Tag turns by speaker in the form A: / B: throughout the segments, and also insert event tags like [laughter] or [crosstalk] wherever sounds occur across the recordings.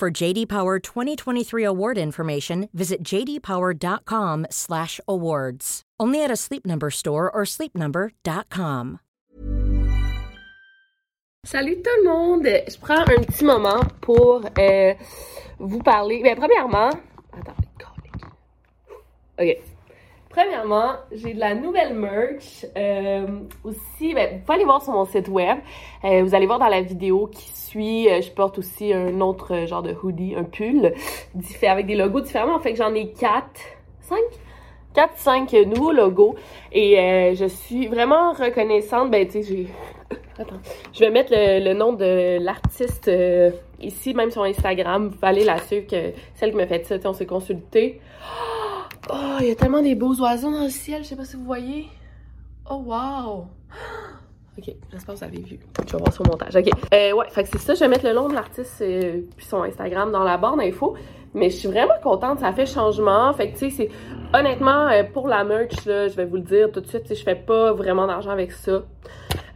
A: For JD Power 2023 award information, visit jdpower.com/awards. Only at a Sleep Number store or sleepnumber.com.
B: Salut tout le monde! Je prends un petit moment pour euh, vous parler. Mais premièrement, attends, OK. Premièrement, j'ai de la nouvelle merch. euh, aussi, ben, vous pouvez aller voir sur mon site web. Euh, vous allez voir dans la vidéo qui suit, euh, je porte aussi un autre euh, genre de hoodie, un pull, diffé- avec des logos différents. En fait, que j'en ai quatre, cinq, 4, 5 nouveaux logos. Et euh, je suis vraiment reconnaissante. Ben, tu sais, j'ai. [laughs] Attends. Je vais mettre le, le nom de l'artiste euh, ici, même sur Instagram. Vous pouvez aller la suivre, que celle qui me fait ça. tu sais, On s'est consulté. [gasps] Oh, il y a tellement des beaux oiseaux dans le ciel. Je sais pas si vous voyez. Oh, wow! [gasps] Ok, j'espère que vous avez vu. Je vais voir sur le montage. Ok. Euh, ouais, fait que c'est ça. Je vais mettre le nom de l'artiste euh, puis son Instagram dans la barre d'infos. Mais je suis vraiment contente. Ça fait changement. Fait que, tu sais, c'est honnêtement, euh, pour la merch, là, je vais vous le dire tout de suite, tu sais, je fais pas vraiment d'argent avec ça.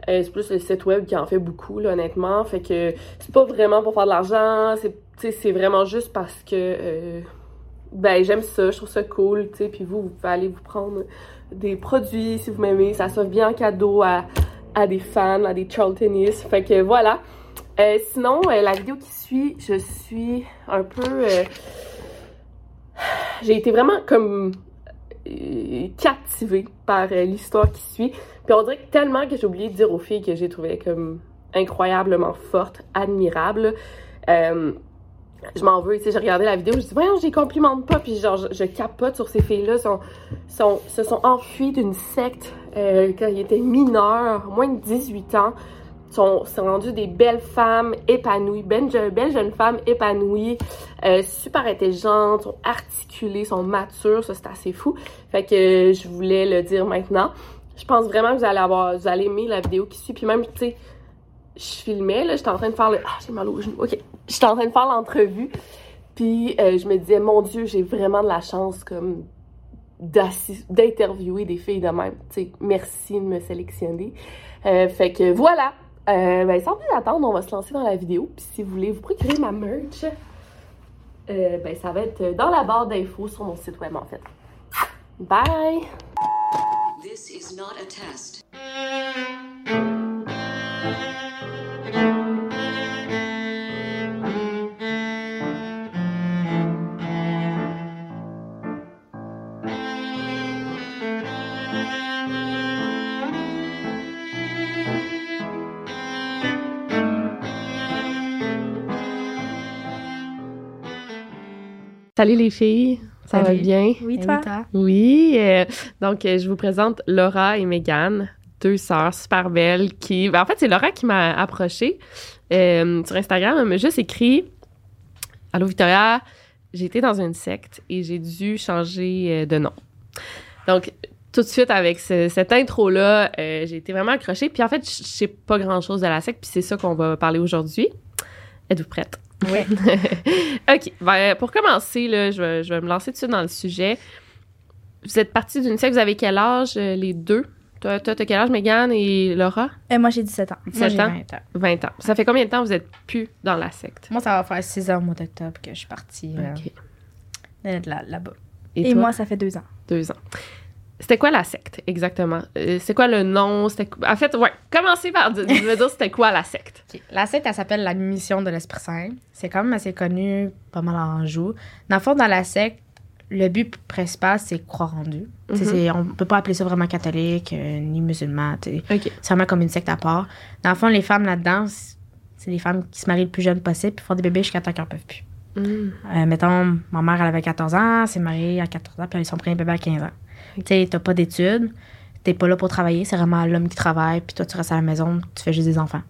B: Euh, c'est plus le site web qui en fait beaucoup, là, honnêtement. Fait que c'est pas vraiment pour faire de l'argent. C'est, tu sais, c'est vraiment juste parce que euh, ben j'aime ça, je trouve ça cool, tu sais. Puis vous, vous pouvez aller vous prendre des produits si vous m'aimez. Ça se fait bien en cadeau à, à des fans, à des Charltonistes. Fait que voilà. Euh, sinon, euh, la vidéo qui suit, je suis un peu. euh, j'ai été vraiment comme euh, captivée par euh, l'histoire qui suit. Puis on dirait que tellement que j'ai oublié de dire aux filles que j'ai trouvé comme incroyablement forte, admirable. Euh, je m'en veux, tu sais, j'ai regardé la vidéo, je dis voyons, je les complimente pas, puis genre je, je capote sur ces filles-là, sont, sont- se sont enfuies d'une secte euh, quand ils étaient mineurs, moins de 18 ans, sont, sont rendues des belles femmes épanouies, belles, je- belles jeunes femmes épanouies, euh, super intelligentes, sont articulées, sont matures, ça c'est assez fou. Fait que euh, je voulais le dire maintenant. Je pense vraiment que vous allez avoir, vous allez aimer la vidéo qui suit, puis même, tu sais, je filmais, là, j'étais en train de faire le. Ah, j'ai mal au genou. OK. J'étais en train de faire l'entrevue. Puis euh, je me disais, mon Dieu, j'ai vraiment de la chance comme d'assis- d'interviewer des filles de même. Tu sais, merci de me sélectionner. Euh, fait que voilà. Euh, ben, sans plus attendre, on va se lancer dans la vidéo. Puis si vous voulez vous procurer ma merch, euh, ben, ça va être dans la barre d'infos sur mon site web en fait. Bye!
C: This is not a test.
B: Salut les filles, ça va
D: Salut.
B: bien?
D: Oui,
E: toi?
B: Oui, euh, donc euh, je vous présente Laura et Megan, deux sœurs super belles qui... ben, en fait, c'est Laura qui m'a approchée euh, sur Instagram. Elle m'a juste écrit « Allô Victoria, j'étais dans une secte et j'ai dû changer euh, de nom. » Donc, tout de suite, avec ce- cette intro-là, euh, j'ai été vraiment accrochée. Puis en fait, je je sais pas grand-chose de la secte, puis c'est ça qu'on va parler aujourd'hui. Êtes-vous prête?
D: Oui.
B: [laughs] OK. Ben, pour commencer, là, je, vais, je vais me lancer tout de suite dans le sujet. Vous êtes partie d'une secte, vous avez quel âge, euh, les deux? Toi, toi, t'as quel âge, Megan et Laura?
D: Euh, moi, j'ai 17 ans. Moi,
B: 17
D: j'ai
B: ans.
D: 20 ans.
B: 20 ans. Ça fait combien de temps que vous êtes plus dans la secte?
D: Moi, ça va faire 6 ans au mois d'octobre que je suis partie euh,
B: OK.
D: euh, de là- là-bas.
B: Et,
D: Et,
B: toi,
D: moi, ça fait 2 ans.
B: deux ans. C'était quoi la secte, exactement? Euh, c'était quoi le nom? C'était... qu- En fait, ouais, commencez par di- me dire c'était quoi la secte.
D: [laughs] Ok. La secte, elle s'appelle la Mission de l'Esprit Saint. C'est quand même assez connu, pas mal en joue. Dans le fond, dans la secte, le but principal, c'est croire en Dieu. Tu sais,
B: Mhm.
D: c'est- On peut pas appeler ça vraiment catholique euh, ni musulman. tu sais.
B: OK.
D: C'est vraiment comme une secte à part. Dans le fond, les femmes là-dedans, c'est c'est les femmes qui se marient le plus jeune possible puis font des bébés jusqu'à temps qu'elles peuvent plus.
B: Hmm.
D: Euh, mettons, ma mère, elle avait 14 ans, elle s'est mariée à 14 ans, puis elle a eu son premier bébé à 15 ans. Tu sais, t'as pas d'études, t'es pas là pour travailler, c'est vraiment l'homme qui travaille, puis toi, tu restes à la maison, tu fais juste des enfants.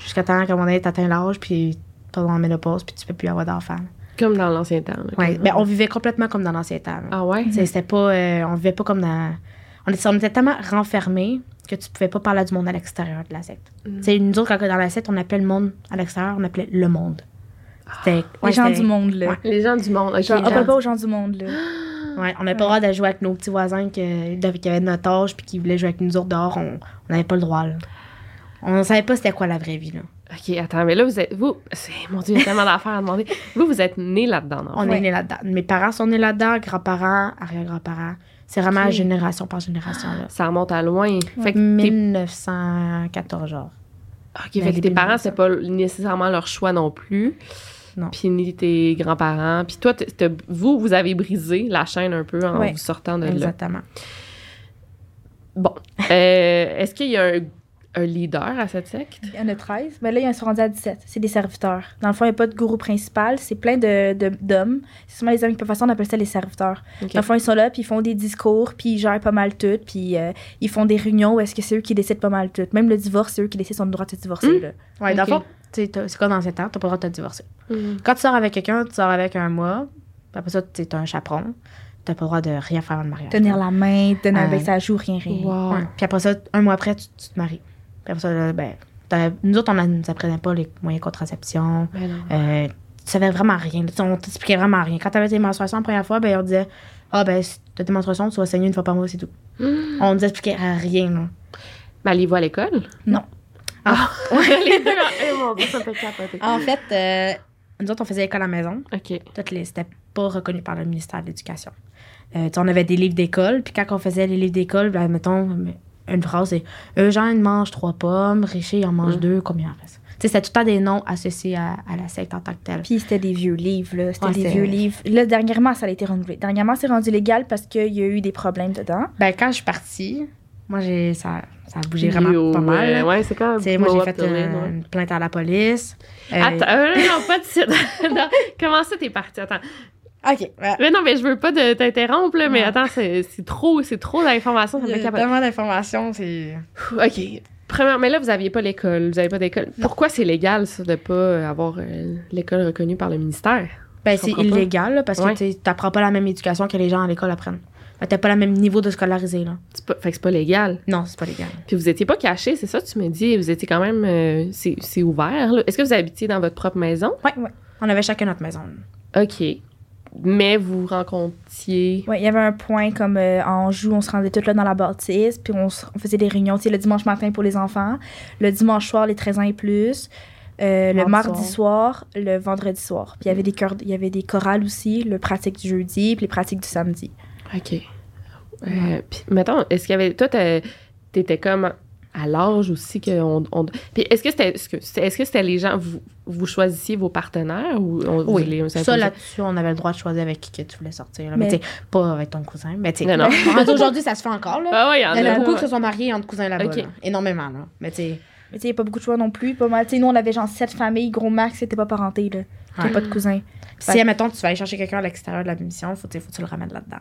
D: Jusqu'à temps qu'à un moment donné, t'atteins l'âge, puis t'es dans la ménopause, puis tu peux plus avoir d'enfants.
B: Comme dans l'ancien temps. là,
D: Ouais,
B: comme-
D: ben, on vivait complètement comme dans l'ancien temps. là.
B: Ah ouais?
D: Tu sais, C'était pas. euh, on vivait pas comme dans. On était, on était tellement renfermés que tu pouvais pas parler à du monde à l'extérieur de la secte.
F: Mm.
D: Tu sais, nous autres, quand on est dans la secte, on appelait le monde à l'extérieur, on appelait le monde. C'était. ouais,
F: Ah. les gens
D: c'était-
F: du monde, là.
D: Ouais.
B: Les gens du monde. ok,
F: Genre, on
B: genre-
F: parle pas aux gens du monde, là.
D: [gasps] Ouais, on n'avait pas le droit de jouer avec nos petits voisins que, de- qui avaient notre âge puis qui voulaient jouer avec nous autres dehors. On on n'avait pas le droit, là. On savait pas c'était quoi la vraie vie, là.
B: Ok, attends, mais là, vous êtes. Vous. c'est- Mon Dieu, il y a tellement d'affaires à demander. Vous, vous êtes né là-dedans, non?
D: On
F: Ouais.
D: est nés là-dedans. Mes parents sont nés là-dedans, grands-parents, arrière-grands-parents. C'est vraiment
B: Ok.
D: génération par génération, là.
B: Ça remonte à loin. Fait que tes,
D: 1914, genre.
B: Ah, ok,
D: ben,
B: fait que
D: les
B: tes parents,
D: 1900.
B: c'est pas nécessairement leur choix non plus.
D: Non.
B: Puis ni tes grands-parents. Puis toi, t'es- t'as- vous, vous avez brisé la chaîne un peu en
F: Ouais.
B: vous sortant de là.
D: Exactement.
B: Bon. Euh, Est-ce qu'il y a un, un leader à cette secte?
F: Il y en a 13. Mais là, ils sont rendus à 17. C'est des serviteurs. Dans le fond, il n'y a pas de gourou principal. C'est plein de- de- d'hommes. c'est seulement les hommes qui peuvent faire ça. On appelle ça les serviteurs.
B: Ok.
F: Dans le fond, ils sont là, puis ils font des discours, puis ils gèrent pas mal tout. Puis euh, ils font des réunions où est-ce que c'est eux qui décident pas mal tout. Même le divorce, c'est eux qui décident si on a le droit de se divorcer.
D: Hmm.
B: Mm.
F: Là.
D: Ouais,
B: Ok.
D: dans le fond, tu sais, t'as- c'est quoi dans cet temps? T'as pas le droit de te divorcer. Quand tu sors avec quelqu'un, tu sors avec un mois. puis Après ça, tu es un chaperon. T'as pas le droit de rien faire avant le mariage.
F: Tenir la main, donner un
D: Ouais.
F: bec, ça joue, rien, rien.
B: Wow.
D: Ouais. Puis après ça, un mois après, tu, tu te maries. Puis après ça, là, ben, t'as- nous autres, on a- nous apprenait pas les moyens de contraception.
B: Ben non.
D: Euh, tu savais vraiment rien. Tu sais, On t'expliquait vraiment rien. Quand t'avais tes menstruations la première fois, ben, on disait Ah, ben, si t'as tes menstruations, tu vas saigner une fois par mois, c'est tout. On nous expliquait rien. là.
B: Mais allez-vous à l'école?
F: Non.
D: Ah.
B: [laughs] les deux. Eh, mon Dieu, ça me fait capoter.
D: En fait, euh, nous autres, on faisait école à la maison.
B: OK.
D: toutes les c'était pas reconnu par le ministère de l'Éducation. Euh, tu sais, on avait des livres d'école, puis quand on faisait les livres d'école, ben, mettons, une phrase, c'est Eugène mange trois pommes, Richer en mange
B: Mm.
D: deux, combien en fait? Tu sais, c'était tout le temps des noms associés à, à la secte en tant que telle.
F: Puis c'était des vieux livres, là. C'était
D: Ouais,
F: des
D: c'est-
F: vieux livres. Là, dernièrement, ça a été renouvelé. Dernièrement, c'est rendu légal parce qu'il y a eu des problèmes dedans.
D: Ben, quand je suis partie, moi, j'ai, ça, ça a bougé vraiment
B: Yo,
D: pas mal.
B: ouais,
D: là.
B: Ouais, c'est quand même.
D: Tu sais, moi,
B: blow
D: j'ai
B: up
D: fait euh,
B: the lid,
D: une,
B: ouais.
D: une plainte à la police. Euh,
B: Attends, euh, non, pas de suite. [laughs] Non, comment ça, t'es parti? Attends.
D: OK. ouais.
B: Mais non, mais je veux pas de- t'interrompre, là, mais
D: Non.
B: attends, c'est c'est trop, c'est trop d'informations, ça
D: Il
B: me
D: y
B: fait
D: a
B: capoter.
D: tellement d'informations, c'est...
B: Pff, OK. Premièrement, mais là, vous aviez pas l'école, vous avez pas d'école. Pourquoi c'est légal, ça, de pas avoir euh, l'école reconnue par le ministère?
D: Ben,
B: Je
D: c'est
B: comprends pas.
D: illégal, là, parce
B: Ouais.
D: que tu n'apprends pas la même éducation que les gens à l'école apprennent. Fait que t'as pas le même niveau de scolariser, là.
B: C'est pas- fait que c'est pas légal.
D: Non, c'est pas légal.
B: Puis vous étiez pas caché, c'est ça, tu me dis, vous étiez quand même, euh, c'est c'est ouvert, là. Est-ce que vous habitiez dans votre propre maison?
D: On avait chacun notre maison.
B: OK. Mais vous rencontriez...
F: Ouais, il y avait un point comme euh, en joue, on se rendait toutes là dans la bâtisse, puis on, se- on faisait des réunions, tu sais, le dimanche matin pour les enfants, le dimanche soir les 13 ans et plus, euh, le
D: Mardi Mm.
F: mardi soir, le vendredi soir. Puis il y avait des chœurs- il y avait des chorales aussi, le pratique du jeudi, puis les pratiques du samedi.
B: OK. Euh, puis, mettons, est-ce qu'il y avait... Toi, t'as- t'étais comme à l'âge aussi que on, on- Puis est-ce que c'était... Est-ce que c'était est-ce que c'était les gens... Vous, vous choisissiez vos partenaires ou... On, vous les- vous
D: Ça,
B: imposiez?
D: là-dessus, on avait le droit de choisir avec qui que tu voulais sortir. là. Mais,
F: Mais-
D: tu sais, pas avec ton cousin. Mais tu
B: Non,
D: sais,
B: non.
D: [laughs] rendu aujourd'hui, ça se fait encore, là.
B: Ah ouais, il y en
D: Il y en
B: a
D: a beaucoup qui
B: ouais.
D: se sont mariés entre cousins là-bas.
B: Ok.
D: là. Énormément, là. Mais tu sais,
F: Mais tu sais, il n'y a pas beaucoup de choix non plus, pas mal. Tu sais, nous, on avait genre sept familles, gros max, c'était pas parenté, là. T'as
D: Ouais.
F: pas de
D: [laughs]
F: cousins.
D: si, admettons, tu vas aller chercher quelqu'un à l'extérieur de la mission, faut, tu sais, faut que tu le ramènes là-dedans.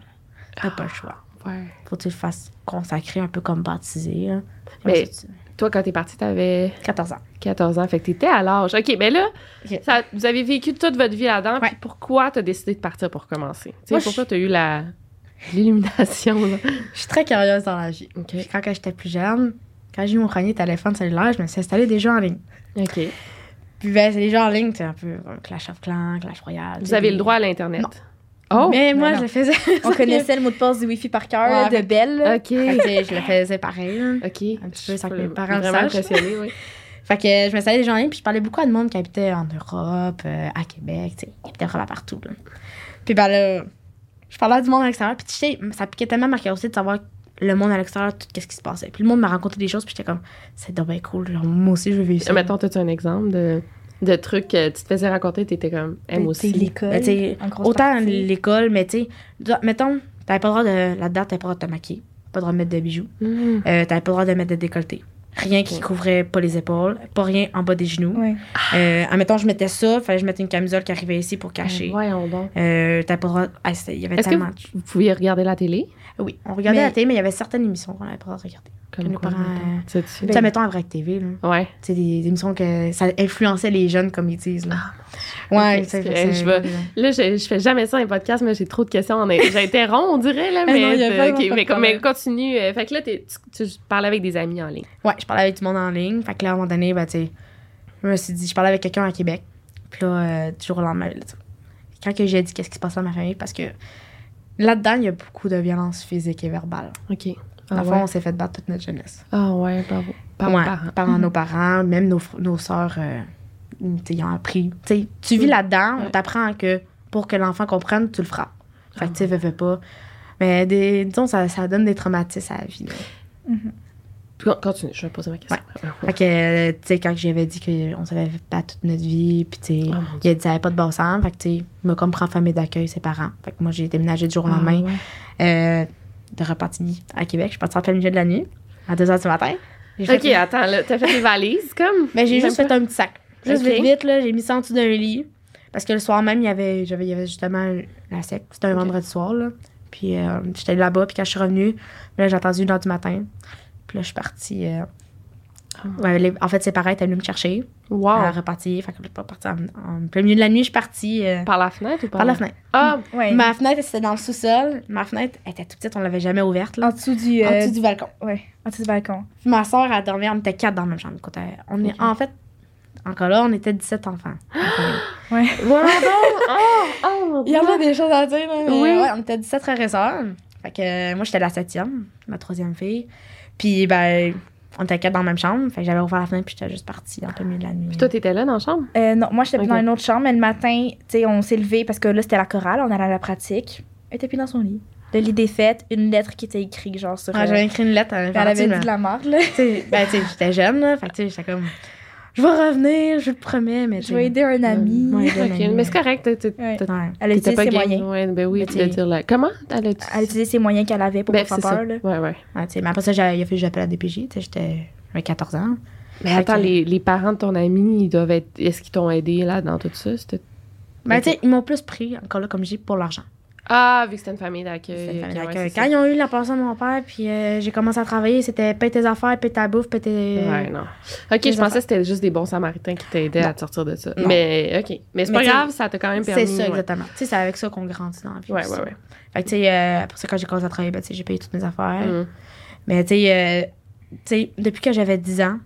D: T'as pas le choix.
B: Ouais.
D: Faut que tu le fasses consacrer un peu comme baptisé. là.
B: Mais-
D: Comme ça, tu-
B: Toi, quand t'es partie, t'avais
D: 14 ans.
B: 14 ans. Fait que t'étais à l'âge. OK, mais là,
D: Ok.
B: ça- vous avez vécu toute votre vie là-dedans.
D: Ouais.
B: Puis pourquoi t'as décidé de partir pour commencer? Tu sais,
D: Moi,
B: pourquoi
D: je-
B: t'as eu la... L'illumination, là.
D: Je suis très curieuse dans la vie.
B: OK.
D: Puis quand que j'étais plus jeune, quand j'ai eu mon premier téléphone cellulaire, je me suis installée des jeux en ligne.
B: OK.
D: Puis ben, c'est les jeux en ligne, c'est un peu euh, Clash of Clans, Clash Royale.
B: Vous avez le droit à l'Internet. Oh!
D: Mais moi, je
F: Mais non.
D: le [laughs] faisais.
F: On connaissait le mot de passe du Wi-Fi par cœur,
D: Ouais,
F: de
D: avec-
F: Belle.
B: OK.
D: Fait que, tu sais, je [laughs] le faisais pareil. là.
B: OK.
D: Un petit peu sans que mes
B: Je suis
D: parents le
B: vraiment
D: sachent.
B: impressionnée, oui.
D: Fait que euh, je me savais des gens en ligne, puis je parlais beaucoup à de monde qui habitait en Europe, euh, à Québec, tu sais, qui habitait vraiment partout. là. Puis ben là, je parlais à du monde à l'extérieur, puis tu sais, ça piquait tellement ma curiosité de savoir le monde à l'extérieur, tout ce qui se passait. Puis le monde m'a raconté des choses, puis j'étais comme, c'est donc bien cool, genre, moi aussi je veux vivre ça.
B: Euh, Mettons, t'as-tu un exemple de, de truc que tu te faisais raconter, t'étais comme, elle moi
F: C'est
B: aussi.
F: l'école.
D: Ben, tu sais,
F: en grosse
D: Autant
F: partie.
D: l'école, mais tu sais, do- mettons, t'avais pas le droit de. Là-dedans, t'avais pas le droit de te maquiller, pas le droit de mettre de bijoux,
B: Hmm.
D: euh, t'avais pas le droit de mettre de décolleté. Rien qui couvrait pas les épaules, pas rien en bas des genoux.
F: Ouais.
D: Euh, admettons, je mettais ça, fallait que je mette une camisole qui arrivait ici pour cacher.
B: Voyons donc.
D: Euh, t'avais pas le droit. Ah, c'était- il y avait
B: Est-ce que
D: tellement.
B: vous, vous pouviez regarder la télé?
D: Oui, on regardait
F: Mais-
D: la télé, mais il y avait certaines émissions qu'on avait pas le droit de regarder. que
B: Comme
D: nos
B: quoi,
D: parents.
B: mettons?
D: euh,
B: Sais-tu?
D: Tu sais, mettons à Vrac TV, là.
B: Ouais.
D: Tu sais, des, des émissions que ça influençait les jeunes, comme ils disent, là. ouais,
B: Ok,
D: tu sais,
B: c'est-
D: c'est-
B: je vais- Là, je, je fais jamais ça dans les podcasts, mais j'ai trop de questions. On est- J'interromps, on dirait, là,
D: [laughs] Ah
B: mais,
D: non, il y a
B: euh,
D: vraiment
B: ok,
D: pas de
B: mais, comme- mais
D: problème.
B: continue. euh, fait que là, t'es- tu, tu parles avec des amis en ligne.
D: Ouais, je parlais avec du monde en ligne. Fait que là, à un moment donné, ben, tu sais, je me suis dit, je parlais avec quelqu'un à Québec. Puis là, euh, du jour au lendemain, là, tu sais, quand que j'ai dit qu'est-ce qui se passait dans ma famille, parce que là-dedans, il y a beaucoup de violence physique et verbale.
B: OK.
D: Dans
B: Ah
D: le fond,
B: ouais.
D: on s'est fait battre toute notre jeunesse.
B: Ah ouais, bravo. Par
D: Ouais,
B: parents. [laughs]
D: par nos parents, même nos, fr- nos sœurs, euh, tu sais, ils ont appris. Tu sais, tu vis là-dedans, on
B: Ouais.
D: t'apprend que pour que l'enfant comprenne, tu le frappes. Fait
B: Ah
D: que tu sais, fais, fais pas. Mais des, disons, ça, ça donne des traumatismes à la vie. là.
B: Con- Continue, je vais poser ma question.
D: Fait que, euh, tu sais, quand j'avais dit qu'on savait pas toute notre vie, puis tu sais,
B: Oh mon
D: il a dit ça avait pas de bon sens. Fait que, tu sais, il m'a comme pris en famille d'accueil, ses parents. Fait que moi, j'ai déménagé du jour au
B: Ah
D: lendemain
B: ouais.
D: euh, de Repentigny à Québec. Je suis partie en plein milieu de la nuit, à 2 h du matin. J'ai fait
B: Ok, attends, là, t'as fait des valises, comme?
D: Mais Ben, j'ai juste
B: Même
D: fait un petit sac. Juste
B: Ok.
D: vite, vite, là, j'ai mis ça en dessous d'un lit. Parce que le soir même, il y avait, j'avais, il y avait justement la sec. C'était un
B: Ok.
D: vendredi soir, là. Puis euh, j'étais là-bas, puis quand je suis revenue, là, j'ai attendu une heure du matin. Puis là, je suis partie. euh,
B: Ah.
D: ouais, les- en fait, ses parents étaient venus me chercher.
B: pas. Wow.
D: à repartir. Fait que je suis pas partie en, en plein milieu de la nuit, je suis partie euh,
B: Par la fenêtre ou par,
D: par la fenêtre.
B: Ah,
F: Ouais.
D: Ma fenêtre, c'était dans le sous-sol. Ma fenêtre elle était toute petite, on l'avait jamais ouverte, là.
F: En dessous du.
D: en
F: euh,
D: dessous du balcon.
F: Ouais, en dessous du balcon.
D: Puis ma soeur, elle dormait, on était quatre dans la même chambre. Écoute, euh, on est,
B: Ok.
D: en fait, encore là, on était 17 enfants.
B: Voyons [laughs] donc! Oh, oh, mon
D: Il y en a des choses à dire, là, mais
B: Oui.
D: ouais, on était 17 frères et sœurs. Fait que euh, moi, j'étais la septième, ma troisième fille. Puis, ben, on était quatre dans la même chambre. Fait que j'avais ouvert la fenêtre, puis j'étais juste partie en plein milieu de la nuit.
B: Puis toi, t'étais là dans la chambre?
F: Euh, non, moi, j'étais plus
B: Ok.
F: dans une autre chambre, mais le matin, tu sais, on s'est levé parce que là, c'était la chorale, on allait à la pratique. Elle était plus dans son lit. Le lit des fêtes, une lettre qui était écrite, genre, sur.
B: Ah,
D: Ouais,
F: euh,
D: j'avais écrit une lettre à
F: elle avait dit
D: Valentine,
F: de la marque, là.
D: Tu sais, ben, tu sais, j'étais jeune, là. Fait que, tu sais, j'étais comme, je vais revenir, je le promets, mais
F: Je vais aider un ami.
D: Ouais,
B: Ok, mais c'est correct. t'es- t'es-
F: Ouais.
B: t'es-
F: Elle a
B: T'étais
F: utilisé
B: pas
F: ses
B: gay.
F: moyens.
B: Ouais, ben oui,
D: Mais
B: tu dois
D: t'es-
B: dire là. Comment? Elle a dit.
F: Elle a utilisé ses moyens qu'elle avait pour
B: Ben,
F: pas
B: c'est
F: faire
B: ça.
F: peur, là.
B: Ouais, ouais.
D: Ouais, Ah, tu sais, mais après ça, j'ai- il a fallu que j'appelle la DPJ. Tu sais, j'étais, j'avais 14 ans.
B: Mais
D: Fait
B: attends,
D: que-
B: les, les parents de ton ami, ils doivent être. Est-ce qu'ils t'ont aidé là dans tout ça? C'était-
D: Ben, tu sais, ils m'ont plus pris, encore là, comme j'ai pour l'argent.
B: Ah, vu que c'était une famille
D: C'était
B: d'accueil.
D: une famille
B: ok, ouais,
D: d'accueil.
B: c'est
D: Quand ils ont eu la pension de mon père, puis euh, j'ai commencé à travailler, c'était paye tes affaires, paye ta bouffe, paye
B: ça.
D: tes.
B: Ouais, non. Ok,
D: les
B: je pensais
D: enfants.
B: que c'était juste des bons samaritains qui t'aidaient à te sortir de ça.
D: Non.
B: Mais ok. Mais c'est
D: Mais
B: pas
D: t'sais,
B: grave, ça t'a quand même permis.
D: C'est ça,
B: ouais.
D: exactement. Tu sais, c'est avec ça qu'on grandit dans la vie.
B: Ouais,
D: aussi.
B: ouais, ouais.
D: Fait que, tu sais, euh, pour ça, quand j'ai commencé à travailler, ben, tu sais, j'ai payé toutes mes affaires.
B: Mm.
D: Mais, tu sais, euh, tu sais, depuis que j'avais 10 ans,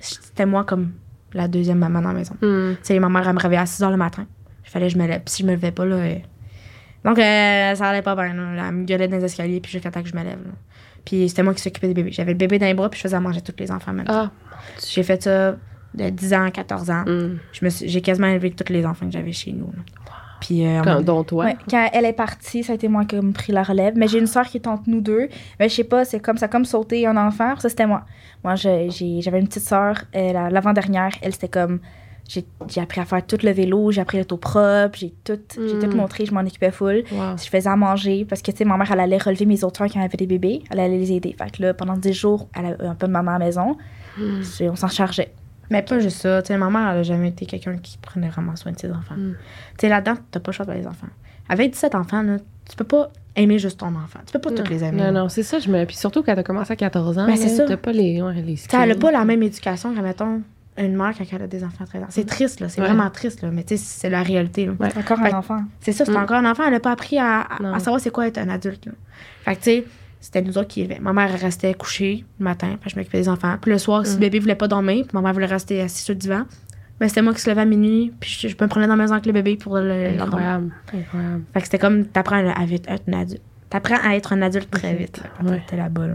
D: c'était moi comme la deuxième maman dans la maison.
B: Mm.
D: Tu sais, ma mère, elle me réveillait à 6 h le matin. Il fallait que je me lève. Puis si je me levais pas, là. euh, Donc, euh, ça allait pas bien. là. Elle me gueulait dans les escaliers, puis jusqu'à temps que je me lève. là. Puis c'était moi qui s'occupais des bébés. J'avais le bébé dans les bras, puis je faisais à manger tous les enfants en même. temps.
B: Ah.
D: J'ai fait ça de 10 ans à 14 ans.
B: Mm.
D: Je me suis- J'ai quasiment élevé tous les enfants que j'avais chez nous. là. Puis, euh,
B: Quand- dont toi.
F: Ouais, quand elle est partie, ça a été moi qui ai pris la relève. Mais j'ai une sœur qui est entre nous deux. Mais je sais pas, c'est comme ça, comme sauter un enfant. Ça, c'était moi. Moi, je- j'ai- j'avais une petite sœur, elle, à l'avant-dernière. Elle, c'était comme. J'ai j'ai appris à faire tout le vélo, j'ai appris l'auto propre, j'ai tout, j'ai tout
B: Mm.
F: montré, je m'en occupais full.
B: Wow.
F: Je faisais à manger parce que, tu sais, ma mère, elle allait relever mes autres soeurs quand elle avait des bébés. Elle allait les aider. Fait que là, pendant 10 jours, elle avait un peu de maman à la maison.
B: Mm.
F: C'est- On s'en chargeait.
D: Mais pas juste ça. Tu sais, ma mère, elle a jamais été quelqu'un qui prenait vraiment soin de ses enfants.
B: Mm.
D: Tu sais, là-dedans, t'as pas le choix de voir les enfants. Avec 17 enfants, là, tu peux pas aimer juste ton enfant. Tu peux pas tous les aimer.
B: Mm. Non,
D: là.
B: non, c'est ça. Je me... Puis surtout quand t'as commencé à 14 ans,
D: Ben, c'est
B: là,
D: ça.
B: t'as pas les, ouais, les
D: Tu sais, elle a
B: skills.
D: pas la même éducation que, mettons, une mère quand elle a des enfants à 13 ans. C'est triste, là. C'est
B: Mm. Ouais.
D: vraiment triste, là. Mais tu sais, c'est la réalité, là.
F: C'est encore
D: Fait que-
F: un enfant.
D: C'est ça, c'est
B: Mm.
D: encore un enfant. Elle a pas appris à, à-
B: Non.
D: à savoir c'est quoi être un adulte, là. Fait que, tu sais, c'était nous autres qui élevaient. Ma mère elle restait couchée le matin, puis je m'occupais des enfants. Puis le soir, si
B: Mm.
D: le bébé voulait pas dormir, puis ma mère voulait rester assise sur le divan, ben c'était moi qui se levais à minuit, puis je, je me prenais dans la maison avec le bébé pour le l'endormir.
B: Incroyable. Incroyable.
D: Fait que c'était comme, t'apprends à être être un adulte. T'apprends à être un adulte très vite, là, quand
B: Ouais.
D: t'es là-bas, là.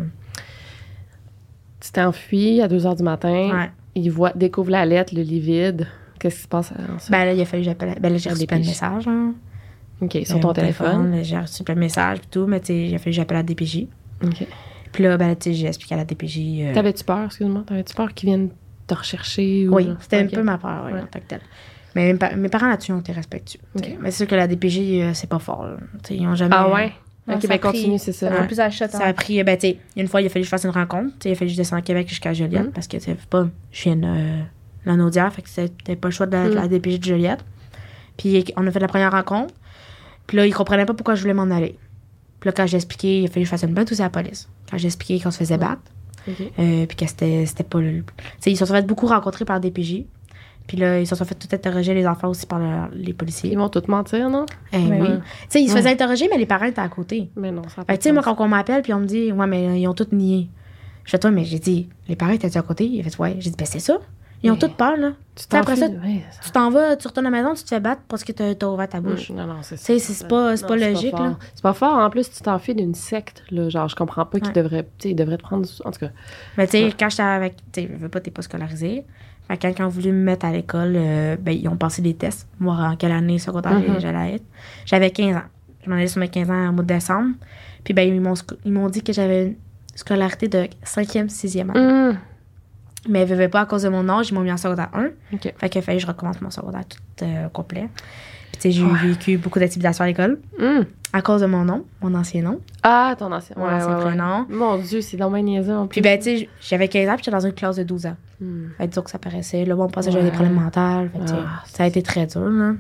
B: Tu t'es enfui à 2 h du matin.
D: Ouais.
B: Il voit, découvre la lettre, le lit vide. Qu'est-ce qui se passe euh, ensuite?
D: Ben là, il a fallu que j'appelle. Ben là, j'ai
B: Sur
D: reçu
B: des
D: plein de
B: piges.
D: messages, hein.
B: OK, sur ton
D: Ben, Mon
B: téléphone.
D: là, J'ai reçu plein de messages et tout, mais tu sais, j'ai fait j'appelle à la DPJ.
B: OK.
D: Puis là, ben, tu sais, j'ai expliqué à la DPJ. euh,
B: T'avais-tu peur, excuse-moi? T'avais-tu peur qu'ils viennent te rechercher? Ou...
D: oui, c'était
B: Ok.
D: un peu ma peur, oui,
B: Ouais.
D: en tant que telle. Mais mes, pa- mes parents là-dessus ont été respectueux. tu sais.
B: Ok.
D: Mais c'est sûr que la DPJ, euh, c'est pas fort. là. Tu sais, Ils ont jamais.
B: Ah ouais?
F: Non,
B: OK,
F: ça
B: ben
F: a pris-
B: continue, c'est ça.
F: Ça prend
B: Ouais.
F: plus à shot, hein.
D: Ça a pris, euh, ben, tu sais, une fois, il a fallu que je fasse une rencontre. Tu sais, Il a fallu que je descende à Québec jusqu'à Joliette
B: Mhm.
D: parce que, tu sais, faut pas, je viens de euh, Lanaudière, fait que c'était pas le choix de
B: Mm.
D: la, de la DPJ de Joliette. Puis on a fait la première rencontre. Puis là, ils comprenaient pas pourquoi je voulais m'en aller. Puis là, quand j'ai expliqué, il a fallu que je fasse une plainte aussi à la police. Quand j'ai expliqué qu'on se faisait battre,
B: Ok.
D: Euh, puis que c'était c'était pas le. tu sais, ils se sont fait beaucoup rencontrer par des PJ. Puis là, ils se sont fait tout interroger les enfants aussi par leur- les policiers.
B: Ils vont tout mentir, non?
D: Eh
F: Mais
D: oui.
B: oui.
D: Tu sais, ils se faisaient interroger, mais les parents étaient à côté.
B: Mais non, ça a pas
D: Fait
B: de
D: que, Ben, tu sais, moi,
B: sens.
D: quand on m'appelle, puis on me dit, ouais, mais euh, ils ont tout nié. Je fais, toi, mais j'ai dit, les parents étaient à côté. Il a fait, ouais. J'ai dit, ben, c'est ça. Ils ont
B: Mais-
D: tout peur, là.
B: tu
D: sais, après
B: t'enfuis,
D: ça,
B: ouais, ça-
D: Tu t'en vas, tu retournes à la maison, tu te fais battre parce que t'as t'as ouvert ta bouche.
B: Non, non, c'est
D: Tu
B: ça.
D: sais, c'est c'est pas, c'est
B: Non,
D: pas logique,
B: fort.
D: là.
B: C'est pas fort. En plus, tu t'enfuis d'une secte, là. Genre, je comprends pas qu'ils
D: Ouais.
B: devraient, tu sais, ils devraient te prendre. En tout cas,
D: Mais tu
B: Ouais.
D: sais, quand j'étais avec. Tu sais, je veux pas, t'es pas scolarisé. Fait que quand ils ont voulu me mettre à l'école, euh, ben, ils ont passé des tests, voir en quelle année secondaire
B: Mhm.
D: j'allais être. J'avais 15 ans. Je m'en allais sur mes 15 ans au mois de décembre. Puis, ben, ils m'ont sco- ils m'ont dit que j'avais une scolarité de 5e, 6e année.
B: hum,
D: Mais ils veulent pas à cause de mon âge, ils m'ont mis en secondaire 1.
B: OK.
D: Fait que fallait que je recommence mon secondaire tout euh, complet. Puis, tu sais, j'ai
B: Ouais.
D: vécu beaucoup d'intimidations à l'école
B: hum.
D: à cause de mon nom, mon ancien nom,
B: Ah, ton ancien.
D: mon
B: Ouais,
D: ancien
B: ouais, ouais.
D: prénom.
B: Mon Dieu, c'est dans ma niaiseux en
D: Puis
B: plus.
D: ben, tu sais, j'avais 15 ans, puis j'étais dans une classe de 12 ans.
B: Hum.
D: Fait que dur que ça paraissait. Là, bon, on pensait que j'avais des
B: Ouais.
D: problèmes mentaux. Fait que, tu sais,
B: Ah,
D: ça a été très dur, là.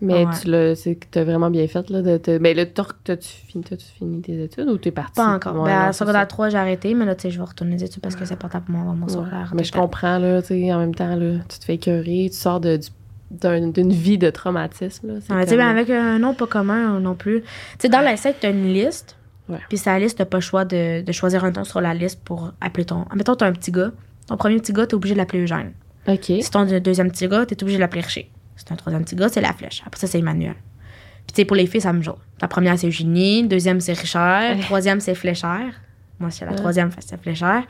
B: Mais
D: Ouais.
B: tu l'as, c'est que t'as vraiment bien fait, là. De, te- Mais là, t'as- t'as-tu fini, t'as-tu fini tes études ou t'es partie?
D: Pas encore.
B: Ouais,
D: ben,
B: non,
D: à
B: c'est
D: secondaire
B: ça.
D: 3, j'ai arrêté, mais là, tu sais, je vais retourner les études parce que c'est important pour moi dans mon
B: Ouais.
D: secondaire.
B: Mais je
D: Peut-être.
B: comprends, là, tu sais, en même temps, là, tu te fais écœurer, tu sors de, du- d'un- d'une vie de traumatisme, là. c'est
D: Ouais, tu sais,
B: comme-
D: ben, avec un nom pas commun euh, non plus. Tu sais, dans la secte, t'as une liste.
B: Ouais.
D: Puis c'est la liste, t'as pas le choix de, de choisir un nom sur la liste pour appeler ton. Mettons, t'as un petit gars. Ton premier petit gars, t'es obligé de l'appeler Eugène.
B: OK.
D: Si ton deux- deuxième petit gars, t'es obligé de l'appeler Richer. Si t'as un troisième petit gars, c'est la flèche. Après ça, c'est Emmanuel. Puis tu sais, pour les filles, ça me joue. La première, c'est Eugénie. Deuxième, c'est Richard.
B: Ouais.
D: Troisième, c'est Fléchère. Moi, c'est la
B: Ouais.
D: troisième, fait que c'est Fléchère.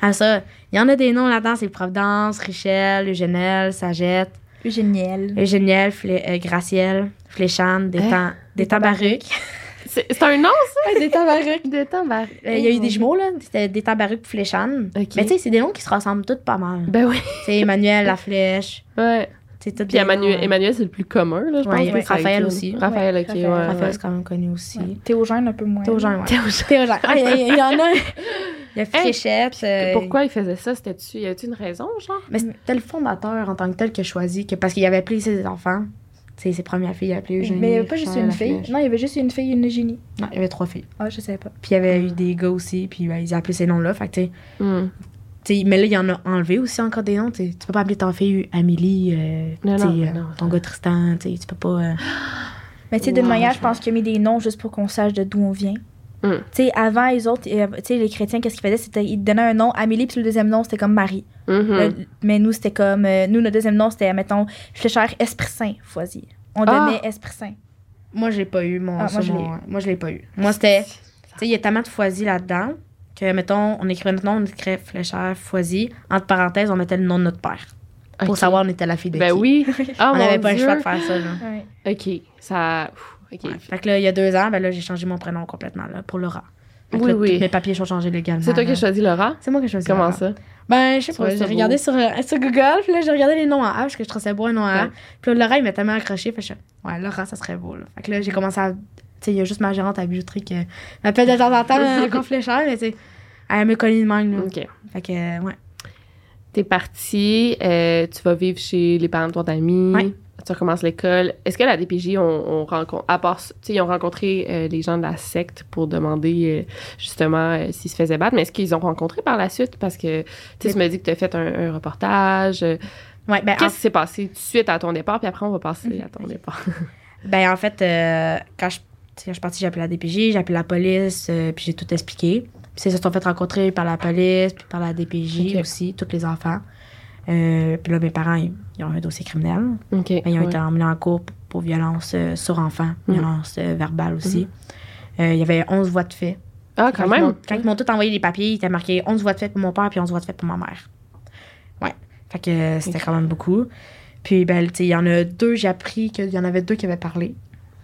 D: Après ça, il y en a des noms là-dedans. C'est Providence, Richelle, Eugénelle, Sagette,
F: Eugéniel.
D: Eugénielle, Flé- euh, Gracielle, Fléchane, des,
B: Mm. Hein?
D: temps- des Tabarucs.
B: C'est, c'est un nom, ça?
D: des Tabarucs.
B: De temps, ben,
D: Euh, Il y a eu des jumeaux, là. C'était des Tabarucs puis Fléchane.
B: OK.
D: Mais tu sais, c'est des noms qui se ressemblent tous pas mal.
B: Ben oui.
D: C'est Emmanuel, la flèche.
B: Ouais.
D: C'est tout
B: Puis
D: des noms,
B: Emmanuel,
D: euh,
B: Emmanuel, c'est le plus commun, là, je
D: Ouais,
B: pense.
D: ouais.
B: que ça a été-
D: Raphaël aussi.
B: Raphaël, ok,
F: Raphaël.
B: ouais. ouais.
D: Raphaël, c'est quand même connu aussi.
F: Théogène un peu moins.
D: Théogène, ouais. Théogène. Ah, Il y, il y en a. Il y a Fréchette.
B: Et
D: euh,
B: Pourquoi il faisait ça? C'était-tu, y a-tu une raison, genre?
D: Mais c'était le fondateur en tant que tel qui a choisi. Que, parce qu'il avait appelé ses enfants. Tu sais, ses premières filles, il a appelé
F: Mais il
D: Eugénie.
F: n'y avait pas juste
D: Rachel,
F: une
D: la
F: fille.
D: flèche.
F: Non, il y avait juste une fille et une Eugénie.
D: Non, il y avait trois filles.
F: Ah, je savais pas.
D: Puis il y avait eu des gars aussi. Puis ben, ils ont appelé ces noms-là. Fait que, tu sais,
B: Hmm.
D: tu sais, mais là, il y en a enlevé aussi encore des noms. tu sais. Tu peux pas appeler ta fille Amélie, euh,
B: Non,
D: tu sais,
B: non,
D: euh,
B: non.
D: ton gars Tristan. tu sais, Tu peux pas. euh,
F: Mais tu sais, d'une
B: Wow,
F: manière,
B: je
F: je pense qu'il a mis des noms juste pour qu'on sache de d'où on vient.
B: Mm.
D: Hmm.
F: Tu sais, avant, les autres, euh, tu sais, les chrétiens, qu'est-ce qu'ils faisaient? C'était, ils te donnaient un nom, Amélie, puis le deuxième nom, c'était comme Marie.
D: Hmm.
B: Mhm.
F: Le- mais nous, c'était comme, euh, nous, notre deuxième nom, c'était, mettons, Fléchère Esprit Saint, Foisy. On
B: Ah!
F: donnait Esprit Saint.
D: Moi, j'ai pas eu mon.
F: Ah, moi,
D: sur
F: je l'ai
D: mon- moi, je l'ai pas eu. Moi, c'était. Tu sais, il y a tellement de foisies là-dedans que, mettons, on écrivait notre nom, on écrivait Fléchère, Foisy. Entre parenthèses, on mettait le nom de notre père pour
B: Ok.
D: savoir on était la fille de
B: Ben
D: qui.
B: oui. Ah,
D: [laughs] on
B: mon
D: n'avait pas
B: Dieu.
D: le choix de faire ça. Là.
B: OK. Ça. ouf, OK.
D: Ouais. Fait que là, il y a deux ans, ben là, j'ai changé mon prénom complètement là, pour Laura. Fait que
B: Oui,
D: là,
B: oui.
D: tous mes papiers sont changés légalement.
B: C'est toi qui
D: là.
B: as choisi Laura?
D: C'est moi qui ai choisi.
B: Comment
D: Laura.
B: ça?
D: Ben, je sais
B: Tu
D: pas,
B: trouves
D: j'ai
B: ça
D: regardé
B: beau?
D: sur, euh, sur Google, puis là, j'ai regardé les noms en A, parce que je trouvais ça beau un nom en A.
B: Ouais.
D: Puis là, Laura, il m'a tellement accroché, fait que je suis, ouais, Laura, ça serait beau, là. Fait que là, j'ai commencé à. Tu sais, il y a juste ma gérante à bijouterie qui euh, m'appelle de temps
B: [laughs]
D: en temps, euh, qu'on fléchère, mais tu sais, elle me connaît de même, là.
B: OK.
D: Fait que, euh, ouais.
B: T'es partie, euh, tu vas vivre chez les parents de ton ami.
D: Ouais.
B: Tu recommences l'école. Est-ce que la DPJ, on, rencontre, à part, tu sais, ils ont rencontré euh, les gens de la secte pour demander euh, justement euh, s'ils se faisaient battre, mais est-ce qu'ils ont rencontré par la suite? Parce que, tu sais, tu me dis que tu as fait un, un reportage. euh,
D: Ouais, ben, en
B: Qu'est-ce qui s'est passé tout de suite à ton départ? Puis après, on va passer
D: Mhm.
B: à ton départ.
D: Ben, en fait, euh, quand je tu sais, quand je suis partie, j'ai appelé la DPJ, j'ai appelé la police, euh, puis j'ai tout expliqué. Puis c'est- ils se sont fait rencontrer par la police, puis par la DPJ
B: Ok.
D: aussi, tous les enfants. Euh, puis là, mes parents, ils, ils ont un dossier criminel.
B: OK.
D: Ben, ils ont
B: ouais.
D: été emmenés en cours pour, pour violence euh, sur enfant,
B: Mhm.
D: violence euh, verbale aussi. Euh, il y avait 11 voies de fait.
B: Ah, quand
D: ils
B: même.
D: m'ont- quand ils m'ont tout envoyé les papiers, il était marqué 11 voies de fait pour mon père puis 11 voies de fait pour ma mère. Ouais. Fait que euh, c'était
B: Ok.
D: quand même beaucoup. Puis, ben, tu sais, il y en a deux, j'ai appris qu'il y en avait deux qui avaient parlé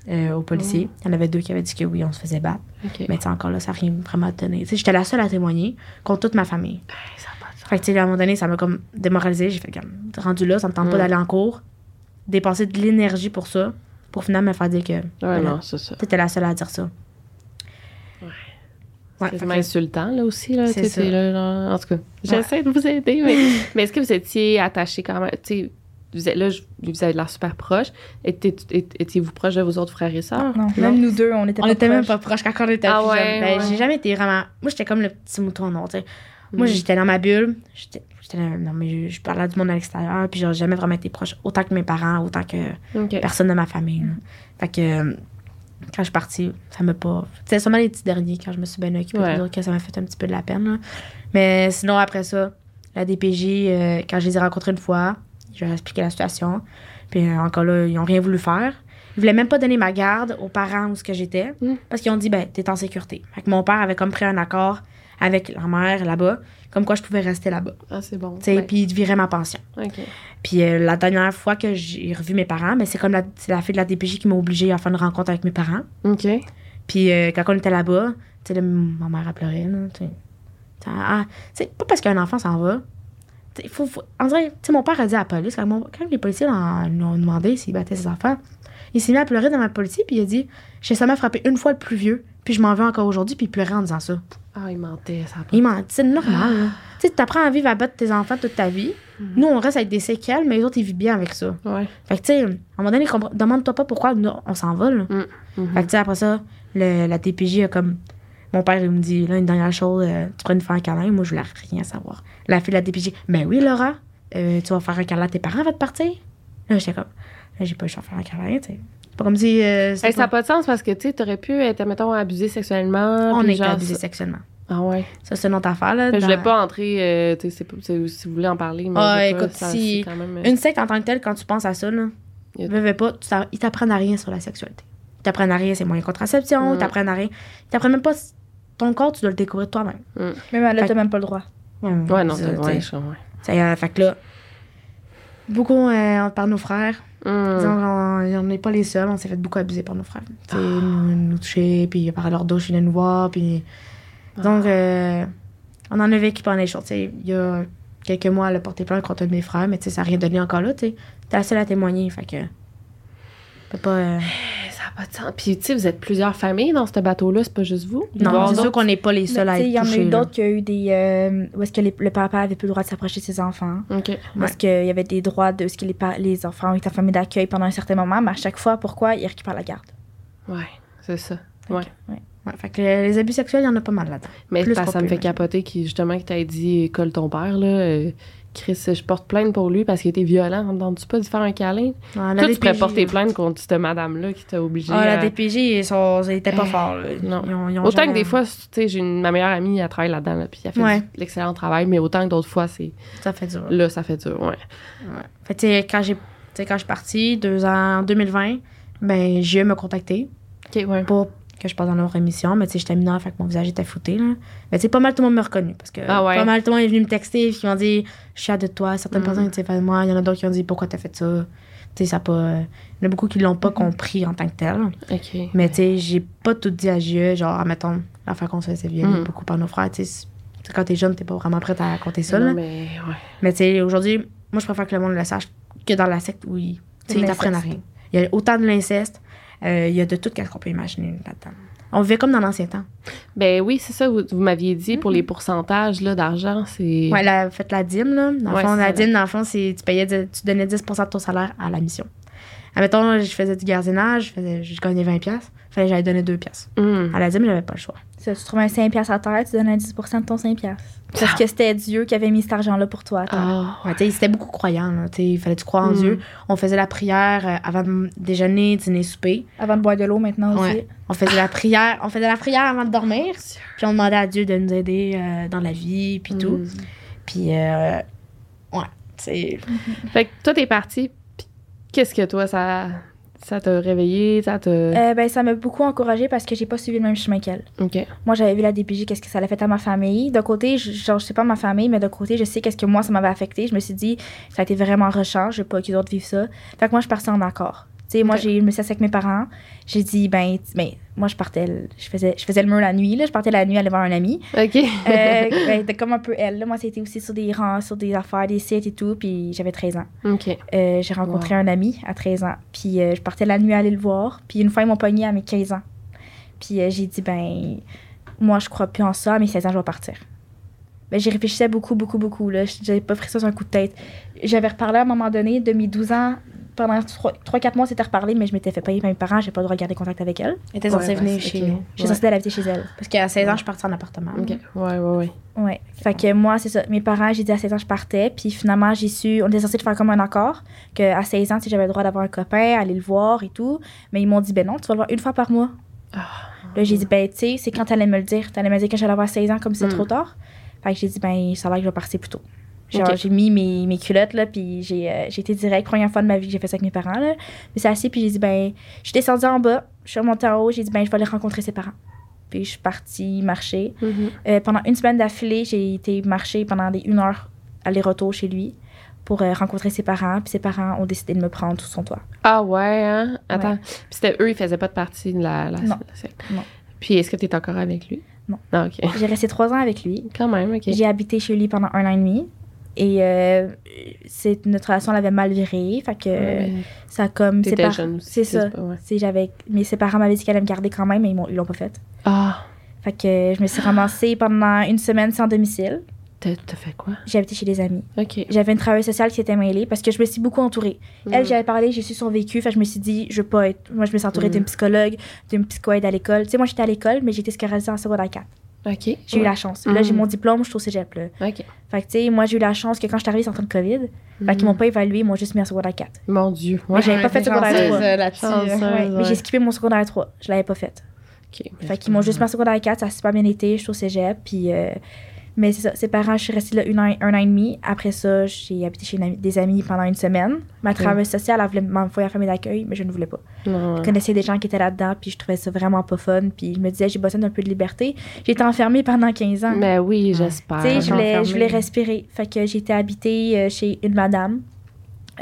D: euh, aux policiers. Il y en avait deux qui avaient dit que oui, on se faisait battre.
B: Oh. OK.
D: Mais tu sais, encore là, ça n'a rien vraiment donné. Tu sais, j'étais la seule à témoigner contre toute ma famille.
B: Ça a pas de sens.
D: Fait que, tu sais, à un moment donné, ça m'a comme démoralisée. J'ai fait comme, rendu là, ça me tente
B: Mm.
D: pas d'aller en cours, dépenser de l'énergie pour ça, pour finalement me faire dire que
B: Ouais,
D: Voilà.
B: non, c'est ça.
D: t'étais la seule à dire ça.
B: Ouais.
D: Ouais,
B: C'est
D: fait
B: quasiment
D: que-
B: insultant, là aussi. Là, tu
D: C'est
B: sais,
D: ça.
B: c'est là, genre, en tout cas, j'essaie de vous aider, mais,
D: [laughs]
B: mais est-ce que vous étiez attaché quand même? Tu sais, vous êtes, là, je- vous avez de l'air super proche. Étiez-vous proche de vos autres frères et sœurs?
F: Non, même nous deux, on était
D: on
F: pas
D: était même
F: proches.
D: pas proches quand on était
B: Ah
D: plus
B: ouais,
D: jeunes. Ben,
B: ouais.
D: J'ai jamais été vraiment. Moi, j'étais comme le petit mouton noir. tu sais.
B: Hmm.
D: Moi, j'étais dans ma bulle. J'étais j'étais dans- non, mais je, je parlais à du monde à l'extérieur, puis j'aurais jamais vraiment été proche autant que mes parents, autant que
B: OK.
D: personne de ma famille. là. Fait que euh, quand je suis partie, ça m'a pas. C'était sûrement les petits derniers quand je me suis bien occupée.
B: Ouais.
D: pour dire que ça m'a fait un petit peu de la peine. là. Mais sinon, après ça, la DPJ, euh, quand je les ai rencontrés une fois, je leur ai expliqué la situation. Puis euh, encore là, ils n'ont rien voulu faire. Ils voulaient même pas donner ma garde aux parents où ce que j'étais
B: Mm.
D: parce qu'ils ont dit ben t'es en sécurité. Fait que mon père avait comme pris un accord avec la mère là-bas, comme quoi je pouvais rester là-bas.
B: Ah, c'est bon.
D: Tu sais,
B: Ouais.
D: Puis ils viraient ma pension.
B: OK.
D: Puis euh, la dernière fois que j'ai revu mes parents, ben, c'est comme la, c'est la fille de la DPJ qui m'a obligée à faire une rencontre avec mes parents.
B: OK.
D: Puis euh, quand on était là-bas, tu sais, là, ma mère a pleuré. Là, tu sais. Tu sais, ah, tu sais, pas parce qu'un enfant s'en va. Tu sais, Faut, faut- en vrai, tu sais, mon père a dit à la police, quand, mon- quand les policiers l'en- nous ont demandé s'il battait ses enfants, il s'est mis à pleurer devant le policier, puis il a dit J'ai seulement frappé une fois le plus vieux, puis je m'en veux encore aujourd'hui, puis il pleurait en disant ça.
B: Ah, il mentait, ça a pas.
D: Il ment, c'est normal. là. Tu sais, t'apprends à vivre à battre tes enfants toute ta vie. Nous, on reste avec des séquelles, mais les autres, ils vivent bien avec ça.
B: Ouais.
D: Fait que, tu sais, à un moment donné, compre- demande-toi pas pourquoi nous, on s'envole.
B: Mm, mhm.
D: Fait que, tu sais, après ça, le- la TPJ a comme. Mon père, il me dit, là, une dernière chose, euh, tu pourrais nous faire un câlin. Moi, je voulais rien savoir. La fille de la TPJ, ben oui, Laura, euh, tu vas faire un câlin à tes parents avant de partir. Là, j'étais comme, là, j'ai pas eu le choix de faire un câlin, tu sais. C'est pas comme si. euh, c'était
B: Hey, ça n'a
D: pas-
B: pas de sens parce que, tu sais, t'aurais pu être, mettons, abusé sexuellement.
D: on
B: puis
D: est
B: genre,
D: abusé
B: ça-
D: sexuellement.
B: Ah, ouais.
D: Ça, c'est notre affaire, là.
B: Je
D: dans-
B: voulais pas entrer, euh, tu sais, c'est pas- c'est- si vous voulez en parler, mais.
D: Ah,
B: je sais pas,
D: écoute,
B: ça-
D: si-
B: c'est quand même, euh,
D: Une secte en tant que telle, quand tu penses à ça, là,
B: Y a-
D: veux, veux pas, tu t'a- ils t'apprennent à rien sur la sexualité. Ils t'apprennent à rien, c'est moyens de contraception,
B: Mm.
D: ils t'apprennent à rien. Ils t'apprennent même pas si- ton corps, tu dois le découvrir toi-même.
F: Même là,
D: Fait-
F: t'as même pas le droit.
B: Ouais, non,
D: Ça,
B: c'est
D: tu
B: ouais,
D: sais.
B: je- ouais.
D: C'est, euh, fait que là, beaucoup euh, par nos frères,
B: Mm. Ah.
D: disons, on n'est pas les seuls, on s'est fait beaucoup abuser par nos frères. Tu sais, nous, nous toucher, puis par leur douche, ils venaient nous voir, puis.
B: Ah.
D: Donc, euh, on en a vécu pendant les choses. Tu sais, il y a quelques mois, elle a porté plainte contre un de mes frères, mais tu sais, ça n'a rien donné encore là, tu sais. T'es la seule à témoigner, fait que. Peut pas. euh,
B: Ça n'a pas de sens. Puis, tu sais, vous êtes plusieurs familles dans ce bateau-là, c'est pas juste vous. Il doit y
D: Non,
B: avoir
D: c'est sûr
B: d'autres-
D: qu'on n'est pas les seuls à
F: Mais, tu
D: être
F: sais, Il y en a eu
D: touchés. là.
F: d'autres qui ont eu des. euh, où est-ce que les- le papa avait plus le droit de s'approcher de ses enfants?
B: OK.
F: Parce qu'il y avait des droits de ce que les, pa- les enfants étaient en famille d'accueil pendant un certain moment, mais à chaque fois, pourquoi ils récupèrent la garde?
B: Ouais, c'est ça.
D: Ouais, fait que euh, les abus sexuels, il y en a pas mal là-dedans.
B: Mais
D: Plus
B: parce que ça me fait
D: populaire.
B: capoter qui, justement que t'as dit colle ton père là. euh, Chris, je porte plainte pour lui parce qu'il était violent. Entends-tu pas de faire un câlin?
D: Ouais, la
B: Toi, tu pourrais
D: DPJ,
B: porter
D: là.
B: plainte contre cette madame-là qui t'a obligé.
D: euh, Ah,
B: à-
D: la DPJ, ils, sont, ils étaient pas
B: Eh,
D: forts. là.
B: non.
D: Ils ont- ils ont
B: Autant
D: jamais-
B: que des fois, tu sais, j'ai une- ma meilleure amie, elle travaille là-dedans, là, puis elle fait
D: Ouais.
B: de l'excellent travail, mais autant que d'autres fois, c'est
D: Ça fait dur.
B: là, ça fait dur, ouais.
D: Fait que, tu sais, quand j'ai tu sais, quand je suis partie, deux ans, en 2020, ben, j'ai eu me contacter.
B: OK, ouais.
D: Pas que je passe dans leur émission, mais tu sais, j'étais mineure, fait que mon visage était fouté, là. Mais tu sais, pas mal tout le monde m'a reconnu parce que
B: Ah ouais.
D: pas mal tout le monde est venu me texter, puis ils m'ont dit, je suis à de toi. Certaines
B: Mhm.
D: personnes, tu sais, pas de moi. Il y en a d'autres qui ont dit, pourquoi t'as fait ça? Tu sais, ça a pas. Il y en a beaucoup qui l'ont
B: Mm-hmm.
D: pas compris en tant que tel.
B: OK.
D: Mais tu sais, j'ai pas tout dit à J.E. Genre, admettons, l'affaire qu'on se faisait violer
B: Mm.
D: beaucoup par nos frères, tu sais, c'est- quand t'es jeune, t'es pas vraiment prête à raconter ça.
B: Non,
D: là. Mais,
B: mais, ouais.
D: tu sais, aujourd'hui, moi, je préfère que le monde le sache que dans la secte où ils tu sais, ils t'apprennent à rien. Il y a autant de l'inceste, euh, il y a de tout ce qu'on peut imaginer là-dedans. On vivait comme dans l'ancien temps.
B: Ben oui, c'est ça, vous, vous m'aviez dit pour les pourcentages là, d'argent, c'est.
D: Mm-hmm. Ouais, la, fait la dîme, là. Dans le
B: Ouais,
D: fond,
B: c'est
D: la
B: ça,
D: dîme, dans le fond, c'est tu payais, dix- tu donnais 10 de ton salaire à la mission. Admettons, je faisais du gardiennage, je, faisais, je gagnais 20 pièces, fallait que j'aille donner 2 pièces.
B: Mm.
D: À la dîme, j'avais pas le choix.
F: Ça, tu trouves un 5$ piastres à terre, tu donnes un 10 de ton 5$. piastres. Parce que c'était Dieu qui avait mis cet argent-là pour toi. à terre.
B: Ah,
D: Ouais, t'sais, c'était beaucoup croyant. Là, t'sais, il fallait que tu crois en
B: Mhm.
D: Dieu. On faisait la prière euh, avant de déjeuner, dîner, souper.
F: Avant de boire de l'eau maintenant aussi.
D: Ouais. On faisait la prière. On faisait la prière avant de dormir. Puis on demandait à Dieu de nous aider euh, dans la vie, puis tout.
B: Mm.
F: hmm.
D: Puis euh, ouais, c'est
B: Fait que toi, t'es partie, puis qu'est-ce que toi, ça ça t'a réveillé, ça t'a.
F: Euh, ben, ça m'a beaucoup encouragée parce que j'ai pas suivi le même chemin qu'elle.
B: OK.
F: Moi, j'avais vu la DPJ, qu'est-ce que ça allait fait à ma famille. D'un côté, je- genre, je sais pas ma famille, mais d'un côté, je sais qu'est-ce que moi, ça m'avait affecté. Je me suis dit, ça a été vraiment recharge, je veux pas que d'autres vivent ça. Fait que moi, je partais en accord. Tu sais, moi,
B: Ok.
F: j'ai eu le message avec mes parents. J'ai dit, ben, t- ben, moi, je partais, le- je faisais, je faisais le mur la nuit, là. Je partais la nuit aller voir un ami.
B: OK.
F: Euh, ben, de- comme un peu elle, là. Moi, c'était aussi sur des rangs, sur des affaires, des sites et tout. Puis j'avais 13 ans.
B: [laughs] OK.
F: Euh, j'ai rencontré un ami à 13 ans. Puis euh, je partais la nuit aller le voir. Puis une fois, ils m'ont pogné à mes 15 ans. Puis euh, j'ai dit, ben, moi, je crois plus en ça. À mes 16 ans, je vais partir. Ben, j'y réfléchissais beaucoup, beaucoup, beaucoup. Là. J'avais pas pris ça sur un coup de tête. J'avais reparlé à un moment donné de mes 12 ans pendant 3-4 mois, c'était reparlé, mais je m'étais fait payer par mes parents, j'ai pas le droit de garder contact avec elle.
D: Elle était
B: Ouais,
D: censée venir
B: ouais,
D: chez
B: ok.
D: nous.
F: J'ai
B: Ouais.
F: censé d'aller habiter chez elle.
D: Parce qu'à 16 ans, je suis partie en appartement.
B: OK. Ouais, ouais, ouais.
F: Ouais. Fait que moi, c'est ça. Mes parents, j'ai dit à 16 ans, je partais. Puis finalement, j'ai su. On était censé de faire comme un accord. Qu'à 16 ans, tu sais, j'avais le droit d'avoir un copain, aller le voir et tout. Mais ils m'ont dit, ben non, tu vas le voir une fois par mois. Là, j'ai dit, ben, tu sais, c'est quand t'allais me le dire. T'allais me dire que j'allais avoir 16 ans, comme si c'était
B: Mm.
F: trop tard. Fait que j'ai dit, ben, ça a l'air que je vais partir plus tôt. Genre,
B: Ok.
F: j'ai mis mes, mes culottes, là, puis j'ai, euh, j'ai été direct. Première fois de ma vie que j'ai fait ça avec mes parents, là. Mais c'est assis, puis j'ai dit, ben, je suis descendue en bas, je suis remontée en haut, j'ai dit, ben, je vais aller rencontrer ses parents. Puis je suis partie marcher. Euh, pendant une semaine d'affilée, j'ai été marcher pendant des une heure aller-retour chez lui pour euh, rencontrer ses parents. Puis ses parents ont décidé de me prendre sous
B: [laughs]
F: son toit.
B: Ah ouais, hein? Attends.
F: Ouais.
B: Puis c'était eux, ils faisaient pas de partie de la, la,
F: Non.
B: la secte.
F: Non.
B: Puis est-ce que tu es encore avec lui?
F: Non.
B: Ah, OK.
F: J'ai resté trois ans avec lui.
B: Quand même, OK.
F: J'ai habité chez lui pendant un an et demi. Et euh, c'est, notre relation l'avait mal virée. Fait que
B: Ouais, mais
F: ça a comme. ses
B: T'étais
F: par-
B: jeune aussi.
F: euh, c'est
B: tu sais
F: ça.
B: pas, ouais.
F: c'est- j'avais, mais ses parents m'avaient dit qu'elle allait me garder quand même, mais ils, m'ont- ils l'ont pas fait.
B: Ah,
F: Fait que je me suis ramassée pendant une semaine sans domicile.
B: t'as t'as fait quoi?
F: J'ai habité chez des amis.
B: OK.
F: J'avais une travailleuse sociale qui s'était mêlée parce que je me suis beaucoup entourée. Elle,
B: Mm.
F: j'avais parlé, j'ai su son vécu. Fait, que je me suis dit, je veux pas être. Moi, je me suis
B: Mm.
F: entourée d'une psychologue, d'une psychoaide à l'école. Tu sais, moi, j'étais à l'école, mais j'étais scolarisée en secondaire 4.
B: OK.
F: J'ai eu la chance. Là,
B: Mm.
F: j'ai mon diplôme, je suis au cégep. Là.
B: OK.
F: Fait que, tu sais, moi, j'ai eu la chance que quand je suis arrivée, c'est en train de COVID. Fait
B: Mm.
F: qu'ils m'ont pas évaluée, ils m'ont juste mis en secondaire 4.
B: Mm-hmm. Mon Dieu.
F: Mais j'avais pas fait secondaire
D: Chanceuse,
F: trois.
D: euh, là-dessus.
B: Chanceuse,
F: Ouais,
B: ouais.
F: Mais j'ai skippé mon secondaire 3. Je l'avais pas faite.
B: OK. mais
F: Fait
B: c'est
F: qu'ils m'ont
B: pas
F: juste mis en secondaire 4. Ça a super bien été. Je suis au cégep. Puis. euh, Mais c'est ça, ses parents, je suis restée là une an- un an et demi. Après ça, j'ai habité chez une amie- des amis pendant une semaine. Ma travailleuse sociale, elle voulait m'envoyer à la famille d'accueil, mais je ne voulais pas.
B: Non,
F: Je
B: ouais.
F: connaissais des gens qui étaient là-dedans, puis je trouvais ça vraiment pas fun. Puis je me disais, j'ai besoin d'un peu de liberté. J'étais enfermée pendant 15 ans.
B: Mais oui, j'espère.
F: tu sais, je voulais, je
D: enfermée.
F: voulais respirer. Fait que j'étais habitée euh, chez une madame,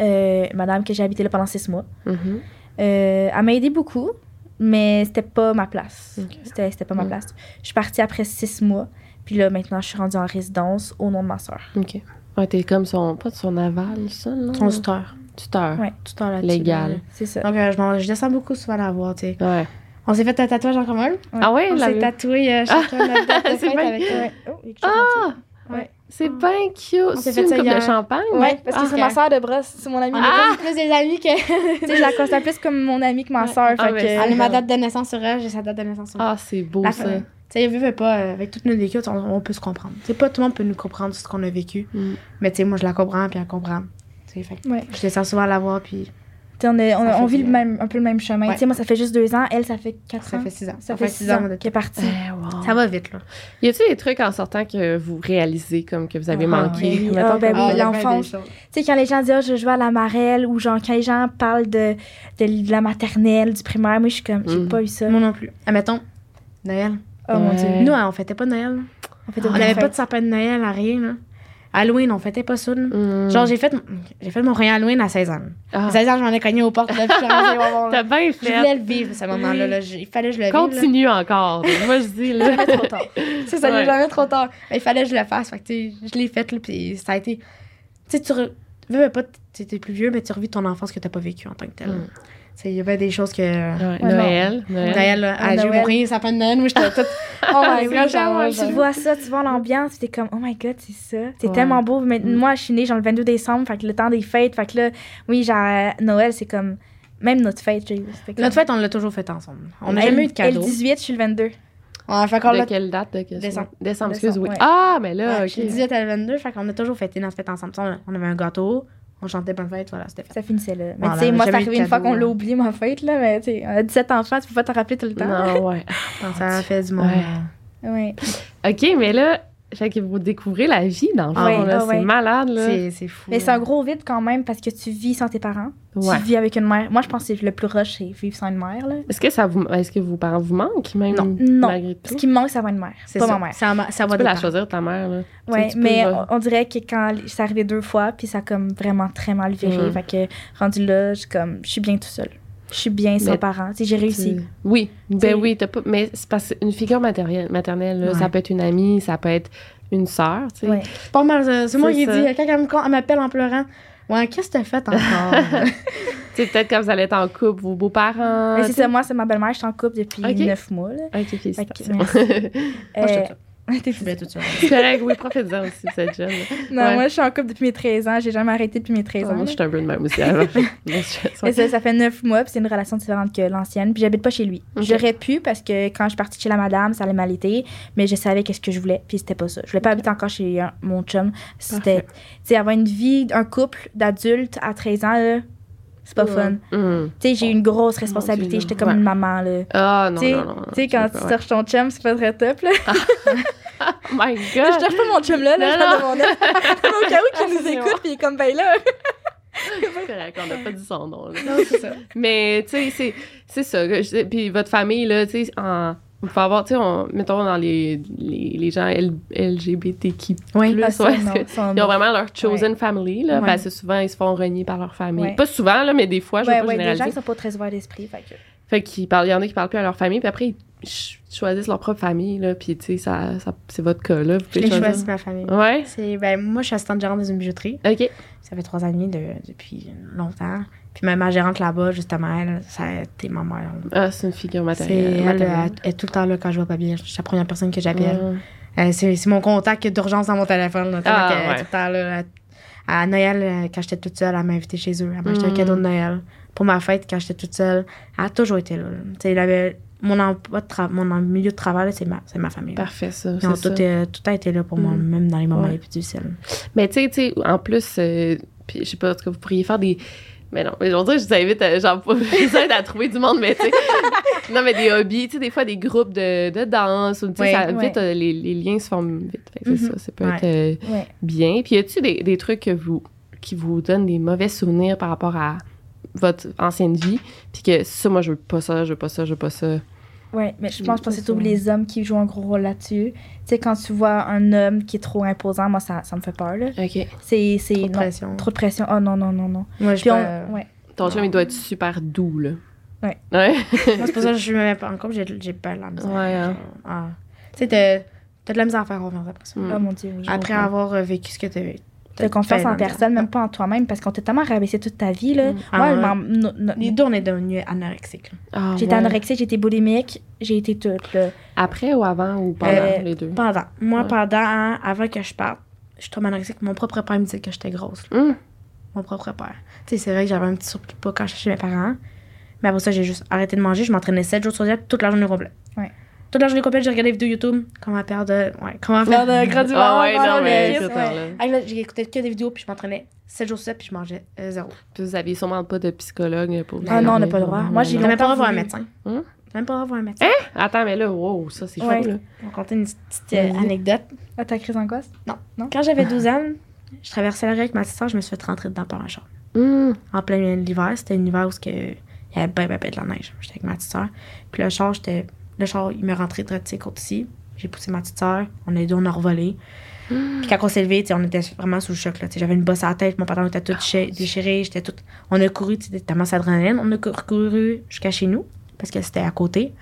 F: euh, madame que j'ai habitée là pendant 6 mois.
B: Mhm.
F: Euh, elle m'a aidée beaucoup, mais c'était pas ma place.
B: Ok.
F: C'était c'était pas ma
B: Mm.
F: place. Je suis partie après 6 mois, puis là, maintenant, je suis rendue en résidence au nom de ma soeur.
B: OK. Ouais, t'es comme son... Pas de son aval, ça, non?
D: Son tuteur.
B: tuteur.
F: Ouais.
D: Tuteur là-dessus.
B: Légal.
D: là.
F: C'est ça.
D: Donc, euh, je, m'en- je descends beaucoup souvent la voir, tu sais.
B: Ouais.
D: On s'est fait un tatouage en commun.
B: Ah ouais,
D: on
B: la-
D: s'est tatoué euh, chacun notre [laughs] date de
B: C'est
D: fête
B: bien.
D: avec
F: Ouais.
D: euh,
F: Oh, il y a quelque chose
B: Ah!
F: Ouais.
B: C'est bien cute.
D: s'est
B: C'est
D: fait
B: une
D: ça
B: coupe de
D: hier.
B: champagne?
F: dans- Ouais, parce que
D: Ah,
F: c'est
D: ok.
F: ma soeur de brosse, c'est mon amie
D: On est comme
F: de
D: plus des amis
F: Tu
D: que.
F: sais, je la considère plus comme mon amie que ma soeur.
B: Ah,
F: fait
B: mais
F: que-
B: c'est-
D: [laughs] Elle a ma date de naissance sur elle, j'ai sa date de naissance sur elle.
B: Ah, c'est beau,
D: La-
B: ça.
D: Tu sais, vu, veux pas, euh, avec toutes nos vécues, on, on peut se comprendre. Tu sais, pas tout le monde peut nous comprendre ce qu'on a vécu.
B: Mm.
D: Mais tu sais, moi, je la comprends, puis elle comprend. Tu sais, fait que
F: Ouais.
D: je descends souvent la voir, puis
F: Tu sais, On, est- on,
D: Ça
F: on
D: fait
F: vit le
D: bien.
F: même, un peu le même chemin.
D: Ouais.
F: Tu sais, moi, ça fait juste deux ans. Elle, ça fait quatre
D: ça
F: ans.
D: fait six ans.
F: Ah. ça fait six ans qu'elle est partie.
B: Eh, wow.
D: Ça va vite, là.
B: Y a-t-il des trucs en sortant que vous réalisez comme que vous avez
D: Ah,
B: manqué?
F: oui.
B: Mettons
F: Ah, ben
B: comme- euh,
F: oui,
D: il y a
F: l'enfance.
D: plein de choses.
F: Tu sais, quand les gens disent Ah, je joue à la marelle ou genre quand les gens parlent de, de, la maternelle, du primaire, moi, je suis comme, j'ai
B: Mhm.
F: pas eu ça.
D: Moi non plus. Admettons, Noël.
F: Oh mon dieu.
B: Ouais.
D: Nous, on fêtait pas Noël. là.
F: On fait de
D: On
F: bonnes
D: n'avait pas
F: fêtes.
D: de sapin de Noël à rien. Là. Halloween, on fêtait pas ça. là.
B: Mm.
D: Genre, j'ai fait, mon- j'ai fait mon rayon Halloween à 16 ans.
B: Ah,
D: À 16 ans, je m'en ai cogné aux portes. Là, puis je suis rentrée, bon, bon, là.
B: [laughs] T'as bien
D: je
B: fait.
D: voulais le vivre, ce moment-là. là. Je- Il fallait que je le vive.
B: Continue encore. [laughs] Moi, je dis, là.
D: là. trop [laughs] tard. C'est ça, il est
B: Ouais.
D: jamais trop tard. Mais il fallait que je le fasse. Fait que, tu sais, je l'ai fait, là, puis ça a été... Tu sais, tu re- veux, veux pas, tu t'es plus vieux, mais tu revis ton enfance que t'as pas vécu en tant que telle.
B: Mm.
D: Tu sais, Il y avait des choses que...
B: Ouais,
F: Ouais,
B: Noël. Noël.
D: Noël, là,
F: Ah,
D: à jouer
F: Noël.
D: pour rien, ça pas de Noël, moi j'étais toute.
F: Oh
D: Oui,
F: my god,
D: j'avoue,
F: tu
D: j'avoue.
F: vois ça, tu vois l'ambiance, t'es comme, oh my god, c'est ça. C'est
B: Ouais.
F: tellement beau. Mais
B: Mm.
F: moi, je suis née genre le 22 décembre, fait que le temps des fêtes, fait que là, oui, genre, euh, Noël, c'est comme, même notre fête, j'ai
D: Notre fête, on l'a toujours fait ensemble. On n'a jamais eu de cadeau.
F: cadeau. Le 18, je suis le 22.
D: On a fait encore
B: De
D: le
B: quelle date? De quelle semaine?
D: Décembre.
B: Décembre,
F: Décembre,
B: excuse, oui.
F: ouais.
B: Ah, mais là,
D: Ouais,
B: OK.
D: Je suis 18 à 22, fait qu'on a toujours fêté notre fête ensemble. Tu sais, On on avait un gâteau, on chantait bonne fête, voilà, c'était fait.
F: Ça finissait là. Mais
D: Voilà,
F: tu sais,
D: on a
F: moi, c'est
D: jamais eu de
F: arrivé une fois
D: cadeau,
F: qu'on l'a
D: hein.
F: oublié, ma fête, là. Mais tu sais, on a 17 enfants, tu peux pas t'en rappeler tout le temps.
B: Non, ouais.
D: Ça a fait du monde.
B: Ouais.
F: Ouais.
B: OK, mais là, fait que vous découvrez la vie, dans le fond.
F: Ah ouais,
B: là.
F: ah
B: c'est
F: ouais.
B: malade, là.
D: C'est- C'est fou.
F: Mais c'est un gros vide quand même parce que tu vis sans tes parents.
B: Ouais.
F: Tu vis avec une mère. Moi, je pense que le plus rush, c'est vivre sans une mère, là.
B: Est-ce que ça vous, est-ce que vos parents vous manquent même
D: Non.
F: Non.
B: malgré tout?
F: Ce qui me manque, ça va une mère.
D: C'est
F: Pas
D: ça.
F: ma mère.
D: Ça, va- ça va
B: Tu peux la
D: dépendre.
B: choisir ta mère là. Tu
F: Ouais,
B: sais, tu
F: mais
B: peux, euh,
F: on, on dirait que quand c'est arrivé deux fois, puis ça a comme vraiment très mal viré.
B: Mm.
F: Fait que rendu là, je suis comme, je suis bien tout seul. Je suis bien sans
B: Mais
F: parents. Tu sais, j'ai réussi.
B: tu- Oui,
F: T'sais-
B: ben oui, t'as pas. Mais c'est parce qu'une figure matérielle, maternelle, là,
D: Ouais.
B: ça peut être une amie, ça peut être une sœur, tu sais.
F: Ouais.
D: Pas mal. euh, C'est moi
B: C'est
D: qui ai dit,
B: ça.
D: euh, quand elle me- quand elle m'appelle en pleurant, ouais, qu'est-ce que t'as fait [laughs] encore?
B: Tu sais, peut-être quand vous allez être en couple, vos beaux-parents.
F: Mais c'est
B: tu sais.
F: ça, moi, c'est ma belle-mère, je suis en couple depuis
B: Ah, Ok.
F: neuf mois. Là.
B: Ok, félicitations.
F: Fait que-
B: Euh,
D: Moi, je
F: Euh,
D: te-
F: [laughs] T'es
D: Je voulais Ben, tout ça.
B: [laughs] C'est correct, oui, profitez-en aussi, cette jeune.
F: Non,
B: Ouais.
F: moi, je suis en couple depuis mes 13 ans. J'ai jamais arrêté depuis mes 13
B: Moi,
F: ans.
B: je suis un peu de même aussi
F: [laughs]
B: avant. Mais
F: Et
B: je-
F: ça, ça fait 9 mois, puis c'est une relation différente que l'ancienne. Puis j'habite pas chez lui.
B: Ok.
F: J'aurais pu parce que quand je suis partie chez la madame, ça allait mal été, mais je savais qu'est-ce que je voulais, puis c'était pas ça. Je voulais pas habiter encore chez euh, mon chum. C'était. Tu sais, avoir une vie, un couple d'adulte à 13 ans, là, c'est pas
G: Ouais.
F: fun.
B: Hum.
F: Tu sais, j'ai eu une grosse responsabilité.
B: non.
F: J'étais comme
B: Ouais.
F: une maman, là.
B: Ah non,
F: Tu sais-
B: non, non, non.
F: tu sais, quand
B: je
F: tu
B: peux pas, ouais.
F: cherches ton chum, c'est pas très top, là.
B: Oh my
F: [laughs] je
B: god!
F: cherche pas mon chum, là, là,
B: Non, Ah,
F: je parle de mon [laughs] homme. Au cas
B: [laughs]
F: où qu'il nous
B: C'est
F: écoute, puis il est comme, ben là.
B: C'est correct, on n'a pas dit son nom. là.
D: Non, c'est [laughs] ça.
B: Mais tu sais, c'est- c'est ça. que je sais. Puis votre famille, là, tu sais, en. Il faut avoir, tu sais, on- mettons dans les, les, les gens L- LGBTQ.
D: Oui.
B: Plus,
F: Ah, ça,
B: ouais,
F: non,
B: parce que
F: ça,
B: Ils ont
F: non.
B: vraiment leur chosen family, là,
D: Ouais.
B: parce que souvent, ils se font renier par leur famille.
F: Ouais.
B: Pas souvent, là, mais des fois, je ne
F: Ouais,
B: veux pas
F: ouais, des gens
B: généraliser.
F: qui sont pas très ouverts d'esprit, fait que.
B: Fait qu'il parle, il y en a qui parlent plus à leur famille, puis après, ils ch- choisissent leur propre famille, là, puis tu sais, ça, ça- c'est votre cas, là. Vous pouvez
D: Je l'ai
B: choisir.
D: choisi, ma famille.
B: Ouais.
D: C'est, ben, moi, je suis assistante gérante dans une bijouterie.
B: OK.
D: Ça fait trois ans et demi de- depuis longtemps. Puis même ma gérante là-bas, justement, elle, ça a été ma mère.
B: Ah, c'est une figure
D: C'est,
B: matérielle.
D: elle, euh,
B: matérielle. Ah,
D: elle est tout le temps là quand je vois pas bien. Je suis la première personne que j'appelle.
B: Ouais.
D: Euh, c'est, c'est mon contact d'urgence dans mon téléphone. là, tellement
B: Ah,
D: qu'elle est
B: ouais.
D: tout le temps là. Elle- À Noël, euh, quand j'étais toute seule, elle m'a invitée chez eux. Elle m'a acheté
B: Mm.
D: un cadeau de Noël. Pour ma fête, quand j'étais toute seule, elle a toujours été là. là. Tu sais, elle avait- mon, emploi de tra- mon milieu de travail, là, c'est ma, c'est ma famille.
B: Parfait, ça.
D: Ils ont
B: c'est ça.
D: tout, euh, tout a été là pour moi,
B: Mm.
D: même dans les moments
B: Ouais.
D: les plus difficiles.
B: Mais tu sais, tu sais, en plus, euh, puis je sais pas, en tout cas, vous pourriez faire des. Mais non, mais on dirait que je vous invite à, genre, pas- je vous [laughs] aide à trouver du monde, mais tu sais. non, mais des hobbies, tu sais, des fois des groupes de, de danse, ou tu sais,
D: Ouais,
B: ça,
F: ouais.
B: vite, euh, les, les liens se forment vite. Fait que c'est
D: Mhm.
B: ça, ça peut
D: Ouais.
B: être euh,
F: Ouais.
B: bien. Puis y a-tu des, des trucs que vous, qui vous donnent des mauvais souvenirs par rapport à votre ancienne vie, puis que ça, moi, je veux pas ça, je veux pas ça, je veux pas ça.
F: Ouais, mais je
B: Puis,
F: pense pas
B: ça,
F: que c'est tous
B: ça-
F: les hommes qui jouent un gros rôle là-dessus. Tu sais, quand tu vois un homme qui est trop imposant, moi, ça, ça me fait peur, là.
B: OK.
F: C'est. c'est
D: Trop de
F: non,
D: pression.
F: Trop de pression. Oh non, non, non, non.
D: Moi, je
F: Puis
D: peux-
B: [laughs]
D: euh,
F: on. Ouais.
B: Ton chum, il doit être super doux, là.
F: Ouais.
B: Ouais.
D: Moi, c'est pour ça que je me mets pas en couple, j'ai j'ai peur de la misère.
B: Ouais, hein.
D: Genre, ah. Tu sais, t'as t'as de la misère à faire confiance après ça.
B: Mm.
F: Oh mon dieu, oui.
D: hmm. Après
B: comprends.
D: avoir euh, vécu ce que t'as vu.
F: T'as confiance
D: Ben,
F: en
D: non,
F: personne,
D: non.
F: même pas en toi-même, parce qu'on t'a tellement rabaissé toute ta vie, là.
B: Mm.
F: Moi,
D: Ah,
F: elle
D: ouais.
F: m'en- no- no-
D: Les deux, on est devenus anorexiques. là.
B: Ah,
F: J'étais
B: ouais.
F: anorexique, j'étais boulimique, j'ai été
D: [laughs]
F: toute, là.
B: Après ou avant ou pendant
D: Euh,
B: les deux?
D: Pendant. Moi,
B: Ouais.
D: pendant, hein, avant que je parte, je tombe anorexique. Mon propre père me disait que j'étais grosse. là.
B: Hum.
D: Mon propre père. Tu sais, c'est vrai que j'avais un petit surplus de poids quand j'étais chez mes parents. Mais après ça, j'ai juste arrêté de manger. Je m'entraînais 7 jours sur 7 toute la journée complète.
F: Ouais.
D: Toute la journée complète, j'ai regardé des vidéos YouTube. Comment perdre. Ouais, comment
B: [laughs]
D: faire de grandir.
B: Ah ouais,
D: Voilà,
B: non, mais
D: le-
B: tout le temps, là.
D: Ah, là, j'écoutais que des vidéos, puis je m'entraînais 7 jours sur 7, puis je mangeais euh, zéro.
B: Puis vous aviez sûrement pas de psychologue pour vous
F: Ah non, on n'a
B: aider.
F: pas le droit. Moi, j'ai
D: T'as
F: longtemps
D: même pas le droit de voir un
F: voulu.
D: médecin.
B: Hein?
D: T'as même pas le droit de voir un médecin.
B: Attends, mais là, wow, ça, c'est
F: Ouais.
B: fou, là.
D: On va compter une petite euh, anecdote.
F: Ah, ta crise d'angoisse?
D: Quand j'avais 12 ans, je traversais la rue avec ma petite soeur, je me suis fait rentrer dedans par un char.
B: Hum,
D: En plein milieu de l'hiver, c'était un hiver où ce que- il y avait bien, bien, bien de la neige. J'étais avec ma petite soeur. Puis le char, j'étais- le char, il me rentrait de ses côtes ici. J'ai poussé ma petite soeur. On est deux, on a revolé. Puis quand on s'est levé, tu sais, on était vraiment sous le choc. là. Tu sais, J'avais une bosse à la tête, mon pantalon était tout déchiré- déchiré. J'étais toute... On a couru, tu sais, tellement c'est adrénaline. On a cou- couru jusqu'à chez nous parce que c'était à côté.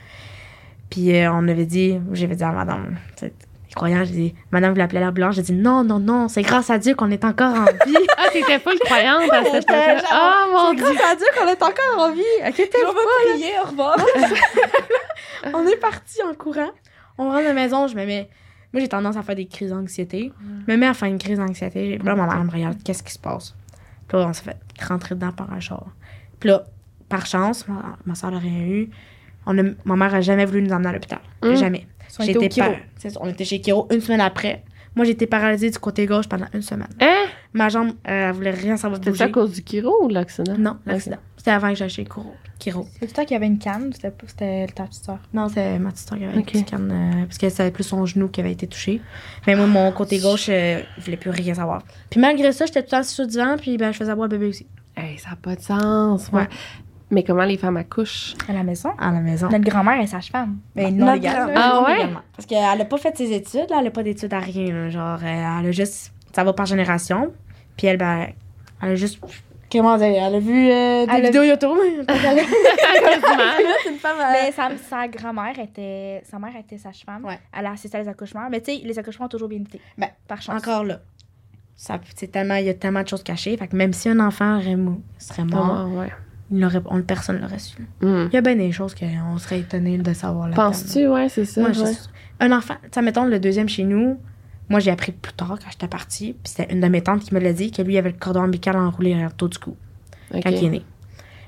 D: Puis euh, on avait dit, j'avais dit à madame, tu sais, les croyants, j'ai dit, madame, vous l'appelez la blanche. J'ai dit, non, non, non, c'est grâce à Dieu qu'on est encore en vie.
B: Ah, t'étais full croyante
F: [laughs]
B: à cette époque-là. Ah, mon Dieu!
D: [laughs] grâce à Dieu qu'on est encore en vie. Inquiétez-vous pas, là.
F: Prier, au revoir.
D: On est parti en courant. On rentre à la maison, je me mets. Moi, j'ai tendance à faire des crises d'anxiété. Je me mets à faire une crise d'anxiété. Puis là, ma mère elle me regarde, qu'est-ce qui se passe? Puis là, on s'est fait rentrer dedans par un char. Puis là, par chance, ma, ma soeur n'a rien eu. On a- ma mère a jamais voulu nous emmener à l'hôpital.
B: Mm.
D: Jamais.
F: Ils ont été au
D: J'étais
F: chiro.
D: par- c'est ça, On était chez Kiro une semaine après. Moi, j'étais paralysée du côté gauche pendant une semaine.
B: Hein?
D: Ma jambe, euh, elle voulait rien savoir de
B: C'était ça à
D: bouger.
B: cause du chiro ou de l'accident?
D: Non, l'accident. C'était avant que j'aille chez Kiro. Kiro.
F: C'est tout le temps qu'il y avait une canne, ou c'était- c'était ta petite soeur.
D: Non, c'est ma petite soeur qui avait
B: Ok.
D: une petite canne, euh, parce que c'était plus son genou qui avait été touché. Mais moi, mon côté gauche, euh, je voulais plus rien savoir. Puis malgré ça, j'étais tout le temps sur le divan, puis ben, je faisais boire le bébé aussi.
F: Mm.
B: Hey, ça n'a pas de sens, ouais.
D: Ouais.
B: Mais comment les femmes accouchent?
F: À la maison?
D: À la maison.
F: Notre grand-mère est sage-femme. Mais non
D: Notre
F: légale,
D: grand-
F: là.
B: Ah
D: Ah. Ben, non
B: ouais?
D: légalement. Parce qu'elle a pas fait ses études, là, elle a pas d'études à rien. là. Genre, euh, elle a juste. Ça va par génération. Puis elle, ben, elle a juste. Comment dire? Elle a vu euh, des
F: Elle a
D: vidéos [laughs] YouTube.
B: [laughs]
F: C'est une femme. Mais sa, sa grand-mère était. Sa mère était sage-femme.
D: Ouais.
F: Elle a assisté à les accouchements. Mais tu sais, les accouchements ont toujours bien été.
D: Ben,
F: par chance.
D: Encore là. Ça, c'est tellement, il y a tellement de choses cachées. Fait que même si un enfant aurait mou- serait mort,
B: ouais.
D: il il l'aurait- on, personne l'aurait su.
B: Hmm.
D: Il y a bien des choses qu'on serait étonné de savoir là
B: Penses-tu, ouais, c'est ça.
D: Moi,
B: ouais.
D: je suis- Un enfant, tu sais, mettons le deuxième chez nous, moi j'ai appris plus tard quand j'étais partie, puis c'était une de mes tantes qui me l'a dit, que lui avait le cordon ombilical enroulé autour du cou
B: Ok.
D: quand il est né.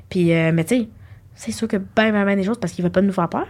D: Puis, euh, mais tu sais, c'est sûr que ben, ben, ben des choses parce qu'ils veulent pas nous faire peur.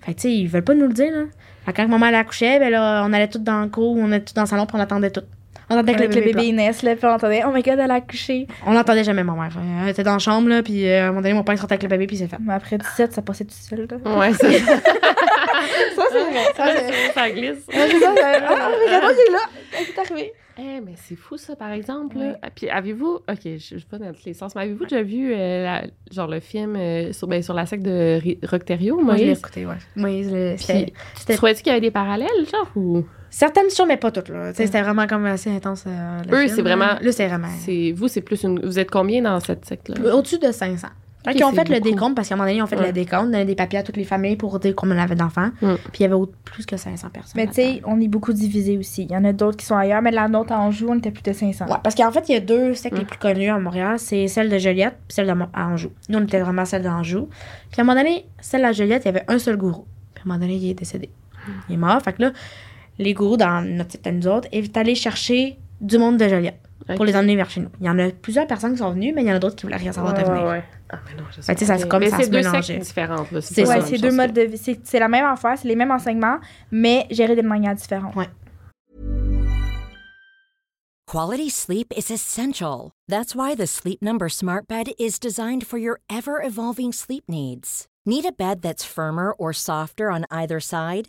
D: Fait que tu sais, ils veulent pas nous le dire, là. Fait que quand maman elle accouchait, ben là, on allait toutes dans le cours, on allait toutes dans le salon, puis on attendait tout. On attendait que
F: Avec
D: le bébé,
F: bébé
D: pleure.
F: Inès, là, puis on entendait, oh my god, elle a accouché.
D: On l'entendait jamais, ma mère. Euh, Elle était dans la chambre, là, puis euh, à un moment donné, mon père sortait avec le bébé, puis c'est fait.
F: Mais après 17, ça passait tout seul, là.
B: Ouais, ça,
F: [laughs] Ça, c'est vrai. Ça, c'est
B: ça glisse.
F: c'est ça, c'est- Ah, mais j'adore, il est là. Elle est arrivée.
B: Eh, mais c'est fou ça, par exemple. là. Ah, Puis avez-vous, ok, je je vais pas dans tous les sens, mais avez-vous déjà vu euh, la- genre le film euh, sur, ben, sur la secte de Ri- Rocterio,
D: Moi, je l'ai
B: Moïse?
D: écouté, ouais. Moïse, le- c'était-
B: Puis, tu trouvais-tu qu'il y avait des parallèles, genre, ou
D: Certaines choses, mais pas toutes. Là. Tu sais, C'était vraiment comme assez intense. euh, le
B: Eux,
D: film,
B: c'est vraiment-
D: là. Là, c'est vraiment. Oh,
B: c'est vous, c'est plus une, vous êtes combien dans cette secte-là
D: Euh, Au-dessus de 500.
B: Ok,
D: ils ont
B: c'est
D: fait le
B: beaucoup.
D: décompte parce qu'à un moment donné, ils ont fait
B: Ouais.
D: le décompte, donné des papiers à toutes les familles pour dire combien on avait d'enfants.
B: Mm.
D: Puis il y avait au- plus que 500 personnes.
F: Mais tu sais,
D: là-dedans.
F: on est beaucoup divisés aussi. Il y en a d'autres qui sont ailleurs, mais la nôtre à Anjou, on était plus de 500.
D: Ouais, parce qu'en fait, il y a deux sectes
B: Mm.
D: les plus connues à Montréal. C'est celle de Joliette puis celle de Mo- à Anjou. Nous, on était vraiment celle d'Anjou. Puis à un moment donné, celle de Joliette, il y avait un seul gourou. Puis à un moment donné, il est décédé. Il est mort. Fait que là, les gourous dans notre secte à nous autres, est allé chercher du monde de Joliette. pour les emmener vers chez nous. Il y en a plusieurs personnes qui sont venues, mais il y en a d'autres qui voulaient rien savoir de venir.
B: Ah, mais non, je
D: Fait que, Ben, tu sais, ça, c'est
B: Ok.
D: comme
B: Mais
D: ça
B: c'est
D: se
B: deux
D: mélangeait.
B: sectes différentes, là.
D: C'est
F: Ouais,
B: pas
D: ça,
B: la
F: c'est
B: même
F: deux
B: chose,
F: modes de vie. C'est c'est la même affaire, c'est les mêmes enseignements, mais gérés de manière différente.
A: Quality sleep is essential. That's why the Sleep Number Smart Bed is designed for your ever evolving sleep needs. Need a bed that's firmer or softer on either side?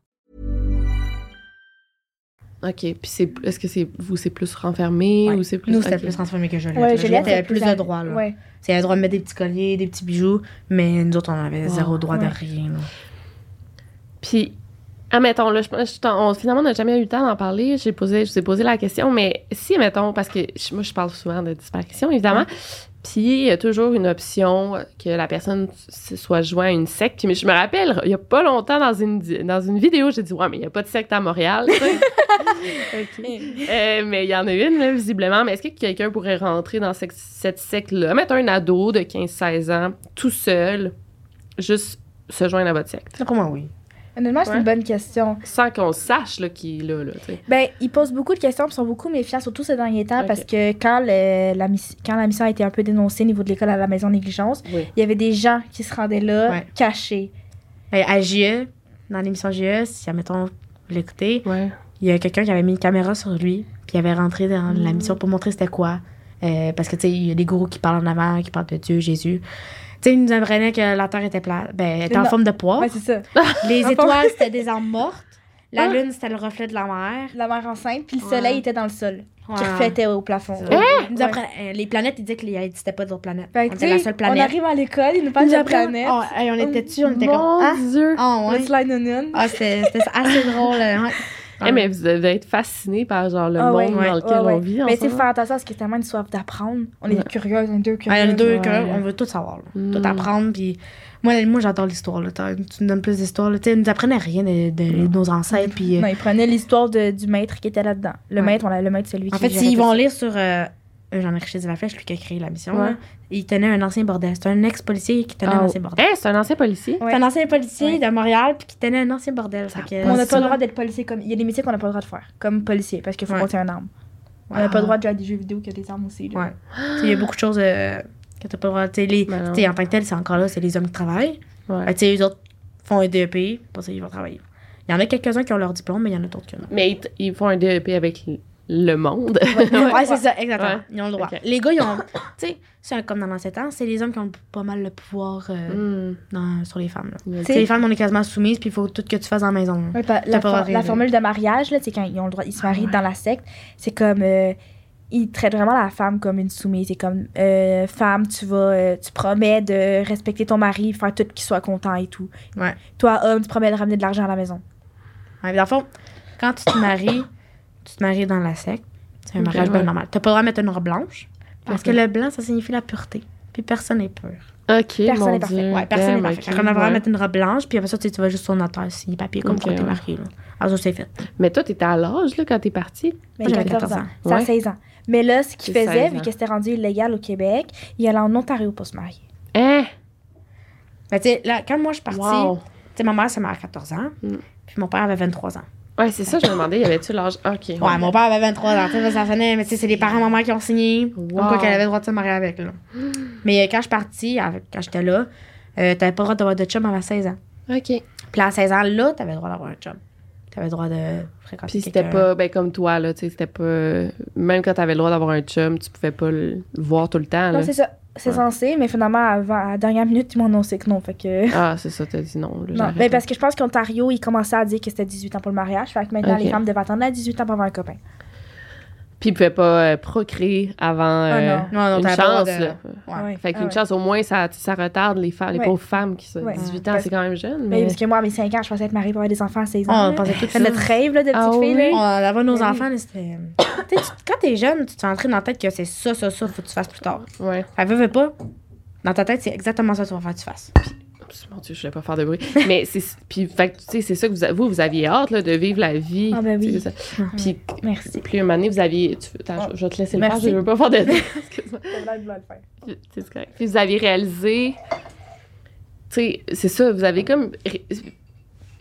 B: Ok, puis c'est, est-ce que c'est vous, c'est plus renfermé
D: Ouais.
B: ou c'est plus.
D: Nous, c'était
B: ok.
D: plus transformé que Joliette.
F: Ouais,
D: Là,
F: Juliette
D: avait
F: est
D: plus de
F: à-
D: droits. Là.
F: Ouais.
D: C'est le droit de mettre des petits colliers, des petits bijoux, mais nous autres, on avait
B: Wow.
D: zéro droit
F: Ouais.
D: de rien. là.
B: Puis, admettons, là, je, pense- je t'en- on- finalement, on n'a jamais eu le temps d'en parler. J'ai posé, je vous ai posé la question, mais si, admettons, parce que je- moi, je parle souvent de disparition, évidemment. Puis, il y a toujours une option que la personne s- soit jointe à une secte. Puis, mais je me rappelle, il n'y a pas longtemps, dans une, di- dans une vidéo, j'ai dit, ouais, mais il n'y a pas de secte à Montréal, tu sais. Ok. Euh, mais il y en a une, là, visiblement. Mais est-ce que quelqu'un pourrait rentrer dans cette, cette secte-là? Mettons un ado de 15-16 ans, tout seul, juste se joindre à votre secte
D: C'est Comment oui?
F: Honnêtement, c'est
B: Ouais.
F: une bonne question.
B: sans qu'on sache là, qui est là. là tu sais.
F: Ben, ils posent beaucoup de questions, puis sont beaucoup méfiants, surtout ces derniers temps,
B: Ok.
F: parce que quand, le- la, miss- quand la mission a été un peu dénoncée au niveau de l'école à la maison de négligence,
B: Oui.
F: il y avait des gens qui se rendaient là,
D: Ouais.
F: cachés.
D: Euh, À JE, dans l'émission JE, si, admettons, vous l'écoutez,
B: Ouais.
D: il y a quelqu'un qui avait mis une caméra sur lui, puis il avait rentré dans
F: Mm.
D: la mission pour montrer c'était quoi. Euh, parce que, tu sais, il y a des gourous qui parlent en avant, qui parlent de Dieu, Jésus. Tu sais, il nous apprenait que la Terre était plate, ben, était en
F: Non.
D: forme de poire.
F: Ouais, c'est ça.
D: Les
F: Ah, [laughs]
D: étoiles, c'était des arbres mortes. La
F: Ah.
D: lune, c'était le reflet de la mer.
F: La mère enceinte, puis le
D: Ouais.
F: soleil était dans le sol, qui
D: Ouais.
F: reflétait au plafond.
D: C'est-
F: Ouais.
D: Ils Hein? nous
F: Ouais.
D: apprennent- euh, Les planètes, ils disaient qu'il n'existait pas d'autres planètes.
F: Fait
D: on
F: que, Ben, tu
D: était
F: sais,
D: la seule
F: on
D: planète.
F: arrive à l'école, ils nous parlent
D: Ils nous
F: de
D: apprennent-
F: planète.
D: Oh, hey, on était dessus, on était
B: Mon
D: comme. Ah,
B: Dieu!
D: ah, ouais.
F: Let's lie non, non.
D: Ah, c'était c'était assez drôle. hein. [laughs] ouais.
B: Eh, mais vous devez être fasciné par genre, le
F: Ah
B: monde
F: ouais,
B: dans
D: ouais,
B: lequel
F: ouais, ouais.
B: on vit. en
F: Mais
B: ce
F: tu sais,
B: moment.
F: faire attention parce que c'est tellement une soif d'apprendre. On
B: Ouais.
F: est curieux, on est deux
D: Ouais, Ah,
F: curieux.
D: le deux,
B: Ouais.
D: que on veut tout savoir. là.
B: Mm.
D: Tout apprendre. Puis moi, moi j'adore l'histoire. là. T'as- Tu nous donnes plus d'histoire. là. Tu sais, Ils nous apprenaient rien de, de- de nos ancêtres. Puis, euh,
F: Non, ils prenaient l'histoire de- du maître qui était là-dedans. Le
D: Ouais.
F: maître, on a, le maître, c'est lui
D: en
F: qui
D: fait,
F: gérait
D: s'ils
F: tout
D: vont
F: ça.
D: lire sur euh, Jean-Richard de la Flèche, lui qui a créé la mission,
B: Ouais.
D: là, il tenait un ancien bordel. C'était un ex-policier qui tenait
B: Ah,
D: un
B: ouais.
D: ancien bordel.
B: Eh, c'est un ancien policier.
F: Oh. Ouais.
D: C'est un ancien policier
F: Ouais.
D: de Montréal puis qui tenait un ancien bordel.
B: Ça
D: Fait
B: a
D: que-
F: Mais on n'a pas
B: C'est
F: le
B: ça.
F: droit d'être policier comme. Il y a des métiers qu'on n'a pas le droit de faire, comme policier, parce qu'il faut
D: Ouais.
F: porter un arme. On n'a
D: Ah.
F: pas le droit de jouer à des jeux vidéo qui a des armes aussi. là.
D: Ouais. Tu sais, Il y a beaucoup de choses euh, que t'as pas le droit. Tu sais, les-
B: Ben non.
D: tu sais, en tant que tel, c'est encore là, c'est les hommes qui travaillent.
B: Ouais.
D: Euh, tu sais, eux autres font un DEP, pour ça, ils vont travailler. Il y en a quelques-uns qui ont leur diplôme, mais il y en a d'autres qui non.
B: Mais ils, t- ils font un DEP avec l- le monde.
D: [laughs] Ouais, c'est ça, exactement.
B: Ouais.
D: Ils ont le droit.
B: Ok.
D: Les gars, ils ont. tu sais, c'est comme dans l'ancien temps, c'est les hommes qui ont pas mal le pouvoir
B: [laughs]
D: euh,
B: Hmm.
D: dans- sur les femmes. là.
B: Ouais.
D: Tu sais, les femmes, on est quasiment soumises, puis il faut tout que tu fasses en maison. là.
F: Ouais, pa- la,
D: pas le droit
F: for-
D: de
F: la
D: rêver.
F: formule de mariage, là, c'est quand ils ont le droit, ils se marient
D: ouais.
F: dans la secte, c'est comme euh, il traite vraiment la femme comme une soumise. C'est comme, euh, femme, tu vas, euh, tu promets de respecter ton mari, faire tout qu'il soit content et tout.
D: Ouais.
F: Toi, homme, tu promets de ramener de l'argent à la maison.
D: Ouais, mais dans le fond, quand tu te maries, tu te maries dans la secte. C'est un
B: Ok,
D: mariage
B: ouais.
D: bien normal. Tu pas le droit de mettre une robe blanche parce
B: Ok.
D: que le blanc, ça signifie la pureté. Puis personne n'est pur.
B: OK,
F: Personne
B: mon
F: est parfait.
B: Dieu.
D: Mm, ben Ouais, personne n'est
B: Damn,
D: parfait.
B: ok,
D: on a vraiment
B: ouais.
D: mettre une robe blanche, puis après ça, tu, sais, tu vas juste sur notaire, signer papier, comme
B: Ok,
D: quoi t'es
B: ouais.
D: marqué. Là. Alors ça, c'est fait.
B: Mais toi, t'étais à l'âge, là, quand t'es partie?
F: Mais
D: Moi,
F: il a
D: j'avais
F: 14 ans.
D: 14 ans.
F: Ça a
B: Ouais.
F: 16 ans. Mais là, ce qu'il
B: C'est
F: faisait,
B: 16
F: vu
B: ans.
F: que c'était rendu illégal au Québec, il allait en Ontario pour se marier.
B: Hein?
D: Mais Ben, tu sais, là, quand moi je suis partie,
B: Wow!
D: tu sais, ma mère s'est mariée à 14 ans,
B: Mm.
D: puis mon père avait 23 ans.
B: Ouais, c'est ça, je me demandais, y avait-tu l'âge? OK.
D: Ouais, mon père avait 23 ans, tu sais, ça sonnait, mais tu sais, c'est les parents de ma mère qui ont signé.
B: Wow.
D: Comme quoi qu'elle avait le droit de se marier avec, là. Mais euh, quand je suis partie, avec- quand j'étais là, euh, t'avais pas le droit d'avoir de chum avant 16 ans.
B: OK.
D: Puis à 16 ans, là, t'avais le droit d'avoir un job. T'avais le droit de fréquenter
B: Puis c'était
D: quelqu'un.
B: pas, ben, comme toi, là, tu sais, c'était pas. Même quand t'avais le droit d'avoir un chum, tu pouvais pas le voir tout le temps, Ah, là.
F: Non, c'est ça. C'est
B: Ouais.
F: censé, mais finalement, avant, à la dernière minute, ils m'ont annoncé que non.
B: [laughs]
F: Fait que.
B: Ah, c'est ça, t'as dit non. Là,
F: Non, ben,
B: j'arrête.
F: mais parce que je pense qu'Ontario, ils commençaient à dire que c'était 18 ans pour le mariage. Fait que maintenant,
B: Ok.
F: les femmes devaient attendre à 18 ans pour avoir un copain.
B: Puis ils pouvaient pas euh, procréer avant.
F: Ah,
B: euh,
F: non.
D: Non, non,
B: une
D: t'avais pas le droit
B: chance,
D: de...
B: là.
D: Ouais.
F: Ouais.
B: Fait qu'une
F: Ah ouais.
B: chance, au moins, ça, ça retarde les, femmes, les
F: Ouais.
B: pauvres femmes qui sont
F: Ouais.
B: 18 ans,
F: Parce-
B: c'est quand même jeune.
F: Mais
B: Mais...
F: Ben, parce que moi, à mes 5 ans, je pensais être mariée pour avoir des enfants à 16 ans.
D: Ah, On
F: là.
D: pensait tout
F: C'est
D: ça.
F: notre rêve là, de petite
B: Ah
F: fille.
B: oui?
F: là.
D: On avait nos
F: Mais oui.
D: enfants, mais c'était... euh, [coughs] tu sais, tu- quand t'es jeune, tu te fais entrer dans la tête que c'est ça, ça, ça, faut que tu fasses plus tard.
B: Ouais.
D: Fait que veux, veux pas, dans ta tête, c'est exactement ça que tu vas faire que tu fasses.
B: Oups, Mon Dieu, je voulais pas faire de bruit. [laughs] mais c'est. Puis, fait que, tu sais, c'est ça que vous, a- vous, vous aviez hâte, là, de vivre la vie.
F: Ah, ben oui. Ah.
B: Tu sais, ça. Puis,
D: [laughs]
F: Merci.
B: plus une année, vous aviez. tu- attends, je, je vais te laisser le
D: Merci.
B: faire, je veux pas faire de. Excuse-moi.
F: Moi,
B: Puis- c'est correct. Puis vous avez réalisé, tu sais, c'est ça, vous avez comme ré-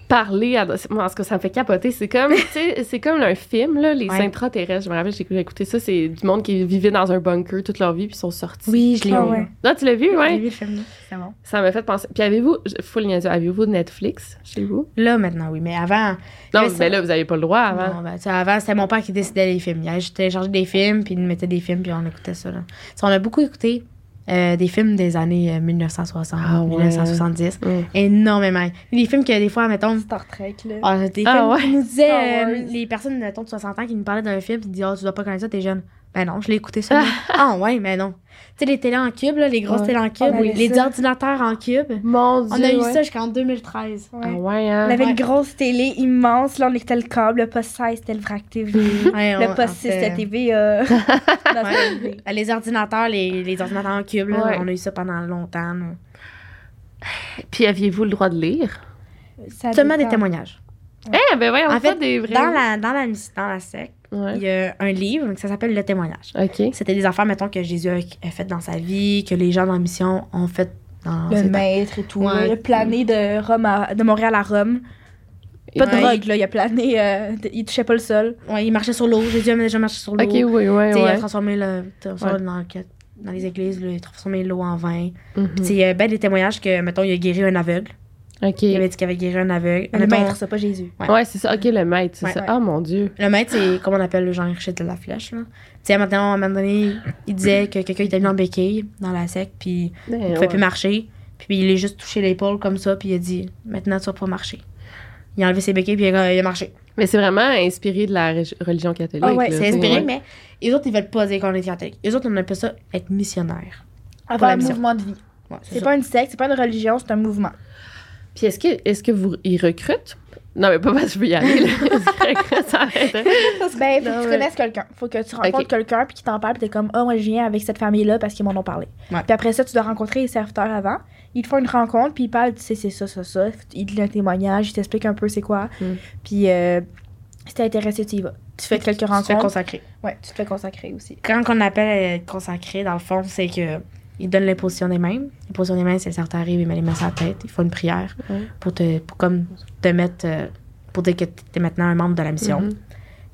B: parlé, à, moi, en tout cas, ça me fait capoter, c'est comme, tu sais, c'est comme un film, là, les
D: Ouais.
B: intraterrestres, je me rappelle, j'ai écouté- j'ai écouté ça, c'est du monde qui vivait dans un bunker toute leur vie, puis ils sont sortis.
D: Oui, je l'ai
F: Ah
D: vu.
F: ouais.
B: Non, tu l'as vu,
D: J'ai
B: ouais?
D: vu le film, là. C'est bon.
B: Ça m'a fait penser. Puis avez-vous, je- full niaiseux, avez-vous Netflix chez vous?
D: Là, maintenant, oui, mais avant...
B: Non,
D: Mais
B: mais
D: ça-
B: là, vous avez pas le droit avant.
D: Non, ben, tu sais, avant, c'était mon père qui décidait les films. Il allait juste télécharger des films, puis il nous mettait des films, puis on écoutait ça. Là. Tu sais, on a beaucoup écouté euh, des films des années euh, 1960,
B: Ah ouais.
D: 1970.
B: Mm.
D: Énormément. Des films que des fois, mettons...
F: Star Trek, là.
D: Ah, des films
B: Ah ouais.
D: qui nous disaient...
F: Star
D: euh,
F: Wars.
D: les personnes, mettons, de 60 ans qui nous parlaient d'un film, qui disaient « Ah, tu dois pas connaître ça, t'es jeune. » Ben non, je l'ai écouté ça. moi. ah ouais, mais non. Tu sais, les télés en cube, là, les grosses
B: Ouais.
D: télés en cube,
F: On avait
D: les
F: ça.
D: ordinateurs en cube.
B: Mon Dieu.
D: On a eu
B: ouais.
D: ça jusqu'en 2013.
F: Ouais.
B: Ah ouais, hein?
F: On avait une
D: Ouais.
F: grosse télé immense. Là, on écoutait le câble. Le poste 16, c'était le vrac TV.
D: Ouais, on-
F: Le poste
D: on
F: 6,
D: fait-
F: c'était TV.
B: [laughs]
F: euh, dans ce TV.
D: Euh, Les ordinateurs, les, les ordinateurs en cube, là,
B: Ouais.
D: on a eu ça pendant longtemps. nous.
B: Puis aviez-vous le droit de lire?
F: Ça
D: Seulement des
F: dépend.
D: témoignages.
B: Eh, ben ouais, on
D: En
B: fait,
D: fait,
B: des vrais.
D: Dans la, dans, la, mus- dans la sec, il
B: Ouais.
D: y a un livre qui s'appelle Le témoignage.
B: OK.
D: C'était des affaires, mettons, que Jésus a, a faites dans sa vie, que les gens dans la mission ont fait dans
F: Le
D: ses-
F: maître et tout.
D: Ouais.
F: là, Le plané de, Rome à- de Montréal à Rome. Pas de
D: Ouais.
F: drogue, là. Il a plané. euh, de- il touchait pas le sol.
D: Ouais, il marchait sur l'eau. Jésus a déjà marché sur l'eau.
B: OK, oui, oui,
D: Tu
B: ouais.
D: sais, Il a
B: ouais.
D: transformé le, transformé
B: Ouais.
D: dans, le- dans les églises, là, il a transformé l'eau en vin.
B: Mhm.
D: Puis, tu sais, il y a ben des témoignages que, mettons, il a guéri un aveugle.
B: OK.
D: Il avait dit qu'il avait guéri un aveugle.
F: Le
D: Mettons,
F: maître, ça, pas Jésus.
D: Ouais.
B: Ouais, c'est ça. OK, le maître, c'est
D: Ouais,
B: ça.
D: ouais.
B: Ah, mon Dieu.
D: Le maître, c'est comment on appelle le Jean-Richard de la flèche. Là. Tu sais, maintenant, à un moment donné, il disait que quelqu'un était venu en béquille dans la sec, puis il ne
B: Ben,
D: pouvait
B: ouais.
D: plus marcher. Puis il a juste touché l'épaule comme ça, puis il a dit Maintenant, tu vas pas marcher. Il a enlevé ses béquilles, puis il a, il a marché.
B: Mais c'est vraiment inspiré de la ré- religion catholique.
F: Ah ouais,
B: là,
D: C'est
B: tu sais,
D: inspiré,
B: ouais.
D: mais les autres, ils veulent pas dire qu'on est catholique. Les autres, on appelle ça être missionnaire.
F: Avant
D: la
F: un
D: mission.
F: mouvement de vie.
D: Ouais, c'est
F: C'est
D: ça.
F: pas une secte, c'est pas une religion, c'est un [laughs] mouvement.
B: Puis est-ce que, est-ce que vous y recrutent? Non, mais pas parce que je veux y aller. là.
D: [laughs]
B: Est-ce qu'ils recrutent? Ça arrête, hein.
F: Ben, faut
B: Non,
F: que tu
B: ouais.
F: connaisses quelqu'un. Faut que tu rencontres
B: Ok.
F: quelqu'un puis qu'il t'en parle puis t'es comme, oh, moi, je viens avec cette famille-là parce qu'ils m'en ont parlé.
D: Ouais.
F: Puis après ça, tu dois rencontrer les serviteurs avant. Ils te font une rencontre puis ils parlent, tu sais, c'est ça, ça, ça. Ils te donnent un témoignage, ils t'expliquent un peu c'est quoi.
B: Mm.
F: Puis euh, si t'es intéressé, tu y vas. Tu fais quelques
D: Tu te fais
F: rencontres.
D: consacrer.
F: ouais, tu te fais consacrer aussi.
D: Quand on appelle être consacré, dans le fond, c'est que. Ils donnent l'imposition des mains. L'imposition des mains, c'est le Seigneur t'arrive, il met les mains sur la tête, il faut une prière
B: Ouais.
D: pour te, pour comme te mettre, euh, pour dire que t'es maintenant un membre de la mission.
B: Mhm.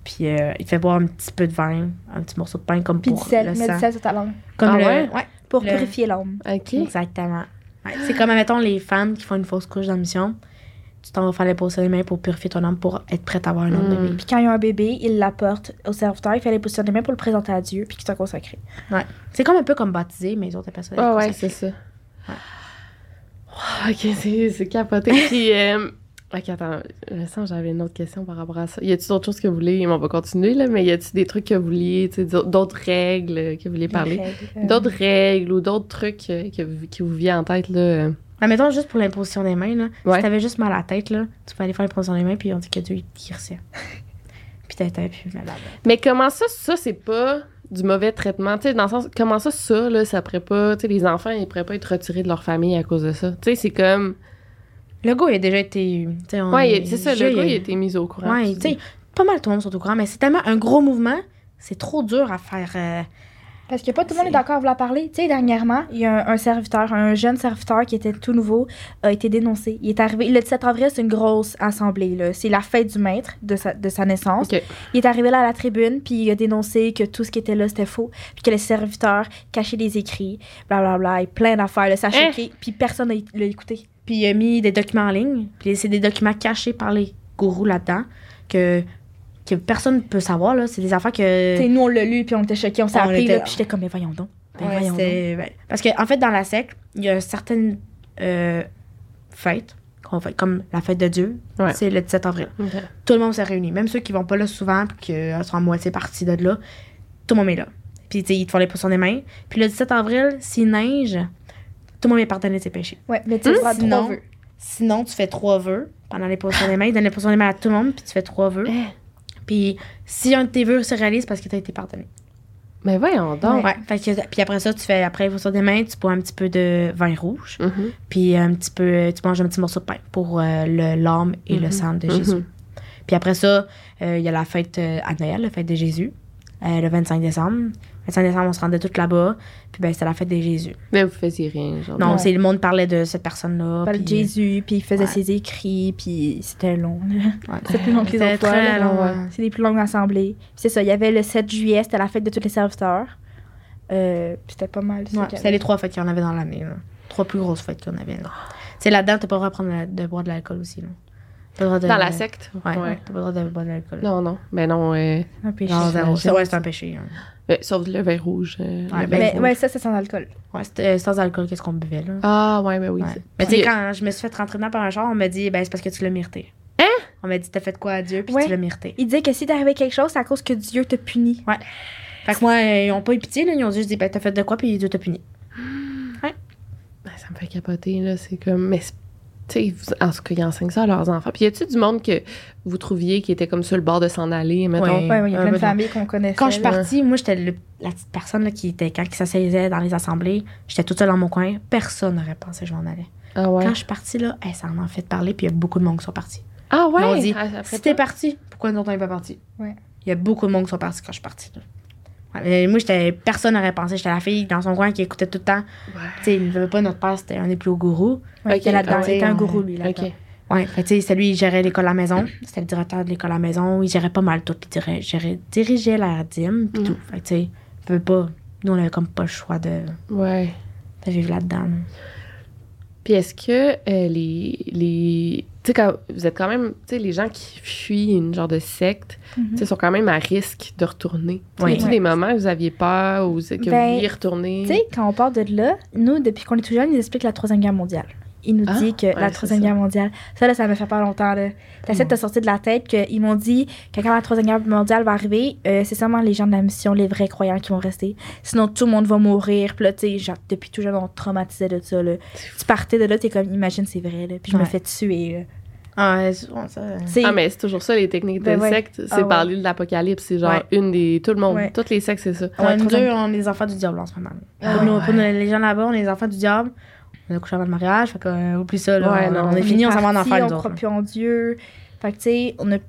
D: Puis euh, il te fait boire un petit peu de vin, un petit morceau de pain comme
F: Puis
D: pour
F: du sel,
D: le
F: mets du
D: sang.
F: sel sur ta langue
D: Comme
B: Ah
D: le-
B: ouais?
F: pour
D: Le-
F: purifier l'homme.
B: OK.
D: Exactement. Ouais, C'est comme, mettons, les femmes qui font une fausse couche dans la mission. Tu t'en vas faire les potions des mains pour purifier ton âme pour être prête à avoir un homme
B: Mhm.
D: de bébé.
F: Puis quand il y a un bébé, il l'apporte au serviteur, il fait les positions des mains pour le présenter à Dieu puis qu'il t'a consacré.
D: C'est comme un peu comme baptisé, mais ils ont appellent ça.
B: Ah
D: être
B: ouais,
D: consacré.
B: c'est ça. Wow, OK, c'est, c'est capoté. Puis euh, Ok, attends, je sens que j'avais une autre question par rapport à ça. Y a-t-il d'autres choses que vous voulez, on va continuer là, mais y a-t-il des trucs que vous vouliez, tu sais, d'autres- d'autres règles que vous vouliez parler?
F: euh,
D: Euh.
B: D'autres règles ou d'autres trucs euh, que vous- qui vous viennent en tête là? euh,
D: Ah, mettons juste pour l'imposition des mains, là.
B: Ouais.
D: Si t'avais juste mal à la tête, là, tu peux aller faire l'imposition des mains, puis on dit que Dieu, il te
B: [laughs]
D: crissait. puis t'as t'avais plus mal à la tête.
B: Mais comment ça, ça, c'est pas du mauvais traitement? Tu sais, dans le sens, comment ça, ça, là, ça pourrait pas. Tu sais, les enfants, ils pourraient pas être retirés de leur famille à cause de ça. Tu sais, c'est comme.
D: Le gars, il a déjà été. tu sais, on-
B: Ouais, il- c'est ça,
D: jeu,
B: le gars, il a été mis au courant.
D: Ouais, tu sais, pas mal tout le monde sont au courant, mais c'est tellement un gros mouvement, c'est trop dur à faire. euh,
F: Parce que pas tout le monde est d'accord à vouloir parler. Tu sais, dernièrement, il y a un, un serviteur, un jeune serviteur qui était tout nouveau, a été dénoncé. Il est arrivé, le 17 avril, c'est une grosse assemblée, là. C'est la fête du maître de sa, de sa naissance.
B: Ok.
F: Il est arrivé là à la tribune, puis il a dénoncé que tout ce qui était là, c'était faux, puis que le serviteur cachait des écrits, blablabla, et plein d'affaires, là, ça a
B: Hein?
F: choqué, puis personne n'a é- l'a écouté.
D: Puis il a mis des documents en ligne, puis c'est des documents cachés par les gourous là-dedans, que, que personne peut savoir, là. C'est des affaires que.
F: Tu sais, nous, on l'a lu, puis on était choqués, on s'est
D: Ah, On
F: appelé,
D: était-
F: là, puis j'étais comme, mais voyons donc. Ben,
D: Ouais,
F: voyons donc.
D: c'est- ben, parce que en fait, dans la secte, il y a certaines euh, fêtes qu'on fait, comme la fête de Dieu,
B: Ouais.
D: c'est le 17 avril.
B: Ok.
D: Tout le monde s'est réuni, même ceux qui vont pas là souvent, puis qui euh, sont à moitié partis de là, tout le monde est là. Puis tu sais, ils te font les potions des mains. Puis le 17 avril, s'il neige, tout le monde est pardonné de ses péchés.
F: Ouais, mais tu
D: Hum,
F: sais, on a trois
D: sinon-
F: vœux.
D: Sinon, tu fais trois vœux pendant les potions des mains, ils donnent les potions des mains à tout le monde, puis tu fais trois vœux.
B: Eh.
D: Puis si un de tes vœux se réalise, parce que tu as été pardonné.
B: Mais voyons donc.
D: Ah, Ouais. Fait que- puis après ça, tu fais après sur des mains, tu bois un petit peu de vin rouge,
B: Mhm.
D: puis un petit peu, euh, tu manges un petit morceau de pain pour euh, le l'âme et le sang de
B: Mhm.
D: Jésus. Puis après ça, euh, il y a la fête euh, à Noël, la fête de Jésus, euh, le 25 décembre. Le 25 décembre, on se rendait tous là-bas, puis ben c'était la fête de Jésus.
B: Mais vous faisiez rien, genre.
D: Non,
F: Ouais.
D: c'est le monde parlait de cette personne-là.
F: parlait de
D: puis- euh,
F: Jésus, puis il faisait
D: Ouais.
F: ses écrits, puis c'était long. là.
D: Ouais.
F: C'était plus long que les
D: C'était
F: autres fois,
D: très
F: là.
D: long, ouais.
F: [laughs] C'est les plus longues assemblées. Puis C'est ça, il y avait le 7 juillet, c'était la fête de tous les serviteurs. Euh, puis c'était pas mal. ça
D: Ouais,
F: qu'il y
D: c'était les
F: avait.
D: trois fêtes qu'on avait dans l'année. là. Trois plus grosses fêtes qu'on avait. là. Tu sais, là-dedans, t'as pas le droit de, prendre la- de boire de l'alcool aussi. Là. T'as le droit de-
B: Dans la secte?
D: euh, Ouais, t'as pas le droit de boire de l'alcool.
B: Non, non. Mais non, euh,
F: Un péché.
D: Non, zéro.
F: j'imagine.
D: C'est- Ouais, c'est un péché. hein.
B: euh, sauf le vin rouge. euh,
D: Ouais,
B: le
D: ben,
B: vin
F: Mais
B: rouge.
F: ouais, ça, c'est sans alcool.
D: Ouais, c'était euh, sans alcool, qu'est-ce qu'on buvait, là.
B: Ah, ouais, mais oui.
D: Ouais.
B: c'est-
D: Mais tu sais,
B: Puis,
D: quand je me suis fait rentrer dedans par un genre, on m'a dit, ben, c'est parce que tu l'as mérité.
B: Hein?
D: On m'a dit, t'as fait quoi à Dieu, puis
F: Ouais.
D: tu l'as mérité.
F: Il disait que si t'arrivais quelque chose, c'est à cause que Dieu te punit.
D: Fait que moi, euh, ils ont pas eu pitié, là. Ils ont juste dit, ben, t'as fait de quoi, puis Dieu t'a puni.
B: Ben, ça me fait capoter, là. C'est comme. Mais, c'est- tu sais, vous- en tout cas, ils enseignent ça à leurs enfants. Puis, y a-tu du monde que vous trouviez qui était comme sur le bord de s'en aller, mettons?
F: Ouais, ouais, il y a
D: Ouais,
F: plein de
D: ben,
F: familles qu'on connaissait.
D: Quand je suis
F: là.
D: partie, moi, j'étais le- la petite personne, là, qui était, quand qui s'asseyait dans les assemblées, j'étais toute seule dans mon coin. Personne n'aurait pensé que je m'en allais.
B: Ah, ouais.
D: Quand je suis partie, là, eh, ça en a fait parler, puis il y a beaucoup de monde qui sont partis.
B: Ah, ouais.
D: Ils m'ont dit,
B: Ah, ça ferait
D: Si t'es parti, pourquoi nous autres on n'est pas parti?
F: Ouais.
D: Il y a beaucoup de monde qui sont partis quand je suis partie. là. Ouais, mais moi, j'étais, personne n'aurait pensé. J'étais la fille dans son coin qui écoutait tout le temps.
B: Ouais.
D: Tu sais, il ne veut pas notre père, c'était un des plus hauts gourous.
F: Ouais, il était
B: Ok,
F: là-dedans.
D: ah
F: Il était un
D: ouais.
F: gourou, lui, là
B: Ok.
D: Ouais, fait que tu sais, c'est lui, il gérait l'école à la [clears throat] maison. C'était le directeur de l'école à la maison. Il gérait pas mal tout. Il dirait- gérait- dirigeait la dîme, puis
B: Mhm.
D: tout. Fait que tu sais, on peut pas. Nous, on avait comme pas le choix de,
B: Ouais.
D: de vivre là-dedans. là.
B: Puis est-ce que euh, les. les tu sais, quand vous êtes quand même. Tu sais, les gens qui fuient une genre de secte,
F: Mhm.
B: tu sais, sont quand même à risque de retourner. Tu sais,
D: Oui.
B: y a-tu
F: Ouais.
B: des moments où vous aviez peur ou que vous
F: Ben,
B: vouliez retourner?
F: Tu sais, quand on part de là, nous, depuis qu'on est tout jeune, ils expliquent la Troisième Guerre mondiale. Il nous
B: Ah,
F: dit que
B: ouais,
F: la
B: c'est
F: Troisième
B: ça.
F: Guerre mondiale, ça, là, ça me fait pas longtemps, là. T'essaies de te sortir de la tête qu'ils m'ont dit que quand la Troisième Guerre mondiale va arriver, euh, c'est seulement les gens de la mission, les vrais croyants qui vont rester. Sinon, tout le monde va mourir. Puis là, tu sais, genre, depuis tout jeune, on te traumatisait de ça, là. Tu partais de là, t'es comme, imagine, c'est vrai, là. Puis je me
D: Ouais.
F: fais tuer, là.
D: Ah, ouais, c'est- ouais, ça, euh,
F: Tu sais,
B: Ah, mais c'est toujours ça, les techniques de
F: Ben ouais.
B: secte. C'est
F: Ah ouais.
B: parler de l'apocalypse. C'est genre
D: Ouais.
B: une des. Tout le monde.
F: Ouais.
B: Toutes les sectes, c'est ça.
F: Ah ouais,
D: nous
F: troisième-
D: deux, on est les enfants du diable en ce moment.
F: Ah
D: pour
F: ouais.
D: nous- pour nous, les gens là-bas, on est les enfants du diable. On a couché avant le mariage, fait que, euh, oublie ça, là,
F: Ah,
B: Ouais,
D: on,
B: non.
D: on est fini, on s'en va en
F: partis,
D: enfer, nous
F: On
D: autres.
F: croit plus en Dieu. Fait que, tu sais, on a, tu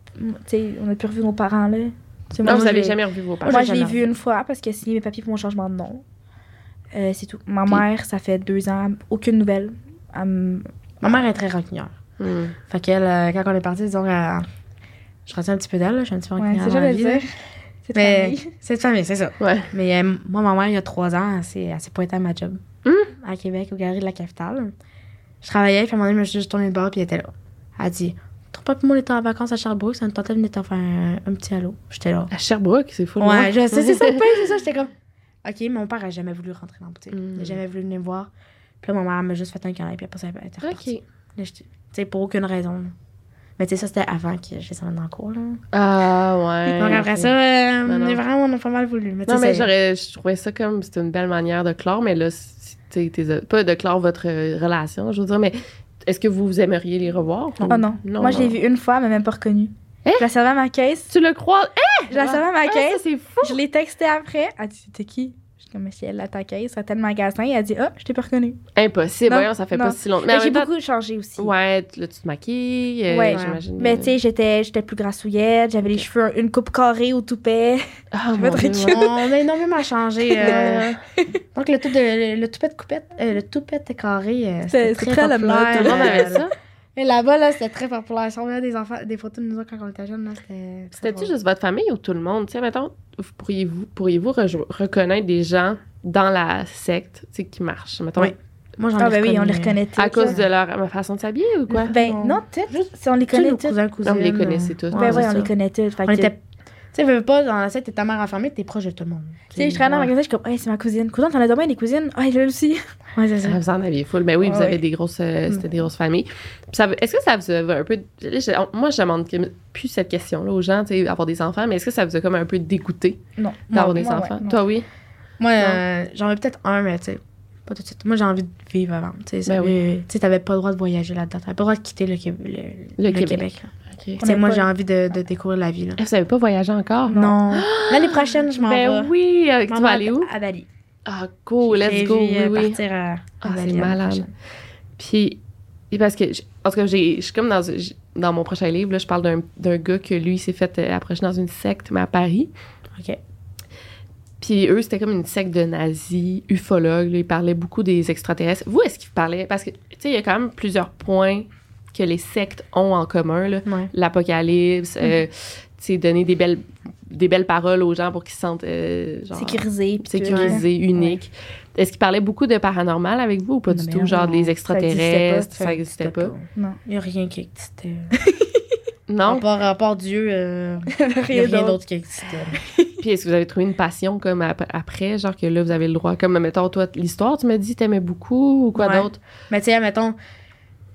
F: sais, on a plus revu nos parents, là. Tu sais, moi,
B: Non, vous
F: moi,
B: n'avez
F: j'ai-
B: jamais revu vos parents.
F: Moi,
D: j'ai
F: je l'ai
D: jamais
F: vu
D: revu.
F: une fois parce que c'est mes papiers pour mon changement de nom. Euh, c'est tout. Ma
B: Puis-
F: mère, ça fait deux ans, aucune nouvelle. Elle me-
D: Ma mère est très rancunière.
B: Hmm.
D: Fait qu'elle, euh, quand on est parti, disons, elle- je retiens un petit peu d'elle, là, je suis un petit peu
F: Ouais,
D: rancunière.
F: c'est
D: dans
F: ça
D: la
F: de
D: vie,
F: dire.
D: là.
F: C'est de
D: Mais [laughs]
F: famille.
D: c'est de famille, c'est ça.
B: Ouais.
D: Mais euh, moi, ma mère, il y a trois ans, elle s'est, elle s'est pointée à ma job.
B: Hum.
D: À Québec, au galerie de la capitale. Je travaillais, puis à un moment donné, je me suis juste tournée de bord, puis elle était là. Elle dit Ton papa et moi, on était en vacances à Sherbrooke, ça nous tentait de venir te faire un, un petit allô. J'étais là.
B: À Sherbrooke, c'est fou.
D: Ouais, je sais, c'est ça, le pire, c'est ça. J'étais comme, OK, mon père a jamais voulu rentrer dans la boutique. Il
B: Mm.
D: a jamais voulu venir me voir. Puis là, ma mère m'a juste fait un câlin, puis après, ça elle était repartie.
B: OK.
D: Là, j'étais- Tu sais, pour aucune raison. là. Mais tu sais, ça, c'était avant que je les emmène en cours, là.
B: Ah, ouais.
D: Donc après ça, euh,
B: Non, non.
D: on est vraiment, on a pas mal voulu. Mais tu
B: Non,
D: sais,
B: mais
D: c'est-
B: j'aurais, je trouvais ça comme, c'était une belle manière de clore, mais là, c'est- t'es- t'es- pas de clore votre euh, relation, je veux dire, mais est-ce que vous, vous aimeriez les revoir?
F: Oh non. Moi, je l'ai vu une fois, mais même pas reconnu.
B: Hein?
F: Je la servais à ma caisse.
B: Tu le crois? Eh,
F: Je la servais à ma
B: ah, ça,
F: caisse.
B: c'est fou!
F: Je l'ai texté après. Elle dit T'es qui Je suis comme Mais si elle à ta caisse, à tel magasin. Elle dit Ah, je t'ai pas reconnu.
B: Impossible,
F: Non,
B: voyons, ça fait
F: non.
B: pas si longtemps.
F: Mais
B: en
F: J'ai
B: même temps,
F: beaucoup changé aussi.
B: Ouais, t- là, tu te maquilles, euh,
F: Ouais.
B: j'imagine.
F: Mais tu sais, j'étais j'étais plus grassouillette, j'avais les cheveux une coupe carrée au toupet.
B: Ah,
F: je
B: mon
F: vais te
B: Dieu,
F: récupérer.
B: ouais.
D: [laughs] on a énormément changé.
F: [laughs]
D: euh,
F: Ah,
D: donc, le, tout de, le, toupet de coupette, euh, le toupet de carré, euh, c'était
F: C'est- c'est
D: très,
F: très la mode,
D: populaire.
B: Tout le monde
F: [laughs]
B: avait ça.
D: Et là-bas, là, c'était très populaire. Si on regardait des, enfants, des photos de nous autres quand on était jeunes, là, c'était...
B: C'était-tu
D: drôle.
B: juste votre famille ou tout le monde? Tu sais, mettons, vous pourriez-vous pourriez reconnaître des gens dans la secte, tu sais, qui marchent, mettons,
D: Oui. Moi, j'en ai
F: Ah, ben oui, on
D: reconnu,
F: les
D: hein.
F: reconnaît tous.
B: à cause
F: là.
B: de leur ma façon de s'habiller ou quoi?
F: Ben non, toutes. Si on les connaît
D: nos
F: toutes.
D: cousins,
B: Non, vous les
D: cousines,
B: connaissez tous.
D: Ouais,
F: Ben
D: c'est
F: oui, on
D: ça.
F: les connaît toutes. Fait
D: On
F: que-
D: était... Tu sais, veux veux pas, dans la secte, t'es ta mère enfermée, t'es proche de tout le monde.
F: Tu sais, je traînais dans
D: Ouais.
F: le magasin, je suis comme, hey, c'est ma cousine. Cousine, t'en as demain des cousines? Ah,
B: [laughs]
F: elle aussi.
D: Ouais, c'est ça.
B: Ah, vous en aviez full. Ben oui, vous
F: Ouais,
B: avez
F: ouais.
B: des grosses, euh, c'était des grosses familles. Puis ça veut- Est-ce que ça vous a un peu. je- Moi, je demande que- plus cette question-là aux gens, tu sais, avoir des enfants, mais est-ce que ça vous a comme un peu dégoûté
F: Non.
B: d'avoir
F: Moi,
B: des
F: ouais,
B: enfants?
F: non.
B: Toi, oui.
D: Moi, euh, j'en ai peut-être un, mais tu sais, pas tout de suite. Moi, j'ai envie de vivre avant. Tu sais,
B: Ben
D: ça veut- tu sais, t'avais pas le droit de voyager là-dedans. T'avais pas le droit de quitter le, Qué- le,
B: Le
D: le
B: Québec.
D: Québec. là. Tu sais, moi,
F: On n'a
D: j'ai
F: pas-
D: envie de, de découvrir la vie. Là.
B: Ah, Vous n'avez pas voyagé encore?
D: Non. L'année prochaine, je m'en
B: Ben
D: vais.
B: oui, euh,
D: M'en
B: tu vas
D: vais
B: aller où?
D: À Bali.
B: Ah, cool,
D: J'ai
B: let's go,
D: prévu,
B: oui,
D: euh,
B: oui.
D: partir à, à
B: Ah,
D: Bali
B: c'est
D: l'année
B: malade.
D: prochaine.
B: Puis, et parce que, j- en tout cas, j'ai- je suis comme dans, j- dans mon prochain livre, là, je parle d'un- d'un gars que lui, il s'est fait euh, approcher dans une secte, mais à Paris.
D: OK.
B: Puis eux, c'était comme une secte de nazis, ufologues, là, ils parlaient beaucoup des extraterrestres. Vous, est-ce qu'ils parlaient? Parce que, tu sais, il y a quand même plusieurs points que les sectes ont en commun, là.
D: Ouais.
B: L'apocalypse, euh, tu sais, donner des belles, des belles paroles aux gens pour qu'ils se sentent, euh, genre,
F: Sécurisé. puis tout.
B: sécurisé, unique. Est-ce qu'il parlait beaucoup de paranormal avec vous ou pas
D: Non,
B: du
D: mais
B: tout?
D: non,
B: Genre des extraterrestres,
D: Ça
B: ça n'existait pas. [laughs]
F: Non.
D: Il n'y a rien qui existait. À
B: Non?
D: part, à part Dieu, euh, il n'y a
F: Rien
D: rien
F: d'autre.
D: d'autre qui existait.
B: Puis est-ce que vous avez trouvé une passion comme ap- après, genre que là, vous avez le droit? Comme, mettons, toi, l'histoire, tu m'as dit, t'aimais beaucoup ou quoi
D: Ouais.
B: d'autre?
D: Mais tu sais, mettons,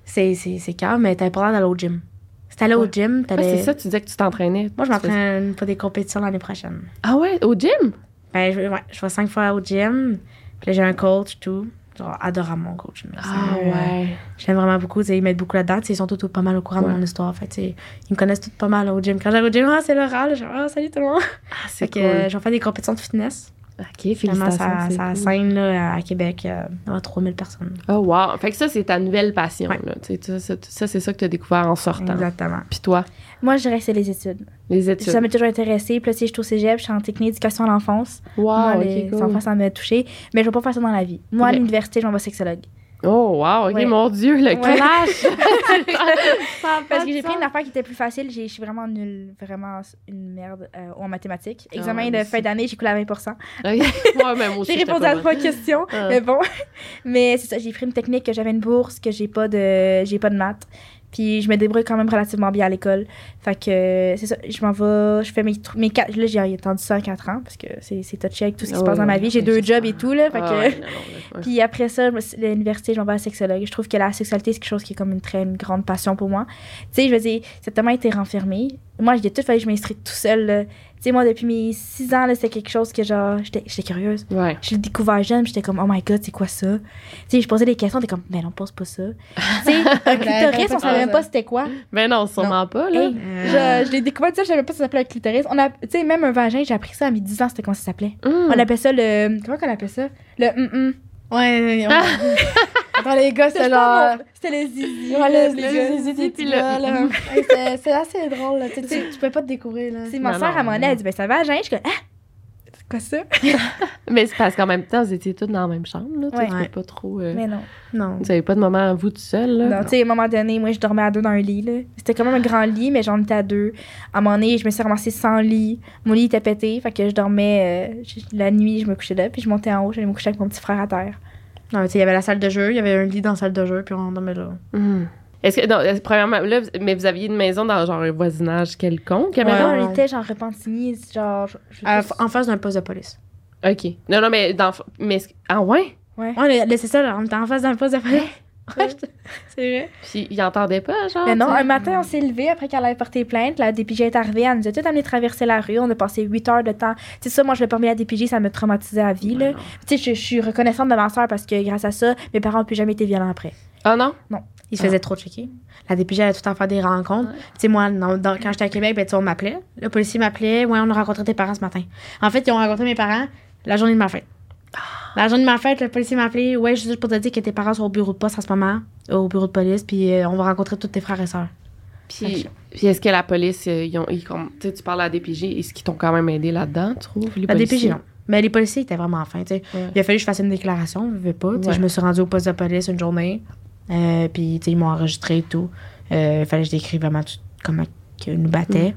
D: c'est, c'est, c'est calme, mais t'avais pas l'air d'aller au gym. Si t'allais au
B: Ouais.
D: gym,
B: Ouais,
D: t'allais.
B: c'est ça, tu disais que tu t'entraînais.
D: Moi, je
B: Tu faisais-
D: m'entraîne pour des compétitions l'année prochaine.
B: Ah ouais, au gym?
D: Ben, je, ouais, je vais cinq fois au gym. Puis là, j'ai un coach, tout. Genre, adorable mon coach. mais
B: Ah
D: sérieux, euh,
B: ouais.
D: Je l'aime vraiment beaucoup. tu sais, Ils m'aident beaucoup là-dedans. tu sais, Ils sont tous, tous pas mal au courant
B: Ouais.
D: de mon histoire. Fait, que, tu sais, ils me connaissent tous pas mal au gym. Quand j'arrive au gym, ah, c'est Laura. là, je- Ah, salut tout le monde.
B: Ah,
D: Fait
B: c'est
D: que
B: cool.
D: euh, je vais faire des compétitions de fitness.
B: OK,
D: Finalement,
B: félicitations.
D: ça,
B: c'est
D: ça
B: cool.
D: scène là, à Québec. euh, Il y aura 3000 personnes.
B: Oh wow. Fait que ça, c'est ta nouvelle passion.
D: Ouais.
B: là. Tu sais, Ça, ça, ça, c'est ça que t'as découvert en sortant.
D: Exactement.
B: Puis toi,
F: Moi, je dirais que c'est les études.
B: les études.
F: Ça m'a toujours intéressée. Puis là, si je suis au cégep, je suis en technique d'éducation à l'enfance.
B: Wow,
F: Moi,
B: Ah, ok,
F: les
B: cool.
F: enfants, ça m'a touchée. Mais je vais pas faire ça dans la vie. Moi,
B: Ok.
F: à l'université, je m'en vais sexologue.
B: Oh, wow, ok,
F: Ouais.
B: mon Dieu, le
F: Ouais. [laughs]
B: clash!
F: Parce que
B: Ah,
F: j'ai pris une affaire qui était plus facile. J'ai- Je suis vraiment nulle, vraiment une merde euh, en mathématiques. Examen
B: Ah, ouais,
F: de
B: moi
F: fin
B: aussi.
F: d'année, j'ai coulé à 20
B: Moi, même aussi.
F: J'ai
B: j'étais
F: répondu
B: pas
F: à
B: bonne.
F: trois questions,
B: Ah.
F: mais bon. [laughs] Mais c'est ça, j'ai pris une technique que j'avais une bourse, que j'ai pas de j'ai pas de maths. Puis je me débrouille quand même relativement bien à l'école. Fait que euh, c'est ça, je m'en vais, je fais mes trou- mes quatre là j'ai attendu ça à 4 ans parce que c'est c'est touché avec tout ce qui se
B: Ouais,
F: passe dans ma
B: Oh ouais,
F: vie, j'ai
B: ouais,
F: deux
B: c'est
F: jobs
B: ça.
F: et tout là, fait
B: Ah
F: que
B: ouais, non, non, ouais.
F: [laughs] puis après ça, je me suis- l'université, je m'en vais à la sexologue. Je trouve que la sexualité, c'est quelque chose qui est comme une très une grande passion pour moi. Tu sais, je veux dire, c'est tellement été renfermée. Moi, j'ai tout fallu que je m'instruise tout seul. là. Tu sais, moi, depuis mes 6 ans, là, c'était quelque chose que genre, j'étais j'étais curieuse.
B: Ouais.
F: Je l'ai découvert jeune, j'étais comme, oh my god, c'est quoi ça? Tu sais, je posais des questions, t'es comme, mais non, pose pas ça. tu sais, un clitoris, on savait même pas c'était quoi.
B: Mais non, sûrement pas, là.
F: Hey,
D: Euh,
F: je je l'ai découvert, tu sais, je savais pas ça s'appelait un clitoris. On a, tu sais, même un vagin, j'ai appris ça à mes 10 ans, c'était comment ça s'appelait.
B: Hum.
F: On appelait ça le. Comment qu'on appelait ça? Le mm, hum-hum.
D: Ouais, Attends, les gars,
F: C'était
D: c'est genre. euh,
F: les zizi.
D: Ouais,
F: les
D: le-
F: gars.
D: le- le-
B: puis
D: le-
B: le-
D: [laughs] le- Hey, c'est- C'est assez drôle, là. Tu, sais, tu- tu peux pas te découvrir, là.
F: C'est
B: Non,
F: ma soeur,
B: non,
F: à mon
B: non.
F: elle dit Ben ça va, Jean Je suis comme Ah C'est quoi ça
B: Mais c'est parce qu'en même temps, vous étiez toutes dans la même chambre, là. tu sais,
F: Ouais.
B: tu peux pas trop. euh,
F: Mais non.
D: Non.
B: Vous avez pas de moment à vous tout seul, là.
F: Non, tu sais, à un moment donné, moi, je dormais à deux dans un lit. là. C'était quand même un grand lit, mais j'en étais à deux. À un moment donné, je me suis ramassée sans lit. Mon lit était pété. Fait que je dormais euh, je- la nuit, je me couchais là. Puis je montais en haut, j'allais me coucher avec mon petit frère à terre.
D: Non, mais tu sais, il y avait la salle de jeu, il y avait un lit dans la salle de jeu, puis on dormait là.
B: Hum. Est-ce que, non, est-ce- premièrement, là, vous- mais vous aviez une maison dans genre un voisinage quelconque,
F: Mais
B: mettons?
F: là,
D: ouais.
F: on était genre repentigny, genre. je- je-
D: À- Euh, en face d'un poste de police.
B: Ok. Non, non, mais dans. Mais est-ce- Ah ouais?
F: Ouais.
D: On laissait ça, là, on était en face d'un poste de police. [laughs] C'est vrai.
B: Puis ils entendaient pas, genre.
F: Mais non,
B: tu sais?
F: un matin, on s'est levé après qu'elle avait porté plainte. La DPJ est arrivée, elle nous a tout amené traverser la rue. On a passé 8 heures de temps. Tu sais, ça, moi, je l'ai pas remis à la DPJ, ça me traumatisait à vie. là.
B: Ouais, non.
F: Tu sais, je, je suis reconnaissante de ma soeur parce que grâce à ça, mes parents n'ont plus jamais été violents après.
B: Ah non?
D: Ils se faisaient trop checker. La DPJ allait tout le temps faire des rencontres.
B: Ouais.
D: Tu sais, moi, dans- dans- quand j'étais à Québec, ben, tu sais, on m'appelait. Le policier m'appelait. Ouais, on a rencontré tes parents ce matin. En fait, ils ont rencontré mes parents la journée de ma fête.
B: Ah.
D: La journée de ma fête, le policier m'a appelé. Ouais, je suis juste pour te dire que tes parents sont au bureau de poste en ce moment, au bureau de police, puis euh, on va rencontrer tous tes frères et sœurs.
B: Puis, puis est-ce que la police, euh, ils ont, ils, comme- tu sais, tu parles à la DPJ, est-ce qu'ils t'ont quand même aidé là-dedans, tu trouves? Les
D: La DPJ,
B: policiers?
D: non. Mais les policiers étaient vraiment fins. tu sais.
B: Ouais.
D: Il a fallu que je fasse une déclaration, je veux pas. tu sais.
B: Ouais.
D: Je me suis rendue au poste de police une journée, euh, puis tu sais, ils m'ont enregistré et tout. Euh, Il fallait que je décrive vraiment tout- comment ils nous battaient,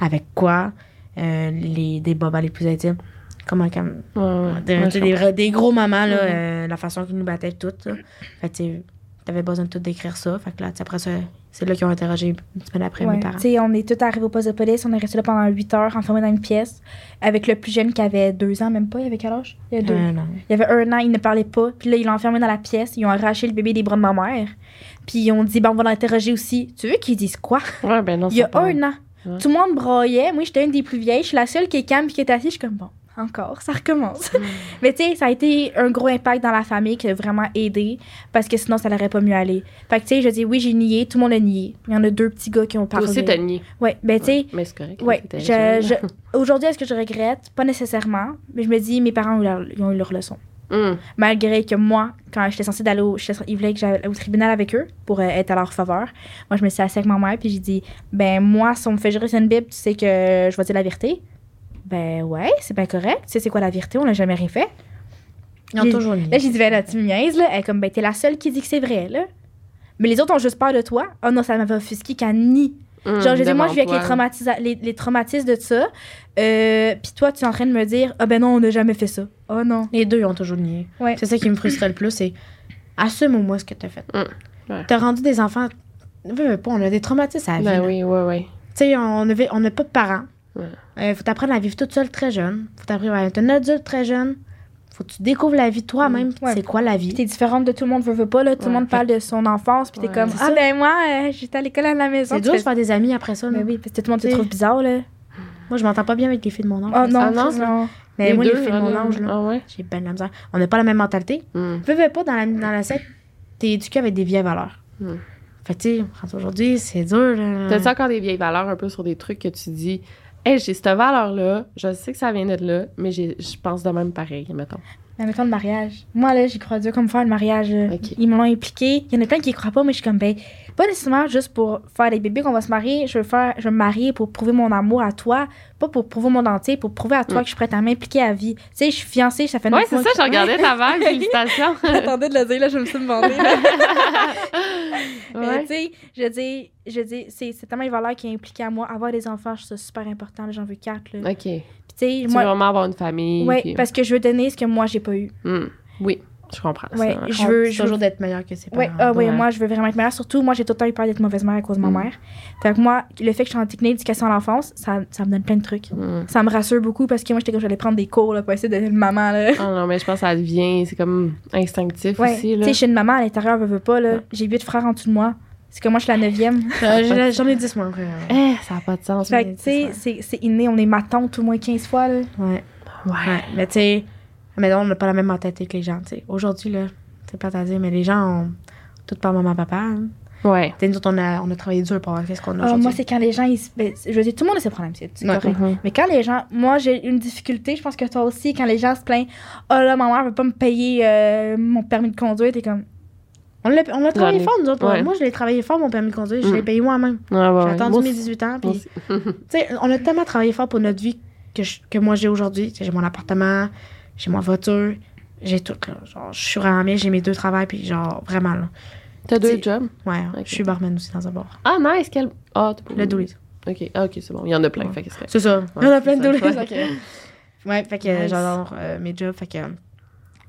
B: Mm.
D: avec quoi, euh, les débats les plus intimes, comment comme,
B: Ouais,
F: Ah,
B: ouais, ouais,
D: des,
B: je
D: tu
B: Mm-hmm.
D: sais, des, vrais- des gros moments, là, euh, la façon qu'ils nous battaient tout. là. Fait que, tu sais, t'avais besoin de tout décrire ça. Fait que là, tu sais, après ça, c'est là qu'ils ont interrogé une semaine après
F: Ouais.
D: mes parents.
F: Tu sais, on est tous arrivés au poste de police, on est resté là pendant 8 heures, enfermés dans une pièce, avec le plus jeune qui avait 2 ans, même pas, il avait quel âge? Il avait deux.
D: Euh, non.
F: Il y avait un an, il ne parlait pas. Puis là, ils l'ont enfermé dans la pièce. Ils ont arraché le bébé des bras de ma mère. Puis ils ont dit, ben, on va l'interroger aussi. Tu veux qu'ils disent quoi?
B: comprends. Ouais, ben non,
F: Il y a
B: c'est pas-
F: un an.
B: Ouais.
F: Tout le monde broyait. Moi, j'étais une des plus vieilles. Je suis la seule qui est calme puis qui est assise. Je suis comme, bon, encore, ça recommence. [laughs] Mais tu sais, ça a été un gros impact dans la famille qui a vraiment aidé parce que sinon, ça n'aurait pas mieux aller. Fait que tu sais, je dis, oui, j'ai nié. Tout le monde a nié. Il y en a deux petits gars qui ont
B: Toi
F: parlé.
B: aussi, t'as nié.
F: Ouais, ben tu sais,
B: Mais c'est correct. là,
F: Ouais,
B: t'étais
F: je-
B: jeune.
F: je- aujourd'hui, est-ce que je regrette? Pas nécessairement, mais je me dis, mes parents ont eu leur- ils ont eu leur leçon.
B: Hum.
F: Malgré que moi, quand j'étais censée d'aller au, j'étais- ils voulaient que j'aille au tribunal avec eux pour euh, être à leur faveur, moi je me suis assise avec ma mère puis j'ai dit ben moi si on me fait jurer sur une bible, tu sais que je vais dire la vérité. Ben ouais, c'est bien correct. Tu sais c'est quoi la vérité On l'a jamais rien fait.
D: Ils ont
F: J'ai-
D: toujours nié.
F: Là j'ai dit ben là tu me niaises là, elle est comme ben t'es la seule qui dit que c'est vrai là. Mais les autres ont juste peur de toi. Oh non, ça m'avait offusqué qu'elle nie.
B: Hum,
F: Genre, j'ai dit, moi, je vis avec les,
B: demande-toi.
F: traumatisa- les, les traumatismes de ça. Euh, Puis toi, tu es en train de me dire, ah ben non, on n'a jamais fait ça. Oh non.
D: Les deux, ils ont toujours nié.
F: Ouais.
D: C'est ça qui me frustrait le plus, c'est assume au moins ce que t'as fait.
B: Mm. Ouais.
D: T'as rendu des enfants. Veux, veux pas, on a des traumatismes à la vie.
B: Ben
D: là.
B: oui, ouais, ouais.
D: Tu sais, on n'a on a pas de parents.
B: Ouais.
D: Euh, faut t'apprendre à vivre toute seule très jeune. Faut t'apprendre à être un adulte très jeune. Faut que tu découvres la vie de toi-même.
B: Mm.
F: Ouais.
D: C'est quoi la
F: Puis
D: vie?
F: t'es différente de tout le monde, veux, veux pas, là. Tout le
B: Ouais,
F: monde parle de son enfance, puis t'es
B: Ouais.
F: comme,
D: C'est
F: ah
D: ça.
F: ben moi, euh, j'étais à l'école à la maison.
D: C'est
F: Tu
D: dur de se
F: fais-
D: faire des amis après ça. là.
B: Ben
F: Mais oui, parce que tout le monde te
D: Tu sais.
F: trouve bizarre, là.
D: Moi, je m'entends pas bien avec les filles de mon âge.
F: Oh non,
B: Ah non?
F: Chris, non.
D: Mais
B: Les
D: moi,
B: deux,
D: les filles de
B: ah,
D: mon
B: là.
D: âge, là,
B: Ah ouais?
D: j'ai ben de la misère. On n'a pas la même mentalité.
B: Hum.
D: Veux, veux pas, dans la, dans la secte, t'es éduqué avec des vieilles valeurs.
B: Mm.
D: Fait que, tu sais, rendu aujourd'hui, c'est dur. là.
B: T'as-tu encore des vieilles valeurs un peu sur des trucs que tu dis, hey, j'ai cette valeur-là, je sais que ça vient de là, mais j'ai- je pense de même pareil, mettons.
F: Mais mettons le mariage. Moi, là, j'y crois Dieu comme faire le mariage. là.
B: Ok.
F: Ils me l'ont impliqué. Il y en a plein qui y croient pas, mais je suis comme, ben, pas nécessairement juste pour faire des bébés qu'on va se marier. Je veux, faire, je veux me marier pour prouver mon amour à toi, pas pour prouver mon entier, pour prouver à toi
B: Mm.
F: que je suis prête à m'impliquer à vie. Tu sais, je suis fiancée, ça fait
B: Ouais,
F: neuf
B: c'est
F: mois
B: ça,
F: que-
B: je
F: [laughs]
B: regardais ta vague, félicitations. [laughs]
F: J'attendais de le dire, là, je me suis demandé. là. Mais
B: Ouais.
F: tu sais, je dis, je dis, c'est c'est tellement une valeur qui est impliquée à moi. Avoir des enfants, je trouve ça super important. là, J'en veux quatre. Là.
B: OK.
F: Puis tu sais,
B: Tu veux
F: moi,
B: vraiment avoir une famille.
F: ouais,
B: puis-
F: parce que je veux donner ce que moi j'ai pas eu.
B: Hmm. Oui, je comprends. ça,
F: Ouais,
B: ouais.
F: je veux, je veux-
D: toujours d'être meilleur que ses parents.
F: Ouais, ah ouais,
B: ouais.
F: moi je veux vraiment être meilleure. Surtout, moi j'ai tout le temps eu peur d'être mauvaise mère à cause de ma
B: Mm.
F: mère. Fait que moi, le fait que je suis en technique d'éducation à l'enfance, ça, ça me donne plein de trucs.
B: Hmm.
F: Ça me rassure beaucoup parce que moi j'étais comme j'allais prendre des cours là, pour essayer d'être une maman. Là.
B: Ah non, mais je pense que ça devient, c'est comme instinctif
F: Ouais,
B: aussi.
F: tu
B: Là.
F: sais, je suis une maman à l'intérieur, veux, veux pas. là. J'ai huit frères en dessous de moi. C'est que moi je suis la
B: [laughs]
F: neuvième.
D: Euh, j'ai- J'en ai 10 mois après.
B: Eh, ça n'a pas de sens.
F: fait que tu sais, c'est c'est inné, on est ma tante au moins 15 fois. Là.
D: Ouais.
B: Ouais.
D: ouais. Mais tu sais, mais non, on n'a pas la même mentalité que les gens. tu sais. Aujourd'hui, là, c'est pas à dire, mais les gens ont tout par maman, papa. hein.
B: Ouais.
D: Tu sais, nous autres, on a, on a travaillé dur pour avoir ce qu'on a
F: Ah,
D: aujourd'hui.
F: moi, c'est quand les gens. Ils, se- ben, je veux dire, tout le monde a ses problèmes, c'est c'est
D: Ouais.
F: correct.
B: mhm.
F: Mais quand les gens. Moi, j'ai une difficulté, je pense que toi aussi, quand les gens se plaignent Oh là, ma mère veut pas me payer euh, mon permis de conduire, t'es comme.
D: On l'a on l'a travaillé
B: ai-
D: fort, nous autres.
B: ouais.
D: Moi, je l'ai travaillé fort, mon permis de conduire. Je l'ai
B: Mm.
D: payé moi-même.
B: Ouais, ouais,
D: J'ai
B: ouais.
D: attendu
B: Moi
D: mes
B: aussi. [laughs]
D: 18 ans.
B: Moi
D: Puis, [laughs] tu sais, on a tellement travaillé fort pour notre vie que, je- que moi, j'ai aujourd'hui. Tu sais, J'ai mon appartement, j'ai ma voiture, j'ai tout. Là. Genre, je suis vraiment bien, j'ai mes deux travails, puis genre, vraiment, là.
B: T'as deux
D: T'sais-
B: jobs?
D: Ouais,
B: Ok.
D: je suis barman aussi dans un bar.
B: Ah, nice. Quel... Ah, t'as pas-
D: Le doulis.
B: OK, ah, ok, c'est bon. Il y en a plein. Fait que c'est
D: C'est ça. On a plein de
B: c'est
D: doulis.
B: ça. Ouais.
D: Ouais, fait que
B: Nice.
D: j'adore euh, mes jobs. Fait que.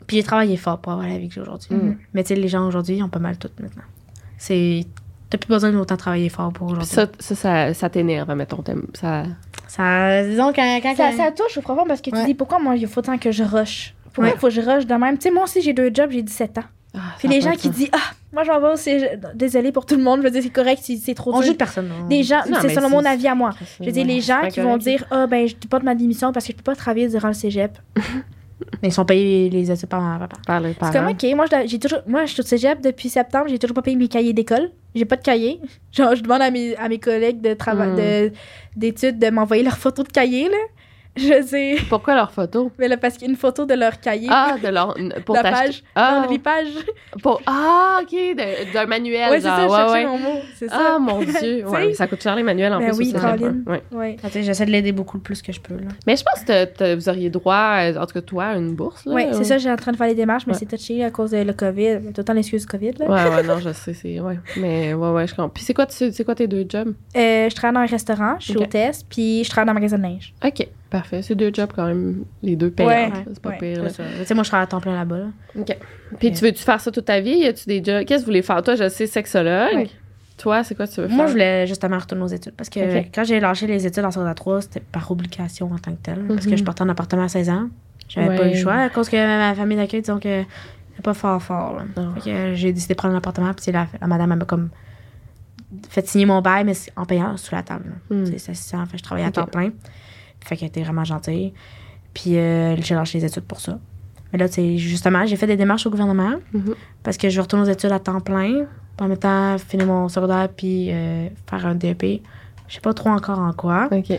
D: Puis j'ai travaillé fort pour avoir la vie que j'ai aujourd'hui.
B: Mm.
F: Mhm.
D: Mais tu sais, les gens aujourd'hui, ils ont pas mal tout maintenant. C'est. T'as plus besoin d'autant travailler fort
B: [laughs]
D: pour
B: Puis
D: aujourd'hui. Ça,
B: ça, ça, ça, ça t'énerve, admettons. t'aimes- Ça...
D: disons, quand. quand
F: Ça,
D: quand-
F: ça touche au profond parce que tu
D: Ouais.
F: dis Pourquoi moi, il faut tant que je rush Pourquoi
D: Ouais.
F: il faut que je rush de même Tu sais, moi aussi, j'ai deux jobs, j'ai 17 ans.
B: Ah,
F: Puis
B: ça
F: les
B: a pas
F: gens
B: de
F: qui
B: sens.
F: disent Ah, moi j'en vais au cégep. Désolée pour tout le monde, je veux dire, c'est correct, c'est c'est trop
D: On
F: dur.
D: juge personne. hein. non.
F: Des gens,
B: Non,
F: c'est
B: mais
F: selon
B: c'est-
F: mon avis à moi. Je veux dire, les
D: Ouais,
F: gens
B: pas
F: qui vont
B: correct.
F: dire Ah, ben, je porte ma démission parce que je peux pas travailler durant le cégep.
D: Mais ils sont payés les études par par- par-
B: Par les
F: C'est
B: parents.
F: comme OK. Moi, je, j'ai toujours, moi, je suis au cégep depuis septembre, j'ai toujours pas payé mes cahiers d'école. J'ai pas de cahier. [laughs] Genre, je demande à mes, à mes collègues de travail,
B: Mm.
F: de, d'études de m'envoyer leurs photos de cahier, là. Je sais.
B: Pourquoi leur photo?
F: Mais là, parce qu'une photo de leur cahier,
B: Ah, de leur. Pour
F: La
B: t'acheter-
F: page.
B: Ah,
F: dans
B: [laughs]
F: les pages.
B: pour- ah, ok, de- d'un manuel.
F: ouais, c'est
B: genre,
F: ça, je
B: ouais, Ah,
F: cherchais
B: ouais.
F: mon mot. C'est ça.
B: Ah, mon
F: [laughs]
B: Dieu.
F: Tu
B: Ouais,
F: sais?
B: ça coûte cher les manuels en
F: Ben
B: plus.
F: oui,
B: au cégep,
F: Colin.
B: hein. Ouais.
F: Ouais.
D: Ah, tu sais, J'essaie de l'aider beaucoup le plus que je peux. Là.
B: Mais je pense que t'as- t'as- vous auriez droit, euh, en tout cas toi, à une bourse. Là,
F: Ouais,
B: ou-
F: c'est ça, j'ai en train de faire les démarches, mais
B: Ouais.
F: c'est touché à cause de le COVID. Tout le temps l'excuse COVID, là.
B: Ouais, ouais, non, je sais. c'est Ouais. Mais ouais, ouais, je comprends. Puis c'est quoi, tu sais- c'est quoi tes deux jobs?
F: Euh, je travaille dans un restaurant, je suis
B: Ok.
F: hôtesse, puis je travaille dans un magasin de linge.
B: Ok, parfait. C'est deux jobs quand même, les deux payants.
F: Ouais,
B: là, c'est pas
F: ouais,
B: pire. là.
D: C'est ça. Tu sais, moi, je travaille à temps plein là-bas. là.
B: Puis tu veux-tu faire ça toute ta vie? Y a-tu des jobs? Qu'est-ce que vous voulez faire? Toi, je sais, sexologue.
F: Ouais.
B: Toi, c'est quoi que tu veux faire?
D: Moi, je voulais justement retourner aux études parce que
B: Ok.
D: quand j'ai lâché les études en secondaire 3, c'était par obligation en tant que telle parce que
B: Mhm.
D: je partais en appartement à 16 ans. J'avais pas eu
B: Ouais.
D: le choix à cause que ma famille d'accueil, disons que c'était pas fort fort. là.
B: Non.
D: Fait que euh, j'ai décidé de prendre l'appartement puis tu sais, la, la madame elle m'a comme fait signer mon bail mais c'est en payant sous la table. là.
B: Hmm.
D: C'est ça, c'est ça. En fait, je travaillais
B: Ok.
D: à temps plein. Fait qu'elle était vraiment gentille. Puis euh, j'ai lâché les études pour ça. Mais là, tu sais, justement, j'ai fait des démarches au gouvernement
B: Mhm.
D: parce que je retourne aux études à temps plein. Puis en même temps, finir mon secondaire puis euh, faire un DEP. Je sais pas trop encore en quoi.
B: Ok.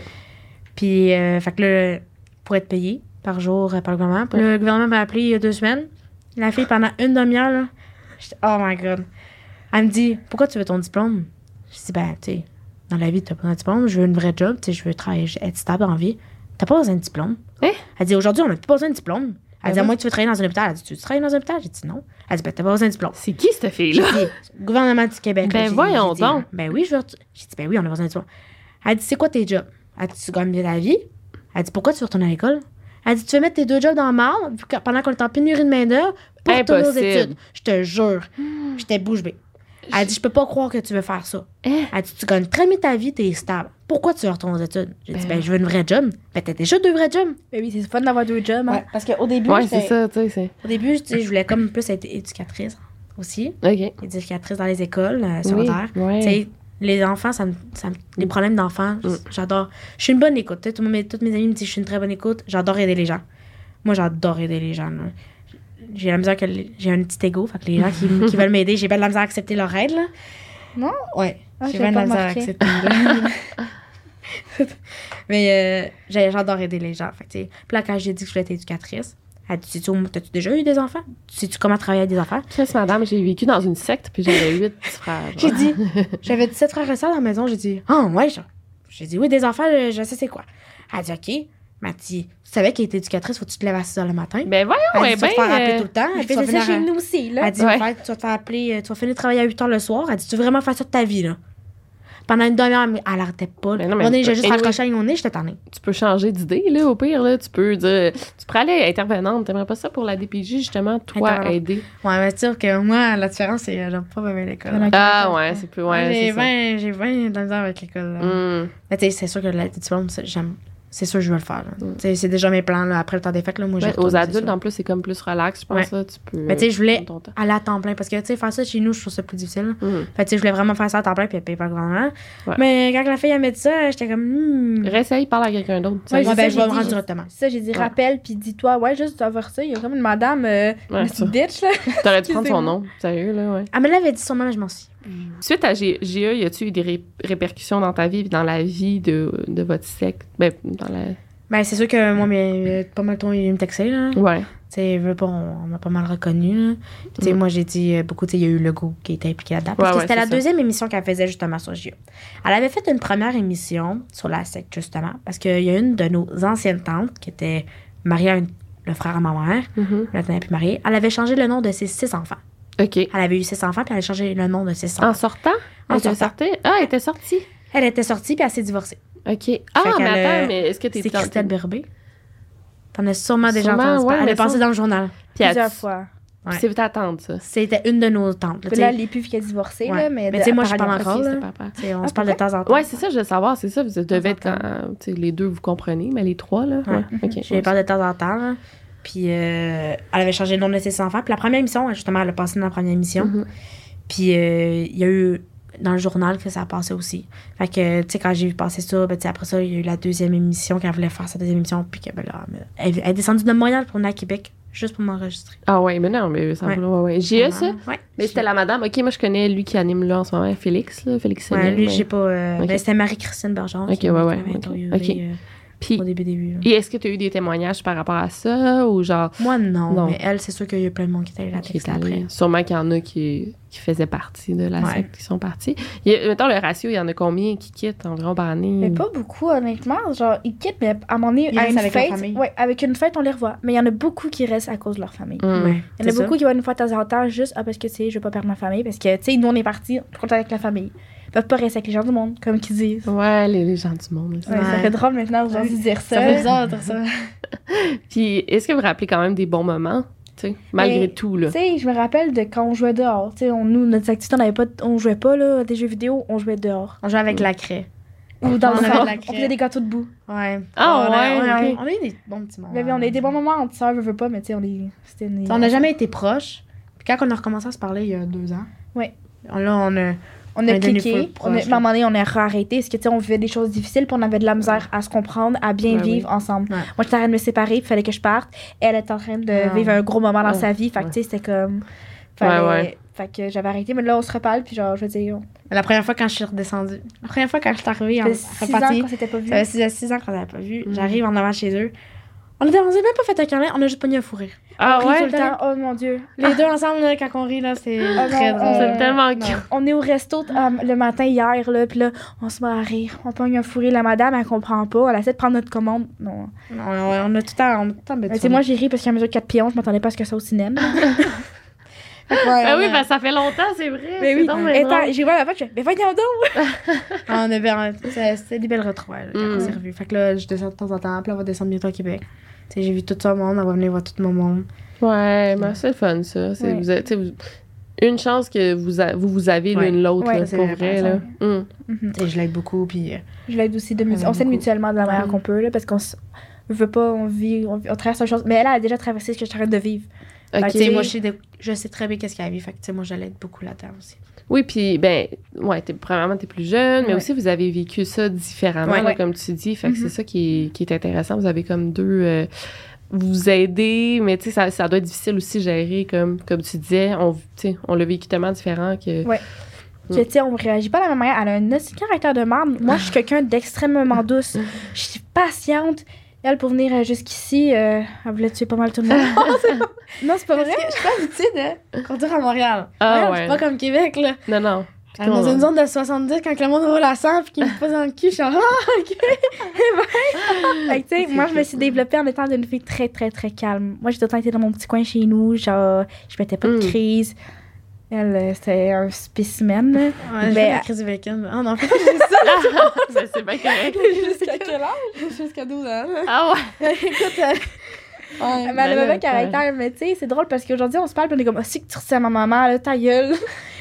D: Puis, euh, fait que là, pour être payé par jour euh, par le gouvernement. Puis le gouvernement m'a appelé il y a deux semaines. La fille, pendant une demi-heure, là, j'étais, oh my God. Elle me dit, pourquoi tu veux ton diplôme? Je dis, ben, tu sais, dans la vie, tu pas un diplôme. Je veux une vraie job. Tu sais, je veux travailler, je- être stable en vie. T'as pas besoin de diplôme.
B: Hein?
D: Elle dit, aujourd'hui, on n'a plus besoin de diplôme. Elle
B: Ben
D: dit, à
B: oui.
D: moi, tu veux travailler dans un hôpital. Elle dit, tu veux travailler dans un hôpital? J'ai dit, non. Elle dit, ben, t'as pas besoin de diplôme.
B: C'est qui cette fille-là?
D: Puis, gouvernement du Québec.
B: Ben
D: là, j'ai-
B: voyons
D: j'ai dit,
B: donc.
D: Ben oui, je veux. ret- J'ai dit, ben oui, on a besoin de toi. Elle dit, c'est quoi tes jobs? Elle dit, tu gagnes bien la vie? Elle dit, pourquoi tu veux retourner à l'école? Elle dit, tu veux mettre tes deux jobs dans le marde vu que- pendant qu'on est en pénurie de main-d'œuvre pour retourner aux
B: Impossible. Hmm.
D: études. Je te jure. J'étais bouche bée. Elle dit, je peux pas croire que tu veux faire ça.
B: Hein?
D: Elle dit, tu gagnes très bien ta vie, t'es stable. Pourquoi tu veux retourner aux études? J'ai dit, ben, je veux une vraie job. Ben, t'as déjà deux vrais jobs.
F: Mais oui, c'est fun d'avoir deux jobs. hein.
D: parce qu'au début,
B: Ouais, c'est ça, tu sais. c'est-
D: au début, tu sais, je voulais comme plus être éducatrice aussi.
B: Ok.
D: Éducatrice dans les écoles euh,
B: Oui.
D: secondaires.
B: Ouais.
D: Tu sais, les enfants, ça me, ça me- les problèmes d'enfants,
B: Mm.
D: j'adore. Je suis une bonne écoute. tu sais, Tout le monde, mes- toutes mes amies me disent que je suis une très bonne écoute. J'adore aider les gens. Moi, j'adore aider les gens. là. J'ai la misère que les- j'ai un petit ego. Fait que les gens
F: [laughs]
D: qui, m- qui veulent m'aider, j'ai bien de la misère à accepter leurs règles. là.
F: Non?
D: Ouais.
F: Ah,
D: j'ai
F: j'avais
D: bien de la misère
F: pas
D: à
F: remarqué.
D: accepter. là. [laughs] Mais euh, j'ai- j'adore aider les gens. Fait que, tu sais, puis là, quand j'ai dit que je voulais être éducatrice, elle dit Sais-tu au- T'as-tu déjà eu des enfants Tu Sais-tu comment travailler avec des enfants
B: Chris, madame, j'ai vécu dans une secte, puis j'avais huit petits frères.
D: J'ai dit, j'avais 17 frères et sœurs dans la maison. J'ai dit, ah, ouais, je- j'ai dit, oui, des enfants, je, je sais c'est quoi. Elle a dit, OK. Elle m'a dit, tu savais qu'elle était éducatrice, faut que tu te lèves à 6 heures le matin.
B: Ben voyons,
D: elle
B: ouais,
D: dit, tu vas
B: ben.
D: te faire appeler
B: euh,
D: tout le temps.
F: Je
D: Elle dit, tu vas
F: faisais Ah, ça
D: finir
F: chez
D: à-
F: nous aussi, là.
D: elle dit, tu vas
B: Ouais.
D: faire- tu vas te faire appeler, euh, tu vas finir de travailler à 8 heures le soir. Elle dit, tu veux vraiment faire ça de ta vie, là. Pendant une demi-heure, elle me- elle arrêtait pas. là.
B: Mais non, mais-
D: Mon nez, j'ai juste
B: anyway.
D: raccroché à mon nez, j'étais tannée.
B: tu peux changer d'idée, là, au pire, là. Tu peux dire. Tu pourrais aller intervenante. T'aimerais pas ça pour la DPJ, justement, toi,
D: Intervenante.
B: aider.
D: Ouais, mais c'est sûr que moi, la différence, c'est que j'aime pas ma belle école.
F: Voilà.
B: Ah, ouais, c'est plus. Ouais,
D: j'ai
B: c'est ça.
D: 20, j'ai 20 de la misère avec l'école. là.
B: Hmm.
D: Mais tu sais, c'est sûr que le diplôme, ça, j'aime. C'est sûr que je veux le faire. là. Tu sais, C'est déjà mes plans. Là. Après le temps des fêtes, là, moi, je
B: Mm. Ouais,
D: retourne,
B: aux
D: c'est
B: adultes,
D: sûr.
B: en plus, c'est comme plus relax, je pense.
D: Ouais.
B: Là, tu peux.
D: Mais tu sais, je voulais
B: prendre ton temps.
D: aller à temps plein parce que tu sais, faire ça chez nous, je trouve ça plus difficile.
B: Hmm.
D: Fait que, tu sais, je voulais vraiment faire ça à temps plein puis être payée par le gouvernement.
B: Ouais.
D: Mais quand la fille elle m'a dit ça, j'étais comme. Hmm.
B: Réessaye, parle à quelqu'un d'autre. tu sais.
F: Ouais,
D: Ouais,
F: c'est
D: ben,
F: ça,
D: je vais
F: j'ai
D: me rendre
F: dit.
D: directement.
F: C'est ça, j'ai dit
B: Ouais.
F: rappelle, puis dis-toi, ouais, juste d'avoir ça, il y a comme une madame, euh,
B: Ouais,
F: une
B: ça.
F: petite bitch, là.
B: T'aurais dû prendre son
F: Excusez-moi.
B: nom, sérieux, là, ouais.
D: Elle me l'avait dit sûrement, mais je m'en suis.
B: Suite à G- GE, y a-tu eu des ré- répercussions dans ta vie, puis dans la vie de, de votre secte? Ben, dans la.
D: Ben, c'est sûr que moi, mais, euh, pas mal de temps, il me textait. Là.
B: Ouais.
D: Tu sais, veux pas, on on m'a pas mal reconnu. là. Puis, tu sais, moi, j'ai dit euh, beaucoup, tu sais, il y a eu Legault qui était impliqué là-dedans. Parce
B: Mm. Ouais,
D: que
B: ouais,
D: c'était la
B: c'est ça.
D: deuxième émission qu'elle faisait justement sur JE. Elle avait fait une première émission sur la secte, justement, parce qu'il y a une de nos anciennes tantes qui était mariée à une- le frère à ma mère,
B: Mhm.
D: maintenant elle est plus mariée. Elle avait changé le nom de ses six enfants.
B: OK.
D: Elle avait eu six enfants, puis elle a changé le nom de ses enfants.
B: En sortant?
D: En
B: Elle était
D: sortant.
B: sortie? Ah, elle était sortie.
D: Elle était sortie, puis elle s'est divorcée.
B: OK. Ah, mais
D: qu'elle,
B: attends,
D: euh,
B: mais est-ce que t'es
D: C'est Christelle Berbé. T'en as sûrement déjà
B: Sûrement,
D: entendu
B: ouais,
D: parler. Elle
B: mais
D: est passée
B: ça-
D: dans le journal.
B: Puis elle-
F: Plusieurs fois.
B: Puis C'est attendre, ça.
D: C'était une de nos tantes. là,
F: Puis
D: tu
F: là,
D: sais.
F: elle est plus qu'elle est divorcée,
D: Ouais.
F: là, mais...
D: Mais
F: de-
D: tu sais, moi, je
F: apparemment-
D: parle encore,
B: OK,
D: là.
B: c'était pas grave.
D: Tu sais, on
F: Ah,
D: se parle de temps en temps.
B: Ouais, c'est ça, je veux savoir, c'est ça. Vous devez être
D: Attends.
B: quand. tu sais, les deux, vous comprenez, mais les trois, là.
D: Ouais.
B: Ouais. OK.
D: J'ai peur de temps en temps. là. Puis euh, elle avait changé le nom de ses enfants. Puis la première émission, justement, elle a passé dans la première émission.
B: Mhm.
D: Puis euh, il y a eu dans le journal que ça a passé aussi. Fait que, tu sais, quand j'ai vu passer ça, ben, tu sais, après ça, il y a eu la deuxième émission, qu'elle voulait faire sa deuxième émission. Puis que, ben, là, elle, elle est descendue de Montréal pour venir à Québec, juste pour m'enregistrer.
B: Ah ouais, mais non, mais ça
D: Ouais.
B: va, ouais, ouais. J'ai eu ça.
D: Ouais.
B: Mais c'était la madame. OK, moi, je connais lui qui anime là en ce moment, Félix, là, Félix
D: Ouais,
B: Seguin,
D: lui,
B: mais-
D: j'ai pas. euh,
B: Ok.
D: ben, c'était Marie-Christine Bergeron.
B: Ok,
D: qui
B: ouais,
D: m'avait
B: ouais, ok,
D: interviewée,
B: ok.
D: euh,
B: Puis,
D: au début, début. là.
B: et est-ce que tu as eu des témoignages par rapport à ça ou genre
D: Moi, non,
B: Non.
D: Mais elle, c'est sûr qu'il y a plein de monde qui est allé la
B: qui est
D: texte
B: allé?
D: après.
B: Sûrement qu'il y en a qui, qui faisaient partie de la
D: Ouais.
B: secte qui sont partis. Il y a- mettons le ratio, il y en a combien qui quittent environ par année
F: Mais pas beaucoup, honnêtement. Genre, ils quittent, mais à un moment donné,
D: Ils
F: à
D: restent
F: une
D: avec leur
F: fête,
D: famille.
F: ouais, avec une fête, on les revoit. Mais il y en a beaucoup qui restent à cause de leur famille.
B: Hum.
D: Ouais,
F: Il y en
D: c'est
F: a
D: ça.
F: beaucoup qui vont une fois de temps en temps juste ah, parce que tu sais, je veux pas perdre ma famille. Parce que tu sais, nous on est partis, on est content avec la famille. Ils peuvent pas rester avec les gens du monde, comme qu'ils disent.
B: Ouais, les, les gens du monde. là.
F: Ouais, Ça
D: Ouais.
F: fait drôle maintenant aujourd'hui de dire ça.
D: bizarre de ça.
B: Puis, est-ce que vous vous rappelez quand même des bons moments, tu sais, malgré
F: Mais,
B: tout, là?
F: Tu sais, je me rappelle de quand on jouait dehors. Tu sais, on, nous, notre activité, on avait pas, on jouait pas là, à des jeux vidéo, on jouait dehors.
D: On joue avec la craie.
F: Ou dans
D: On
F: le
D: avait
F: salon,
D: de la
F: on
D: crème.
F: faisait des gâteaux de boue.
D: Ouais.
B: Ah,
D: on a,
B: ouais,
D: on a-
B: ok.
D: on a eu des bons petits moments.
F: Mais oui, on a eu des bons moments entre sœurs, je veux pas, mais tu sais, on est. C'était une-
D: On n'a jamais été proches. Puis quand on a recommencé à se parler il y a deux ans.
F: Ouais.
D: Là, on a.
F: On a
D: Un dernier
F: cliqué,
D: full
F: on a,
D: proche,
F: à un moment donné, on a arrêté, parce que, tu sais, on vivait des choses difficiles, puis on avait de la misère à se comprendre, à bien
B: Ben oui.
F: vivre ensemble.
D: Ouais.
F: Moi, j'étais en train de me séparer, il fallait que je parte. Elle était en train de
D: Ouais.
F: vivre un gros moment dans
B: Ah. Ouais.
F: sa vie, fait que,
B: Ouais.
F: tu sais, c'était comme... Fallait,
B: ouais.
F: Fait que j'avais arrêté, mais là, on se reparle, puis genre, je veux dire, on
D: La première fois quand je suis redescendue. La première fois quand je suis arrivée en
F: fait six ans
D: repartie,
F: qu'on s'était pas vus.
D: Ça faisait 6 ans qu'on l'avait pas vu.
B: Mm.
D: J'arrive en avant chez eux. On a on s'est même pas fait un câlin, on a juste pogné un fou rire.
B: Ah
F: Puis tout
B: ouais?
F: le temps, oh
B: [laughs]
F: mon Dieu.
D: Les deux ensemble, là, quand on rit, là, c'est
F: Ah
D: très
F: non,
D: drôle.
F: euh,
B: C'est tellement cute.
F: On est au resto t- euh, le matin hier, là, puis là, on se met à rire. On pogne un fourré, la madame, elle comprend pas. Elle essaie de prendre notre commande. Non.
D: Non, on, on a tout le temps, on a tout le temps de
F: Mais tu sais, Ben, moi, j'ai ri parce qu'à mesure de 4 pions, je m'attendais pas à ce que ça au [laughs] cinéma. Ah
B: Ben
F: bah,
B: oui, ben ça fait longtemps, c'est vrai.
F: Mais
B: c'est
F: oui,
B: donc bien
F: Et
B: drôle.
F: t'as- j'ai vu la pote, je fais, mais voyons donc!
D: on avait, un- c'est- c'était des belles retrouvailles là, quand
B: Mm.
D: on s'est revus. Fait que là, je descends de temps en temps, puis là, on va descendre bientôt à Québec. Tu sais, j'ai vu tout son monde, on va venir voir tout mon monde.
B: Ouais, mais c'est le fun, ça. C'est,
F: Ouais.
B: vous avez- tu sais, vous- une chance que vous, a- vous, vous avez l'une
D: Ouais.
B: l'autre,
F: Ouais,
B: là,
D: c'est
B: pour
D: vrai,
B: vrai.
D: par
B: Là. Hum.
D: Tu sais, je l'aide beaucoup, puis euh,
F: Je l'aide aussi de mutu-
D: Ouais,
F: On s'aide
D: beaucoup.
F: mutuellement de la manière
B: Ouais.
F: qu'on peut, là, parce qu'on s- veut pas, on vit, on, vit- on traverse la chose. Mais elle, elle a déjà traversé ce que je traverse de vivre.
B: Ok.
D: tu sais, moi, je sais, de- je sais très bien qu'est-ce qu'il y avait. Fait que, tu sais, moi, je l'aide beaucoup là-dedans aussi.
B: Oui, puis, ben, ouais, t'es, premièrement, t'es plus jeune, mais
F: Ouais.
B: aussi, vous avez vécu ça différemment,
D: Ouais.
B: là,
F: Ouais.
B: comme tu dis. Fait que
F: Mhm.
B: c'est ça qui est, qui est intéressant. Vous avez comme deux. euh, vous vous aidez, mais tu sais, ça, ça doit être difficile aussi de gérer, comme, comme tu disais. On, tu sais, on l'a vécu tellement différent
F: [laughs]
B: que.
F: Que, tu sais, on réagit pas de la même manière. Elle a un aussi caractère de marde. Moi, je suis quelqu'un [laughs] d'extrêmement douce. Je suis patiente. Elle, pour venir euh, jusqu'ici, euh, elle voulait tuer pas mal tout le monde. non, c'est pas vrai.
D: Je suis pas habituée de conduire à Montréal.
B: Ah ouais.
D: comme Québec, là.
B: Non,
F: [laughs]
B: non.
D: Elle est dans une zone de 70 quand que le monde roule à 100 puis qu'il me pose dans le cul, je suis genre ah, ok.
F: Fait que, tu sais, moi, je me suis développée en étant une fille très, très, très calme. Moi, j'ai tout le temps été dans mon petit coin chez nous. Genre, je mettais pas de
B: Mm.
F: crise. Elle, euh, c'était un spécimen. là.
D: Ouais,
F: Ben,
D: ben, la crise du bacon. Ah non, faut pas que je dise
B: [laughs]
D: ça.
B: Ben, c'est bien correct.
D: [laughs] Jusqu'à quel âge Jusqu'à 12 ans.
B: Ah
F: [laughs]
B: ouais.
D: Écoute, euh, ouais.
F: Mais elle
B: Ben
F: a le
B: là,
F: même caractère, mais tu sais, c'est drôle parce qu'aujourd'hui, on se parle, puis on est comme, ah, si que tu ressembles à ma mère, là, ta gueule.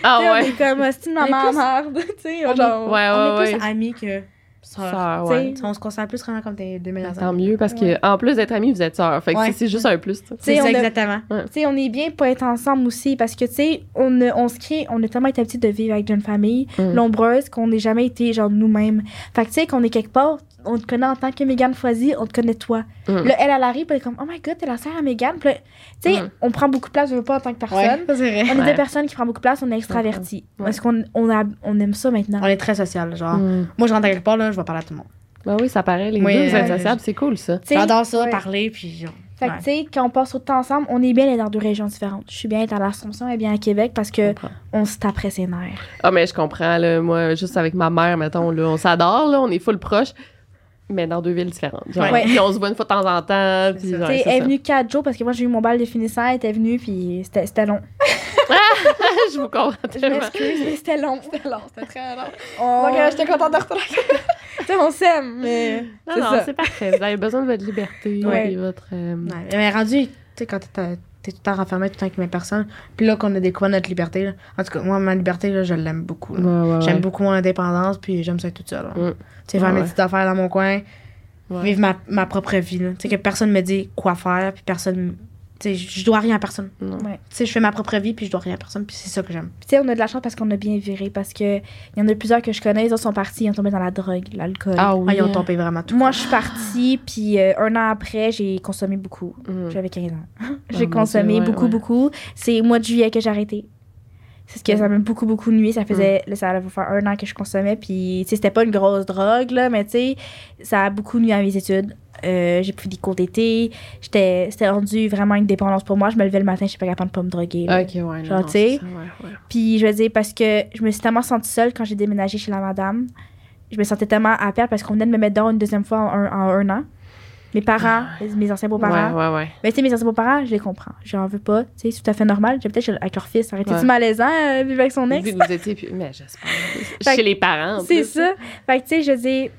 B: Ah
F: Tu sais,
B: ouais.
F: [laughs] On est comme, ah, c'est une maman
D: plus-
F: merde, [laughs] tu sais,
D: On
F: genre.
B: Ouais, ouais,
D: on est
B: ouais.
D: plus amis que sœurs.
B: Sœur,
F: tu sais,
B: ouais.
D: Tu sais, On se considère plus vraiment comme des, des meilleurs
B: Tant
D: amis.
B: mieux, parce
F: Ouais.
B: que en plus d'être amis, vous êtes sœurs. Fait que
D: Ouais.
B: c'est- c'est juste un plus. ça.
F: Tu sais,
D: C'est
F: on
D: ça,
F: a-
D: exactement.
F: Tu sais, on est bien pour être ensemble aussi parce que, tu sais, on, a- on se crée, on a tellement été habitués de vivre avec une famille
B: Mm.
F: nombreuse qu'on n'est jamais été, genre, nous-mêmes. Fait que, tu sais, qu'on est quelque part, on te connaît en tant que Mégane Foisy, on te connaît toi.
B: Mm.
F: Là, elle, elle arrive, puis elle est comme, oh my god, t'es la sœur à Mégane. Puis là, tu sais,
B: Mm.
F: on prend beaucoup de place, je veux pas en tant que personne.
D: Ouais, ça, c'est vrai.
F: On est
B: Ouais. Mm-hmm.
F: deux personnes qui prennent beaucoup de place, on est extraverti.
B: Ouais.
F: Est-ce qu'on on a- on aime ça maintenant?
D: On est très social,
F: Ah.
D: genre.
B: Mm.
D: Moi, je rentre à quelque part, là, je vais parler à tout le monde.
B: Ben oui, ça paraît, les
D: Oui,
B: deux, vous êtes
D: ouais.
F: euh,
B: sociables, c'est cool ça.
F: Tu sais,
D: J'adore ça,
F: ouais.
D: parler, puis. on-
F: Fait que,
D: ouais.
F: tu sais, quand on passe autant ensemble, on est bien d'être dans deux régions différentes. Je suis bien être à l'Assomption et bien à Québec parce
B: Je
F: que
B: comprends.
F: on se taperait ses nerfs.
B: Ah, mais je comprends, là. Moi, juste avec ma mère, mettons, là, on s'adore, là, on est full proche, mais dans deux villes différentes. Genre,
F: Ouais.
B: Puis on se voit une fois de temps en temps, puis
D: ça.
B: genre,
F: tu sais,
B: c'est
F: elle est
B: ça.
F: venue quatre jours parce que moi, j'ai eu mon bal de finissant, elle était venue, puis c'était c'était long.
B: [laughs] je vous comprends
F: Je
B: tellement.
F: m'excuse, mais c'était long.
D: C'était long, c'était très long.
F: On...
D: Donc, euh, j'étais contente de retourner.
F: [laughs] Tu sais, on s'aime, mais...
B: Non,
F: c'est
B: non,
F: ça.
B: c'est parfait. Vous avez besoin de votre liberté
F: Ouais.
B: et votre... euh,
D: Ouais, mais rendu, tu sais, quand t'es à- t'es tout le temps renfermé, tout le temps avec mes personnes, puis là qu'on a découvert notre liberté, là. en tout cas, moi, ma liberté, là, je l'aime beaucoup. là.
B: ouais, ouais, ouais.
D: J'aime beaucoup mon indépendance, puis j'aime ça être toute seule. là.
B: Mm.
D: Tu sais, faire
B: Ouais,
D: mes
B: ouais.
D: petites affaires dans mon coin,
B: Ouais.
D: vivre ma, ma propre vie. là. Tu sais, que personne me dit quoi faire, puis personne. Tu sais, je je dois rien à personne.
B: Non.
F: Ouais.
D: Tu sais, je fais ma propre vie, puis je dois rien à personne, puis c'est ça que j'aime.
F: Puis, tu sais, on a de la chance parce qu'on a bien viré. Parce qu'il y en a plusieurs que je connais, ils autres sont partis, ils ont tombé dans la drogue, l'alcool.
B: Ah oui.
D: Ah, ils ont tombé vraiment tout.
F: Moi, je suis partie, puis euh, un an après, j'ai consommé beaucoup.
B: Mm.
F: J'avais 15 ans. [laughs]
B: Ah,
F: j'ai
B: mon
F: consommé
B: Dieu, ouais,
F: beaucoup,
B: ouais.
F: beaucoup. C'est au mois de juillet que j'ai arrêté. C'est
B: Mm.
F: ce que ça m'a beaucoup, beaucoup nuit. Ça faisait, là, ça allait faire un an que je consommais. Puis, tu sais, c'était pas une grosse drogue, là, mais tu sais, ça a beaucoup nuit à mes études. Euh, j'ai pris des cours d'été. J'étais, c'était rendu vraiment une dépendance pour moi. Je me levais le matin, je sais pas capable de pas me droguer. là.
B: Ok, ouais. non,
F: Genre,
B: non,
F: tu
B: c'est
F: sais,
B: ça, ouais, ouais.
F: Puis, je veux dire, parce que je me suis tellement sentie seule quand j'ai déménagé chez la madame. Je me sentais tellement à perdre parce qu'on venait de me mettre dehors une deuxième fois en un, en un an. Mes parents, mes anciens beaux-parents,
B: Ouais, ouais, ouais.
F: mais Ben, tu sais, mes anciens beaux-parents, je les comprends. J'en veux pas. Tu sais, c'est tout à fait normal. J'ai peut-être avec leur fils. Arrêtez-tu
B: Ouais.
F: malaisant euh, vivre avec son ex?
B: Vu que vous étiez plus- Mais j'espère.
F: Fait que-
B: Chez les parents. en
F: C'est
B: plus.
F: ça. Fait que tu sais, je dis,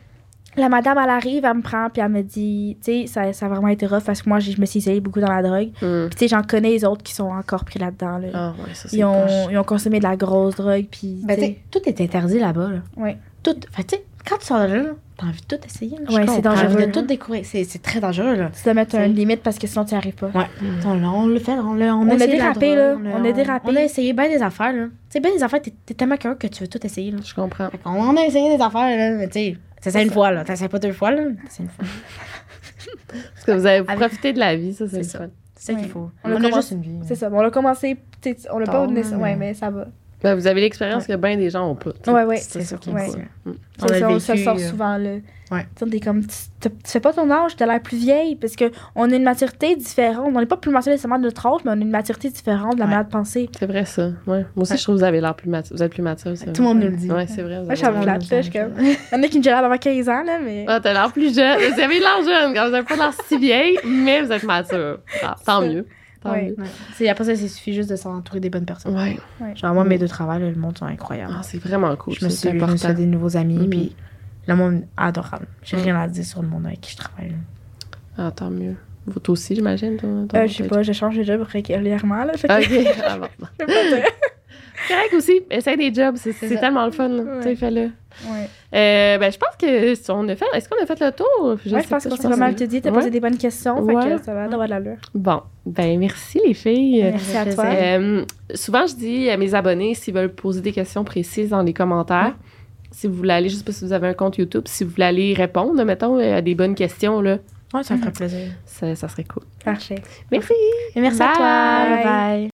F: la madame, elle arrive, elle me prend, puis elle me dit, tu sais, ça, ça a vraiment été rough parce que moi, j'ai- je me suis isolée beaucoup dans la drogue.
B: Mm.
F: Puis tu sais, j'en connais les autres qui sont encore pris là-dedans. Là.
B: Ah, ouais, ça, c'est
F: ils, ont,
B: poche.
F: ils ont consommé de la grosse drogue, puis.
D: Ben,
F: tu sais,
D: tu sais, tout est interdit là-bas. Là.
F: Ouais.
D: Tout. Fait que, tu sais, quand tu sors de là, là, t'as envie de tout essayer. là. Je
F: Ouais, c'est
D: comprends. T'as
F: dangereux,
D: envie
F: hein.
D: de tout découvrir. C'est c'est très dangereux, là.
F: tu dois mettre
D: t'sais.
F: une limite parce que sinon, tu n'y arrives pas.
D: On, l'a- on le fait, on l'a on
F: On a
D: essayé de la
F: dérapé,
D: drogue,
F: là.
D: l'a-
F: On a dérapé.
D: On a essayé bien des affaires, là. Tu sais, bien des affaires, t'es t'es tellement curieux que tu veux tout essayer, là.
B: Je comprends.
D: Fait qu'on on a essayé des affaires, là, mais tu sais, t'essaies une fois, là. T'essaies pas deux fois, là. T'essaies une fois.
B: Parce que vous avez
D: Avec-
B: profité de la vie, ça, c'est
D: C'est
B: le
D: ça.
B: fun.
D: C'est ça qu'il
F: Ouais.
D: faut.
F: On a commencé-
D: une vie.
F: C'est ça. Bon, on a commencé. tu sais, On l'a pas.
D: Tard,
F: nécessaire-
B: hein,
D: mais-
F: Ouais, mais ça va.
B: Ben, vous avez l'expérience que bien des gens ont pas. tu sais.
F: Ouais, ouais.
D: C'est ça qui
F: Ouais.
D: est cool.
F: Ça, ça, on se le sort
D: euh,
F: souvent, là.
D: Ouais.
F: Tu sais, t'es comme, tu, tu- tu fais pas ton âge, t'as l'air plus vieille, parce que on a une maturité différente. On n'est pas plus mature nécessairement de notre âge, mais on a une maturité différente de la
D: Ouais.
F: manière de penser.
B: C'est vrai, ça. Ouais. Moi aussi, je trouve que vous avez l'air plus mature. Vous êtes plus mature, ça.
D: Tout le monde nous le dit.
B: Ouais, c'est vrai. vous
F: Moi, je
B: avez
F: suis en
B: l'air-
F: plate, là, je suis comme... Il y en a qui me gèlent avant 15 ans, là, mais... euh,
B: Ah, t'as l'air plus jeune. Vous avez l'air jeune. Quand vous avez pas l'air si vieille, mais vous êtes mature. Ah, tant mieux. Tant
F: Ouais.
B: mieux.
D: Ouais. [laughs] C'est- Après ça, il suffit juste de s'entourer des bonnes personnes.
B: Ouais.
D: Genre,
F: Mm.
D: moi, mes deux travails, là, le monde sont incroyables.
B: Ah, c'est vraiment cool.
D: je me
B: ça,
D: suis
B: C'est
D: je me suis fait
B: important.
D: des nouveaux amis,
F: Mm.
B: Mhm.
D: puis le monde est adorable. J'ai
B: Mhm.
D: rien à dire sur le monde avec qui je travaille. là.
B: Ah, tant mieux. Vous toi aussi, j'imagine. ton- ton-
F: Euh, je sais pas, je change de job régulièrement, là, fait que...
B: OK. Ah, bon.
F: je peux pas dire.
B: C'est correct aussi. Essaye des jobs. C'est c'est
D: ça.
B: tellement le fun. là.
F: Ouais.
B: Tu sais, fais-le.
F: Ouais.
B: Euh, ben, je pense que si on a fait. Est-ce qu'on a fait le tour?
F: Ouais,
B: sais
F: je pense
B: pas,
F: qu'on s'est pas mal te dit, t'as posé
B: Ouais.
F: des bonnes questions, fait
B: Ouais.
F: que ça va d'avoir de l'allure.
B: Bon, ben merci les filles.
F: Merci à
D: plaisir.
F: toi.
B: Euh, souvent, je dis à mes abonnés s'ils veulent poser des questions précises dans les commentaires. Si vous voulez aller, je sais pas si vous avez un compte YouTube, si vous voulez aller répondre, mettons, euh, à des bonnes questions, là,
D: Ouais, ça me ferait plaisir.
B: ça, ça serait cool.
F: Parfait.
B: Merci!
D: Mm. Et merci à
B: Bye.
D: toi. Bye.